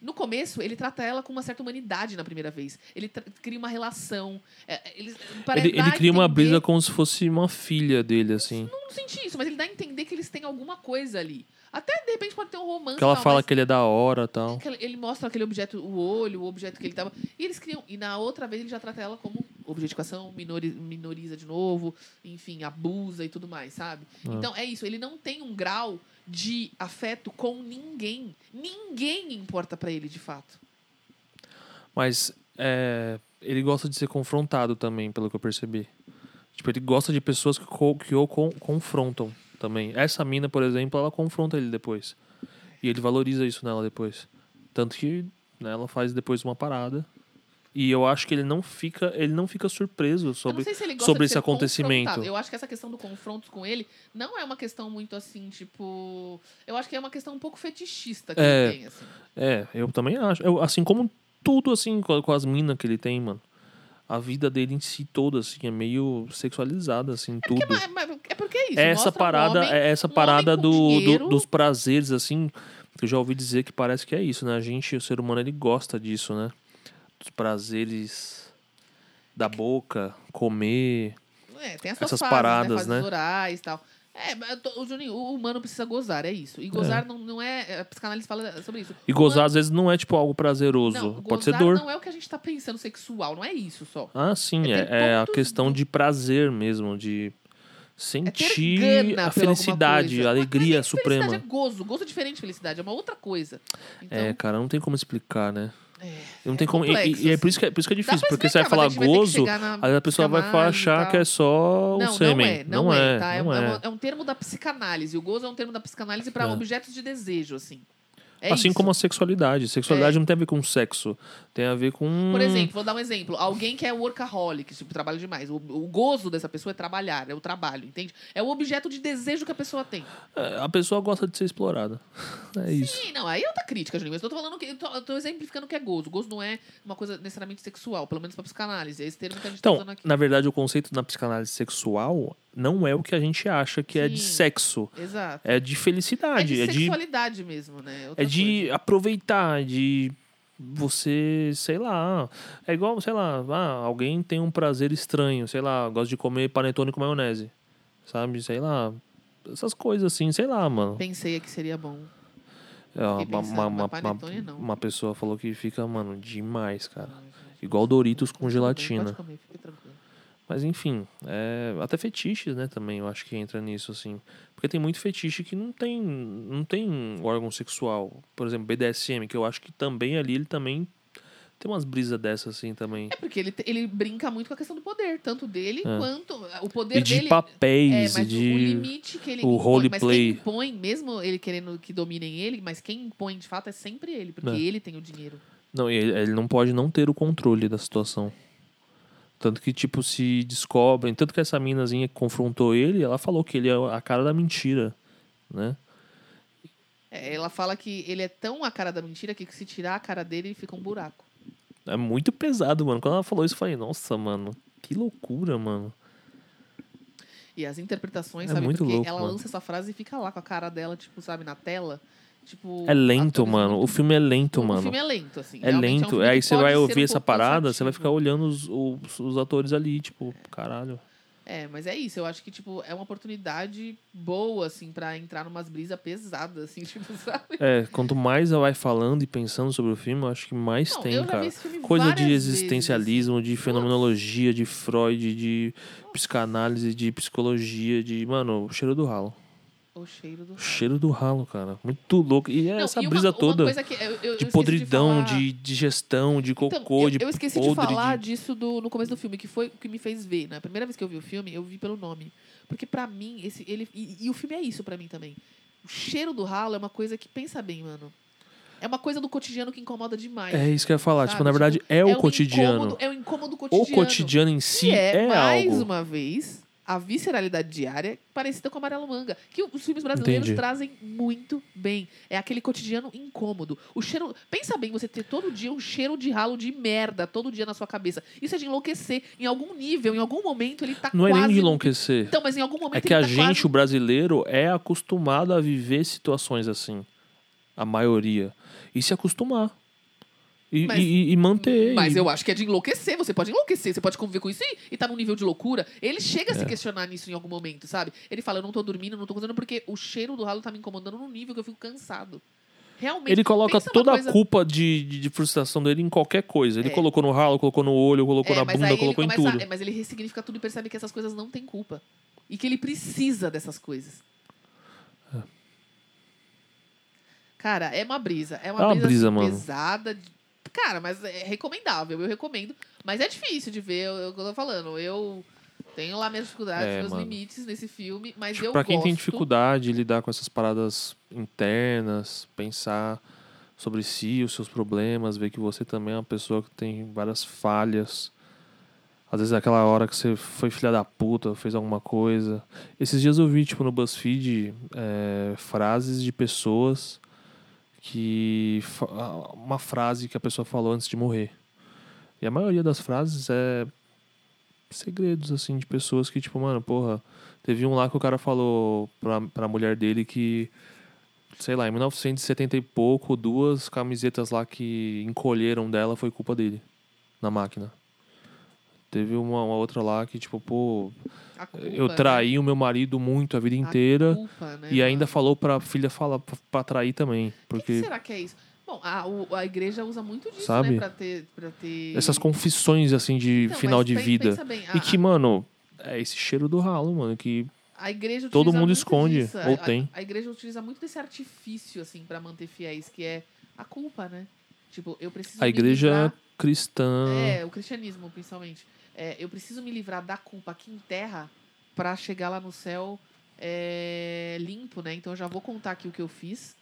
no começo ele trata ela com uma certa humanidade na primeira vez. Ele tra- cria uma relação, é, é, eles- para Ele, dar ele a cria uma entender- brisa como se fosse uma filha dele, assim. Não senti isso, mas ele dá a entender que eles têm alguma coisa ali. Até de repente pode ter um romance. Que ela tal, fala mas- que ele é da hora e tal. que ela- Ele mostra aquele objeto, o olho, o objeto que ele tava. E eles criam. E na outra vez ele já trata ela como objetificação, minori- minoriza de novo, enfim, abusa e tudo mais, sabe? Então é isso, ele não tem um grau de afeto com ninguém. Ninguém importa pra ele, de fato. Mas é, ele gosta de ser confrontado também, pelo que eu percebi. Tipo, ele gosta de pessoas que, co- que o con- confrontam também. Essa mina, por exemplo, ela confronta ele depois. E ele valoriza isso nela depois. Tanto que né, ela faz depois uma parada. E eu acho que ele não fica, ele não fica surpreso eu não sobre. sei se ele gosta sobre de esse ser acontecimento. confrontado. Eu acho que essa questão do confronto com ele não é uma questão muito assim, tipo. Eu acho que é uma questão um pouco fetichista que É. ele tem, assim. É, eu também acho. Eu, assim como tudo assim com, com as minas que ele tem, mano. A vida dele em si toda assim é meio sexualizada assim, tudo. Mas- mas- é porque é isso. essa mostra um parada, homem- é essa um parada homem do, com do- dinheiro. dos prazeres, assim, que eu já ouvi dizer que parece que é isso, né? A gente, o ser humano, ele gosta disso, né? Dos prazeres da boca, comer. É, tem as suas Essas fases, paradas, né? Fases né? orais e tal. É, mas eu tô- o Juninho, o humano precisa gozar, é isso. E gozar Não, não é. A psicanálise fala sobre isso. E O gozar, humano- às vezes, não é tipo algo prazeroso. não, Pode ser gozar dor. não é o que a gente tá pensando sexual, não é isso só. Ah, sim, É é, ter é a pontos É questão de prazer mesmo, de sentir gana por alguma a felicidade, coisa. a alegria Felicidade é suprema. gozo, gozo é diferente de felicidade, é uma outra coisa. Então, É, cara, não tem como explicar, né? é, Não tem como. e- complexo, e, e é por isso que é, por isso que é Dá difícil, pra porque você vai explicar, falar mas a gente vai ter que gozo, chegar na Aí a pessoa vai fa- psicanálise e achar tal. que é só o Não, não é, sêmen. não, é, tá? É, não um- é. um- é um termo da psicanálise. O gozo é um termo da psicanálise para É. objetos de desejo, assim. É assim isso. É. como a sexualidade. Sexualidade não tem a ver com sexo. Tem a ver com. Por exemplo, vou dar um exemplo. Alguém que é workaholic, tipo, trabalha demais. O, o gozo dessa pessoa é trabalhar, é o trabalho, entende? É o objeto de desejo que a pessoa tem. É, A pessoa gosta de ser explorada. É isso. Sim, não, aí é outra crítica, Juninho. Mas eu tô falando que. Eu tô, eu tô exemplificando que é gozo. Gozo não é uma coisa necessariamente sexual, pelo menos pra psicanálise. É esse termo que a gente tá Então, usando aqui. na verdade, o conceito na psicanálise sexual não é o que a gente acha que é de Sim. sexo. Exato. É de É felicidade. de É de, sexualidade mesmo, né? outra é de coisa. aproveitar, é de você, sei lá. É igual, sei lá, ah, alguém tem um prazer estranho, sei lá, gosta de comer panetone com maionese. Sabe, sei lá. Essas coisas assim, sei lá, mano. Pensei que seria bom. É, uma, Fiquei pensando uma- na uma- panetone, não. uma pessoa falou que fica, mano, demais, cara. Igual Doritos com Pode gelatina. comer, fica tranquilo. Mas enfim, é, até fetiches, né, também eu acho que entra nisso, assim. Porque tem muito fetiche que não tem, não tem órgão sexual. Por exemplo, BDSM, que eu acho que também ali ele também tem umas brisas dessas, assim, também. É porque ele, te- ele brinca muito com a questão do poder, tanto dele É. quanto. O poder E de dele. É, papéis, mas e o de. limite que ele o impõe, mas roleplay. quem impõe, mesmo ele querendo que dominem ele, mas quem impõe de fato é sempre ele, porque É. ele tem o dinheiro. Não, e ele ele não pode não ter o controle da situação. Tanto que, tipo, se descobrem. Tanto que essa minazinha que confrontou ele, ela falou que ele é a cara da mentira, né? É, ela fala que ele é tão a cara da mentira que se tirar a cara dele, ele fica um buraco. É muito pesado, mano. Quando ela falou isso, eu falei, nossa, mano, que loucura, mano. E as interpretações, É sabe? muito porque louco, ela mano. lança essa frase e fica lá com a cara dela, tipo, sabe, na tela. Tipo, É lento, atores mano. O muito- filme é lento, o mano. filme é lento, assim. É realmente um lento. filme Aí que você pode vai ser um ouvir essa pouco parada, você vai cansativo. ficar olhando os, os, os atores ali, tipo, caralho. É, mas é isso. Eu acho que, tipo, é uma oportunidade boa, assim, pra entrar numas brisas pesadas, assim, tipo, sabe? É, quanto mais ela vai falando e pensando sobre o filme, eu acho que mais Não, tem, eu já vi cara. esse filme Coisa de várias existencialismo, assim. de fenomenologia, de Freud, de psicanálise, de psicologia, de. Mano, o cheiro do ralo. vezes. O cheiro do. O cheiro do ralo, cara. Muito louco. E é Não, essa e uma- brisa uma toda coisa que eu- eu- eu esqueci de podridão, falar. de digestão, de Então, cocô, eu, de. eu esqueci de podre, falar disso do- no começo do filme, que foi o que me fez ver. Na primeira vez que eu vi o filme, eu vi pelo nome. Porque pra mim, esse, ele. E, e o filme é isso pra mim também. O cheiro do ralo é uma coisa que pensa bem, mano. É uma coisa do cotidiano que incomoda demais. É isso que eu ia falar. Sabe, Tipo, na verdade, tipo, é o um cotidiano. incômodo- é o incômodo O cotidiano. cotidiano em Que si é, é, mais algo. uma vez, a visceralidade diária parecida com Amarelo Manga, que os filmes brasileiros Entendi. trazem muito bem. É aquele cotidiano incômodo. O cheiro, pensa bem, você ter todo dia um cheiro de ralo de merda todo dia na sua cabeça. Isso é de enlouquecer em algum nível, em algum momento ele tá Não é quase nem de enlouquecer. Então, mas em algum momento É que ele a tá gente, quase... o brasileiro, é acostumado a viver situações assim. A maioria. E se acostumar. E, Mas- e- e manter. Mas e- eu acho que é de enlouquecer. Você pode enlouquecer, você pode conviver com isso e, e tá num nível de loucura. Ele chega É. a se questionar nisso em algum momento, sabe? Ele fala, eu não tô dormindo, eu não tô cozinhando, porque o cheiro do ralo tá me incomodando num nível que eu fico cansado. Realmente. Ele coloca pensa uma toda coisa- a culpa de, de, de frustração dele em qualquer coisa. Ele É. colocou no ralo, colocou no olho, colocou É, na mas bunda, aí colocou em ele começa a- tudo. é, mas ele ressignifica tudo e percebe que essas coisas não têm culpa. E que ele precisa dessas coisas. É. Cara, é uma brisa. É uma, É uma brisa, brisa, assim, mano. pesada. de- Cara, mas é recomendável, eu recomendo. Mas é difícil de ver, eu, eu tô falando. Eu tenho lá minhas dificuldades, É, meus mano. limites nesse filme, mas Tipo, eu pra quem tem gosto. dificuldade de lidar com essas paradas internas, pensar sobre si, os seus problemas, ver que você também é uma pessoa que tem várias falhas. Às vezes aquela hora que você foi filha da puta, fez alguma coisa. Esses dias eu vi, tipo, no BuzzFeed, é, frases de pessoas que... fa- Uma frase que a pessoa falou antes de morrer. E a maioria das frases é segredos, assim, de pessoas que, tipo, mano, porra, Teve um lá que o cara falou pra, pra mulher dele que, sei lá, em 1970 e pouco, duas camisetas lá que encolheram dela foi culpa dele, na máquina. Teve uma, uma outra lá que, tipo, pô, A culpa, eu né? traí o meu marido muito a vida A inteira culpa, né, e ainda mano? falou pra filha falar pra, pra trair também. O que que Porque será que é isso? Bom, a, o- a igreja usa muito disso, né? Sabe? Pra ter, pra ter... essas confissões, assim, de Então, final mas ah. de pen- vida. pensa bem, E a- que, mano, é esse cheiro do ralo, mano, que A igreja Todo utiliza mundo muito esconde, disso. ou a, tem. A, a igreja utiliza muito desse artifício, assim, pra manter fiéis, que é a culpa, né? Tipo, eu preciso. a me igreja livrar- cristã... É, o cristianismo, principalmente. É, eu preciso me livrar da culpa aqui em terra pra chegar lá no céu é, limpo, né? Então eu já vou contar aqui o que eu fiz.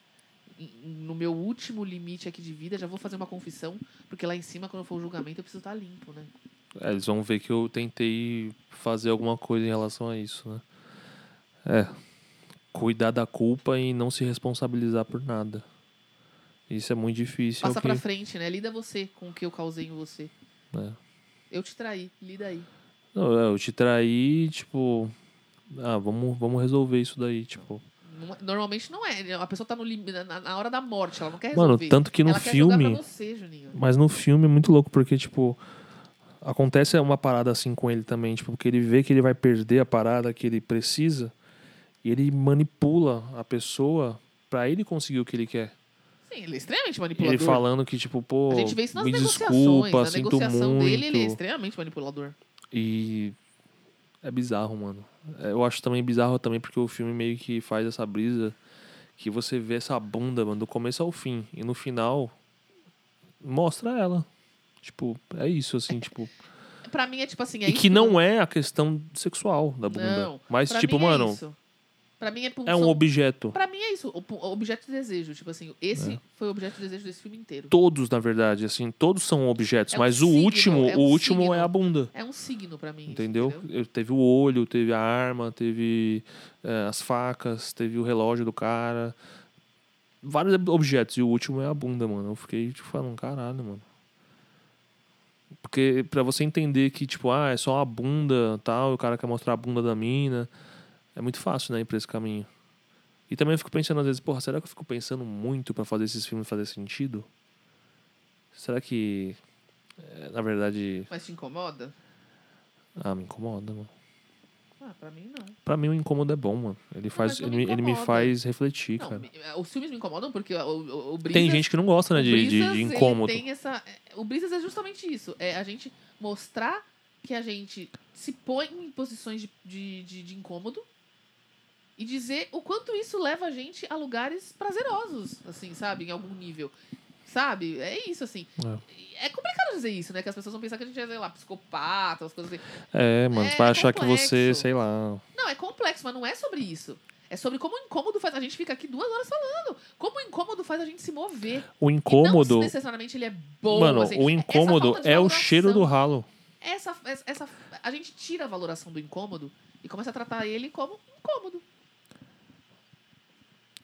em- No meu último limite aqui de vida, já vou fazer uma confissão, porque lá em cima, quando for o julgamento, eu preciso estar limpo, né? É, eles vão ver que eu tentei fazer alguma coisa em relação a isso, né? É. Cuidar da culpa e não se responsabilizar por nada. Isso é muito difícil. é o Passa que- pra frente, né? Lida você com o que eu causei em você. É. Eu te traí, lida aí. Não, é, eu te traí, tipo. Ah, vamos, vamos resolver isso daí, tipo. Não- Normalmente não é. A pessoa tá no lim- na, na hora da morte, ela não quer resolver. Mano, tanto que no ela Quer filme. jogar pra você, Juninho. Mas no filme é muito louco, porque, tipo, acontece uma parada assim com ele também, tipo, porque ele vê que ele vai perder a parada que ele precisa e ele manipula a pessoa pra ele conseguir o que ele quer. Sim, ele é extremamente manipulador. Ele falando que, tipo, pô, a gente vê isso nas me negociações. desculpa, na sinto negociação muito. dele, ele é extremamente manipulador. E é bizarro, mano. É, Eu acho também bizarro também porque o filme meio que faz essa brisa que você vê essa bunda, mano, do começo ao fim. E no final mostra ela. Tipo, é isso, assim, tipo... Pra mim é tipo assim. É E que não é a questão sexual da bunda. Não, mas, pra tipo, mim É, mano, isso. Pra mim é é, pulsão. um objeto. Pra mim é isso. o pu- o Objeto de desejo. Tipo assim, É. esse foi o objeto de desejo desse filme inteiro. Todos, na verdade, assim, todos são objetos. É um mas o signo, último, é um o último signo. é a bunda. É um signo pra mim. isso, Entendeu? Eu- Teve o olho, teve a arma, teve eh, as facas, teve o relógio do cara. Vários ob- objetos. E o último é a bunda, mano. Eu fiquei tipo, falando, caralho, mano. Porque pra você entender que, tipo, ah, é só a bunda tal, e o cara quer mostrar a bunda da mina. É muito fácil, né, ir pra esse caminho. E também eu fico pensando, às vezes, porra, será que eu fico pensando muito pra fazer esses filmes fazer sentido? Será que. eh, Na verdade. Mas te incomoda? Ah, me incomoda, mano. Ah, pra mim não. Pra mim, o incômodo é bom, mano. Ele, faz, mas não ele, me me- ele me incomoda. faz refletir, não cara. me- os filmes me incomodam porque o, o, o Brisa Tem gente que não gosta, né, O de, de- de Brisas, ele incômodo. tem essa- é, O Brisas é justamente isso. É a gente mostrar que a gente se põe em posições de, de, de- de incômodo e dizer o quanto isso leva a gente a lugares prazerosos, assim, sabe? Em algum nível. Sabe? É isso, assim. É, complicado dizer isso, né? Que as pessoas vão pensar que a gente é, sei lá, psicopata, as coisas assim. É, mano, É vai achar que você, complexo. sei lá. Não, é complexo, mas não é sobre isso. É sobre como o incômodo faz. A gente fica aqui duas horas falando. Como o incômodo faz a gente se mover. O E incômodo. não necessariamente ele é bom. mano, assim. o Essa incômodo falta de é o valoração, cheiro do ralo. Essa, essa, essa- a gente tira a valoração do incômodo E começa a tratar ele como incômodo.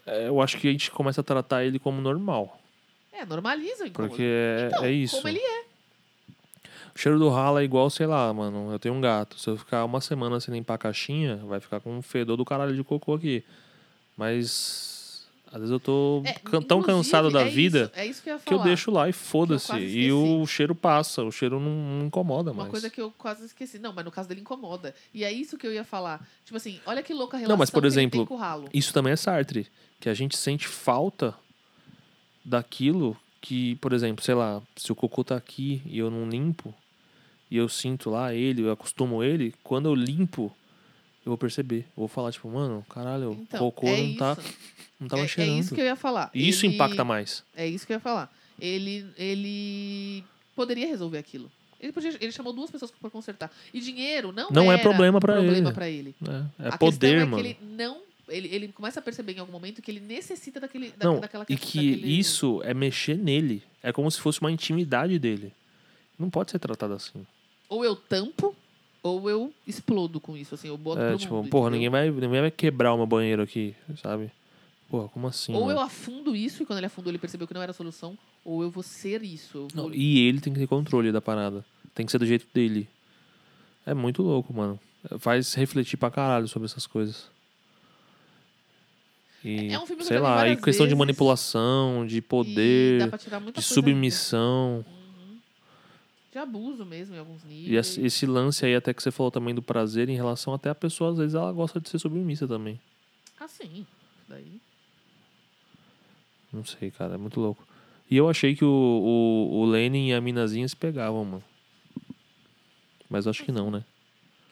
É, eu acho que a gente começa a tratar ele como normal. É, normaliza o incômodo. Porque é, Então, é isso. Como ele é. O cheiro do ralo é igual, sei lá, mano. Eu tenho um gato. Se eu ficar uma semana sem limpar a caixinha, vai ficar com um fedor do caralho de cocô aqui. Mas. Às vezes eu tô É, can- tão inclusive, cansado da é vida Isso, é isso que eu ia falar. que eu deixo lá e foda-se. quase E o cheiro passa, o cheiro não, não incomoda Uma mais. coisa que eu quase esqueci. Não, mas no caso dele incomoda. E é isso que eu ia falar. Tipo assim, olha que louca a relação Não, mas, por que ele exemplo, tem com o ralo. Isso também é Sartre, que a gente sente falta daquilo que, por exemplo, sei lá, se o cocô tá aqui e eu não limpo, e eu sinto lá ele, eu acostumo ele, quando eu limpo, eu vou perceber. Eu vou falar, tipo, mano, caralho, Então, o cocô é não, tá, isso. não tava é, é cheirando. isso que eu ia falar. E isso Ele- impacta mais. É isso que eu ia falar. Ele, ele poderia resolver aquilo. Ele, podia, ele chamou duas pessoas pra consertar. E dinheiro não, Não é era problema pra problema ele. pra ele. né? É, a poder, questão mano. É que ele não. Ele, ele começa a perceber em algum momento que ele necessita daquele, da, Não, daquela e que daquele- isso é mexer nele. É como se fosse uma intimidade dele. Não pode ser tratado assim. Ou eu tampo, ou eu explodo com isso. Assim, eu boto É, pro tipo, mundo, porra, entendeu? ninguém vai, ninguém vai quebrar o meu banheiro aqui, sabe? Porra, como assim? Ou eu mano? afundo isso, e quando ele afundou, ele percebeu que não era a solução, ou eu vou ser isso. Eu vou... Não, e ele tem que ter controle da parada. Tem que ser do jeito dele. É muito louco, mano. Faz refletir pra caralho sobre essas coisas. E, É um filme que eu sei já vi lá, e várias questão de vezes. manipulação, de E dá poder, pra tirar muita de coisa submissão. ainda. De abuso mesmo em alguns níveis. E assim, esse esse lance aí, até que você falou também do prazer, em relação até a pessoa, às vezes ela gosta de ser submissa também. Ah, sim. Isso Daí. Não sei, cara, é muito louco. E eu achei que o, o, o Lenin e a Minazinha se pegavam, mano. Mas acho que não, né?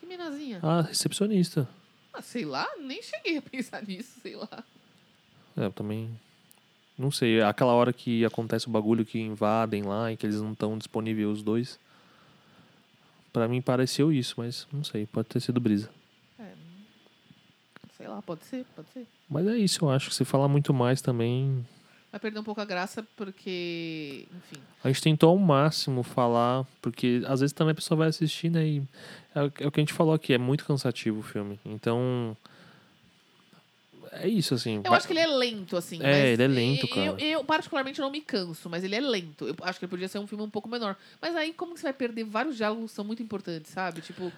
Que minazinha. Ah, recepcionista. Ah, sei lá, nem cheguei a pensar nisso, sei lá. É, eu também. Não sei, aquela hora que acontece o bagulho que invadem lá e que eles não estão disponíveis os dois. Pra mim pareceu isso, mas não sei, pode ter sido brisa. Sei lá, pode ser, pode ser. Mas é isso, eu acho que se falar muito mais também. Vai perder um pouco a graça porque, enfim. A gente tentou ao máximo falar, porque às vezes também a pessoa vai assistir, né? E é, o- é o que a gente falou aqui, é muito cansativo o filme. Então. É isso, assim. Eu vai- acho que ele é lento, assim. É, mas ele é lento, eu- cara. Eu, eu, particularmente, não me canso, mas ele é lento. Eu acho que ele podia ser um filme um pouco menor. Mas aí, como que você vai perder vários diálogos que são muito importantes, sabe? Tipo,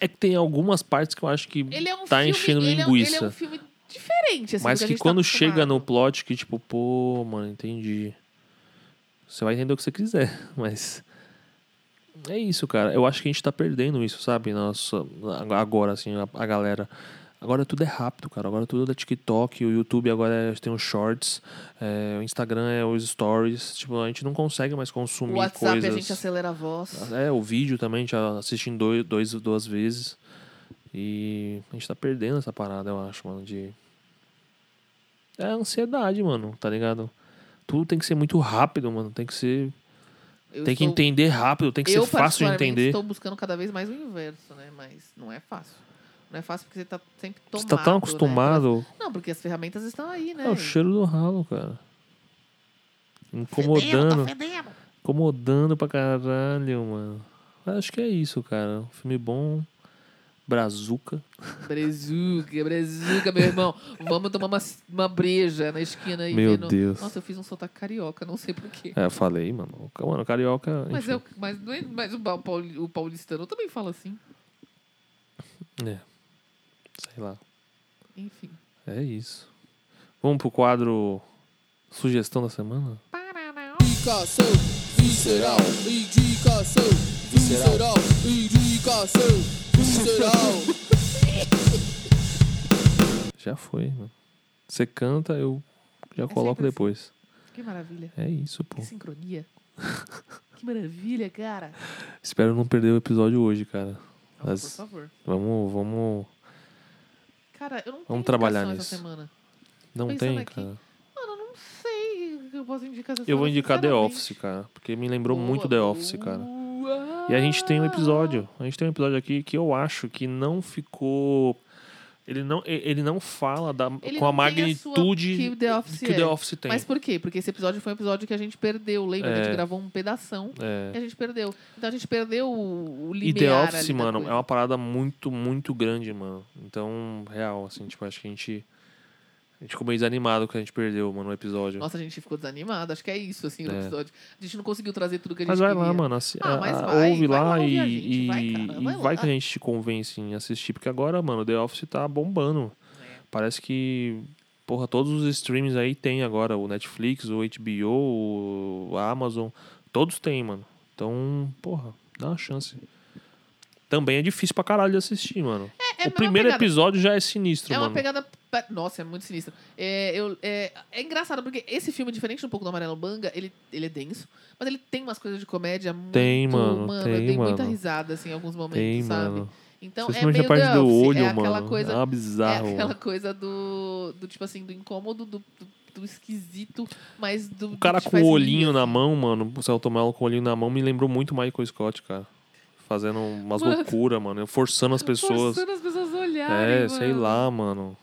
É que tem algumas partes que eu acho que ele é um tá filme. enchendo ele é um- linguiça. ele é um filme diferente, assim. Mas do que a gente tá quando chega no acostumado. plot, que tipo, pô, mano, entendi. Você vai entender o que você quiser, mas. É isso, cara. Eu acho que a gente tá perdendo isso, sabe? Nossa, agora, assim, a, a galera. Agora tudo é rápido, cara. Agora tudo é TikTok, o YouTube agora é- tem os shorts, é, o Instagram é os stories. Tipo, a gente não consegue mais consumir O WhatsApp coisas. a gente acelera a voz. É, o vídeo também, a gente assiste em dois, dois, duas vezes. E a gente tá perdendo essa parada, eu acho, mano, de... É a ansiedade, mano, tá ligado? Tudo tem que ser muito rápido, mano. Tem que ser... Eu tem que estou- entender rápido, tem que ser eu, fácil de particularmente, entender. estou buscando cada vez mais o inverso, né? Mas não é fácil. Não é fácil porque você tá sempre tomado. Você tá tão né? acostumado... Não, porque as ferramentas estão aí, né? É o cheiro do ralo, cara. tá Incomodando. Incomodando pra caralho, mano. Mas acho que é isso, cara. Um filme bom. Brazuca. Brezuca, brezuca, meu irmão. Vamos tomar uma, uma breja na esquina e Meu vendo- Deus. Nossa, eu fiz um sotaque carioca, não sei porquê. É, eu falei, mano. Mano, carioca. Mas, enfim. eu, mas, não é- mas o, ba- pauli- o paulistano também fala assim. É. Sei lá. Enfim. É isso. Vamos pro quadro Sugestão da Semana? Indicação visceral, indicação visceral, indicação visceral. Já foi, mano. Você canta, eu já coloco sempre assim. depois. Que maravilha. É isso, pô. Que sincronia. que maravilha, cara. Espero não perder o episódio hoje, cara. Não, Mas- Por favor. Vamos, vamos. Cara, eu não tenho trabalhar indicação nisso. Essa semana. Não Pensando tem, aqui. cara. Mano, eu não sei o que eu posso indicar essa Eu vou semana, indicar The sinceramente. Office, cara. Porque me lembrou Boa, muito The Office, cara. um E a gente tem um episódio. A gente tem um episódio aqui que eu acho que não ficou Ele não, e- ele não fala da, Ele com a não tem a sua- magnitude que The Office que o é. The Office tem. Mas por quê? Porque esse episódio foi um episódio que a gente perdeu, lembra? A É. gente gravou um pedação É. e a gente perdeu. Então a gente perdeu o, o E limiar The ali Office, da mano, coisa. é uma parada muito, muito grande, mano. Então, real, assim, tipo, acho que a gente. A gente ficou meio desanimado que a gente perdeu, mano, o episódio. Nossa, a gente ficou desanimado. Acho que é isso, assim, o É. episódio. A gente não conseguiu trazer tudo que a gente mas vai lá, queria. mano. assi- Ah, mas a- vai, ouve vai lá, lá ouvir e, a gente, vai, e- cara, e vai vai, lá. que a gente te convence em assistir. Porque agora, mano, The Office tá bombando. É. Parece que. Porra, todos os streams aí tem agora. O Netflix, o HBO, o Amazon. Todos tem, mano. Então, porra, dá uma chance. Também é difícil pra caralho de assistir, mano. É, é o uma primeiro pegada- episódio já é sinistro, É uma mano. pegada. pe- Nossa, é muito sinistro. É, eu, é, é engraçado porque esse filme, diferente um pouco do Amarelo Banga, ele, ele é denso, mas ele tem umas coisas de comédia muito. Tem, mano, eu tem, dei muita mano. risada, assim, em alguns momentos, Tem, sabe? mano. Então Vocês é meio a parte The do Office, olho, é aquela mano. coisa. ah, é bizarro. aquela mano. coisa do, do tipo assim, do incômodo, do, do, do esquisito, mas do. O cara com o olhinho na mão, mano, o Celton Mello com o olhinho na mão, me lembrou muito Michael Scott, cara. Fazendo umas Mano. loucuras, mano. Forçando as pessoas. tipo, Forçando as pessoas a olharem. é, mano. sei lá, mano.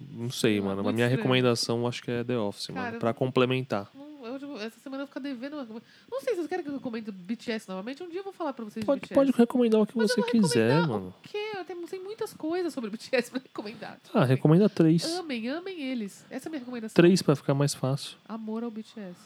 Não sei, Sei lá, mano. muito Mas minha estranho. recomendação acho que é The Office, Cara, mano. Pra complementar. Não, eu, tipo, essa semana eu vou ficar devendo. uma- Não sei se vocês querem que eu recomende BTS novamente. Um dia eu vou falar pra vocês Pode, de BTS. pode recomendar o que Mas você eu vou quiser, recomendar mano. O quê? Eu tenho, tem muitas coisas sobre BTS pra recomendar. Ah, recomenda três. Amem, amem eles. Essa é a minha recomendação. Três pra ficar mais fácil. Amor ao BTS.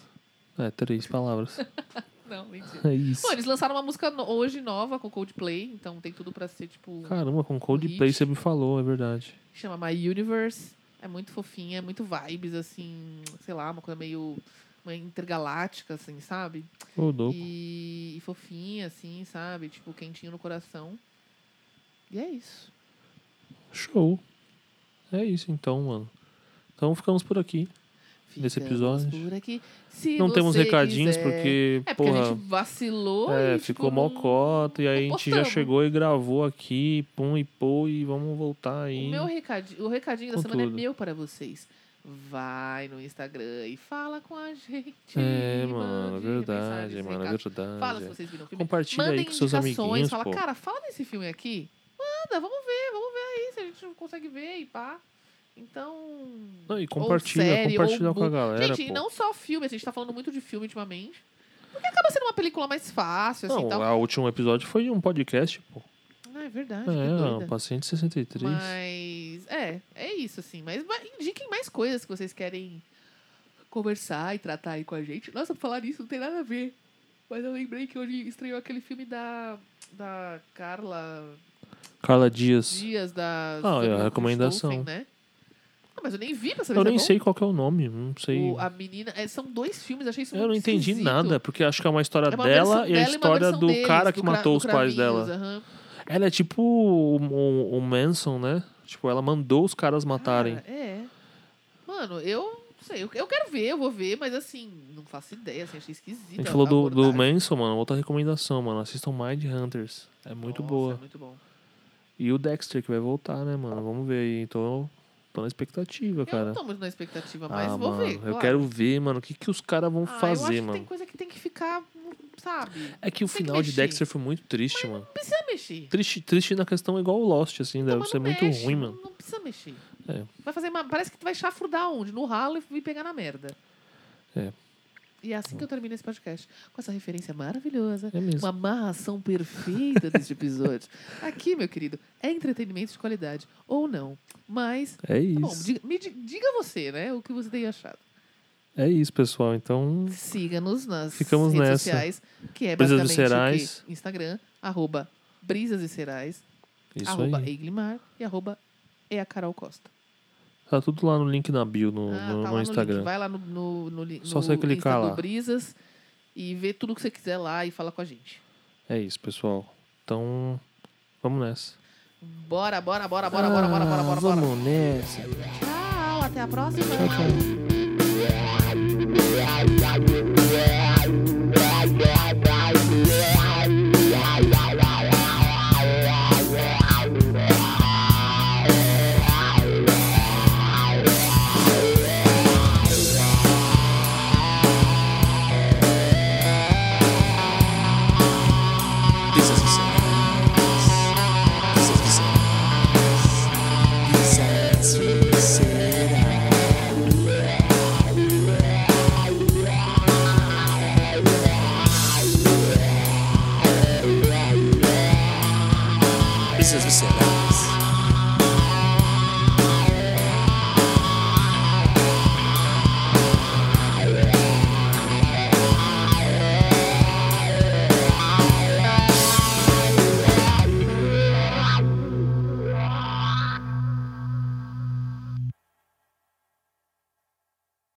É, três palavras. Não, mentira. É isso. Bom, eles lançaram uma música no- hoje nova com Coldplay, então tem tudo pra ser, tipo, Caramba, com Coldplay Hit. você me falou, é verdade. chama My Universe. É muito fofinha, é muito vibes, assim, sei lá, uma coisa meio uma intergaláctica, assim, sabe? Ô, louco. E, e fofinha, assim, sabe? Tipo, quentinho no coração. E é isso. Show. É isso então, mano. Então ficamos por aqui. Nesse Ficamos episódio. por aqui. Se Não temos você recadinhos quiser- porque, É, porque a porra, gente vacilou é, e, ficou tipo, não- mocota e aí não a gente já postamos. chegou e gravou aqui, pum e pô e vamos voltar O aí. meu recadinho, o recadinho da Com semana tudo. é meu para vocês. Vai no Instagram e fala com a gente. É, mande mano, é mensagens, verdade, mano, é recados. verdade. Fala se vocês viram o filme. Compartilha Mandem aí com seus indicações, amiguinhos, fala, pô. cara, fala desse filme aqui. Manda, vamos ver, vamos ver aí se a gente não consegue ver e pá. Então, Não, e Ou compartilha, série, compartilha ou com a mu- galera, Gente, e pô. não só filme, a gente tá falando muito de filme ultimamente. Porque acaba sendo uma película mais fácil, assim, Não, tal. a último episódio foi um podcast, pô. Ah, é verdade, que É, doida. paciente 63. Mas, é, é isso, assim. Mas vai- indiquem mais coisas que vocês querem conversar e tratar aí com a gente. Nossa, pra falar nisso, não tem nada a ver. Mas eu lembrei que hoje estreou aquele filme da, da Carla Carla Dias. Dias, Ah, é da... a sobre o recomendação. Christopher, né? Ah, mas eu nem vi pra saber Eu se é nem bom. sei qual que é o nome, não sei. O- a menina... é, são dois filmes, achei isso Eu muito não entendi esquisito. nada, porque acho que é uma história É uma dela e a versão dela uma história versão do deles, cara que do Cra- matou do os pais Cravinhos, dela. aham. Ela é tipo o, o- o Manson, né? Tipo, ela mandou os caras matarem. Cara, é. Mano, eu não sei. Eu, eu quero ver, eu vou ver, mas assim, não faço ideia. Assim, achei esquisito. a gente falou do, do abordagem. Manson, mano. Outra recomendação, mano. Assistam Mind Hunters. É muito Nossa, boa. é muito bom. E o Dexter que vai voltar, né, mano? Vamos ver aí. Então, tô na expectativa, Eu cara. não tô muito na expectativa, mas ah, vou mano, ver. eu claro. quero ver, mano, o que, que os caras vão Ah, eu acho fazer, que tem mano. coisa que tem que ficar, hum, sabe? É que o tem que final de mexer. Dexter foi muito triste, mano. Não precisa mexer. Triste, triste na questão igual o Lost, assim, Não, deve mas ser não muito mexe, ruim, não- mano. Não precisa mexer. É. Vai fazer uma- Parece que tu vai chafurdar onde? No ralo e pegar na merda. É. E é assim que eu termino esse podcast. Com essa referência maravilhosa. É mesmo. Uma amarração perfeita deste episódio. Aqui, meu querido, é entretenimento de qualidade. Ou não. Mas, É isso. tá bom, diga, me di- diga você, né? O que você tem achado. É isso, pessoal. Então, Siga-nos nas Ficamos redes nessa. sociais, que é Brisas e basicamente Cerais. o quê? Instagram, arroba Brisas e Cerais, isso arroba aí. Eiglimar e arroba é a Carol Costa. Tá tudo lá no link na bio no, Ah, no, tá no lá No Instagram. link. Vai lá no, no, no, li- Só no você clicar Insta lá. do Brisas e vê tudo que você quiser lá e fala com a gente. É isso, pessoal. Então, vamos nessa. Ah, Bora, bora, bora, bora, bora, bora, bora, bora, bora. Vamos nessa. Tchau, até a próxima. Tchau, tchau.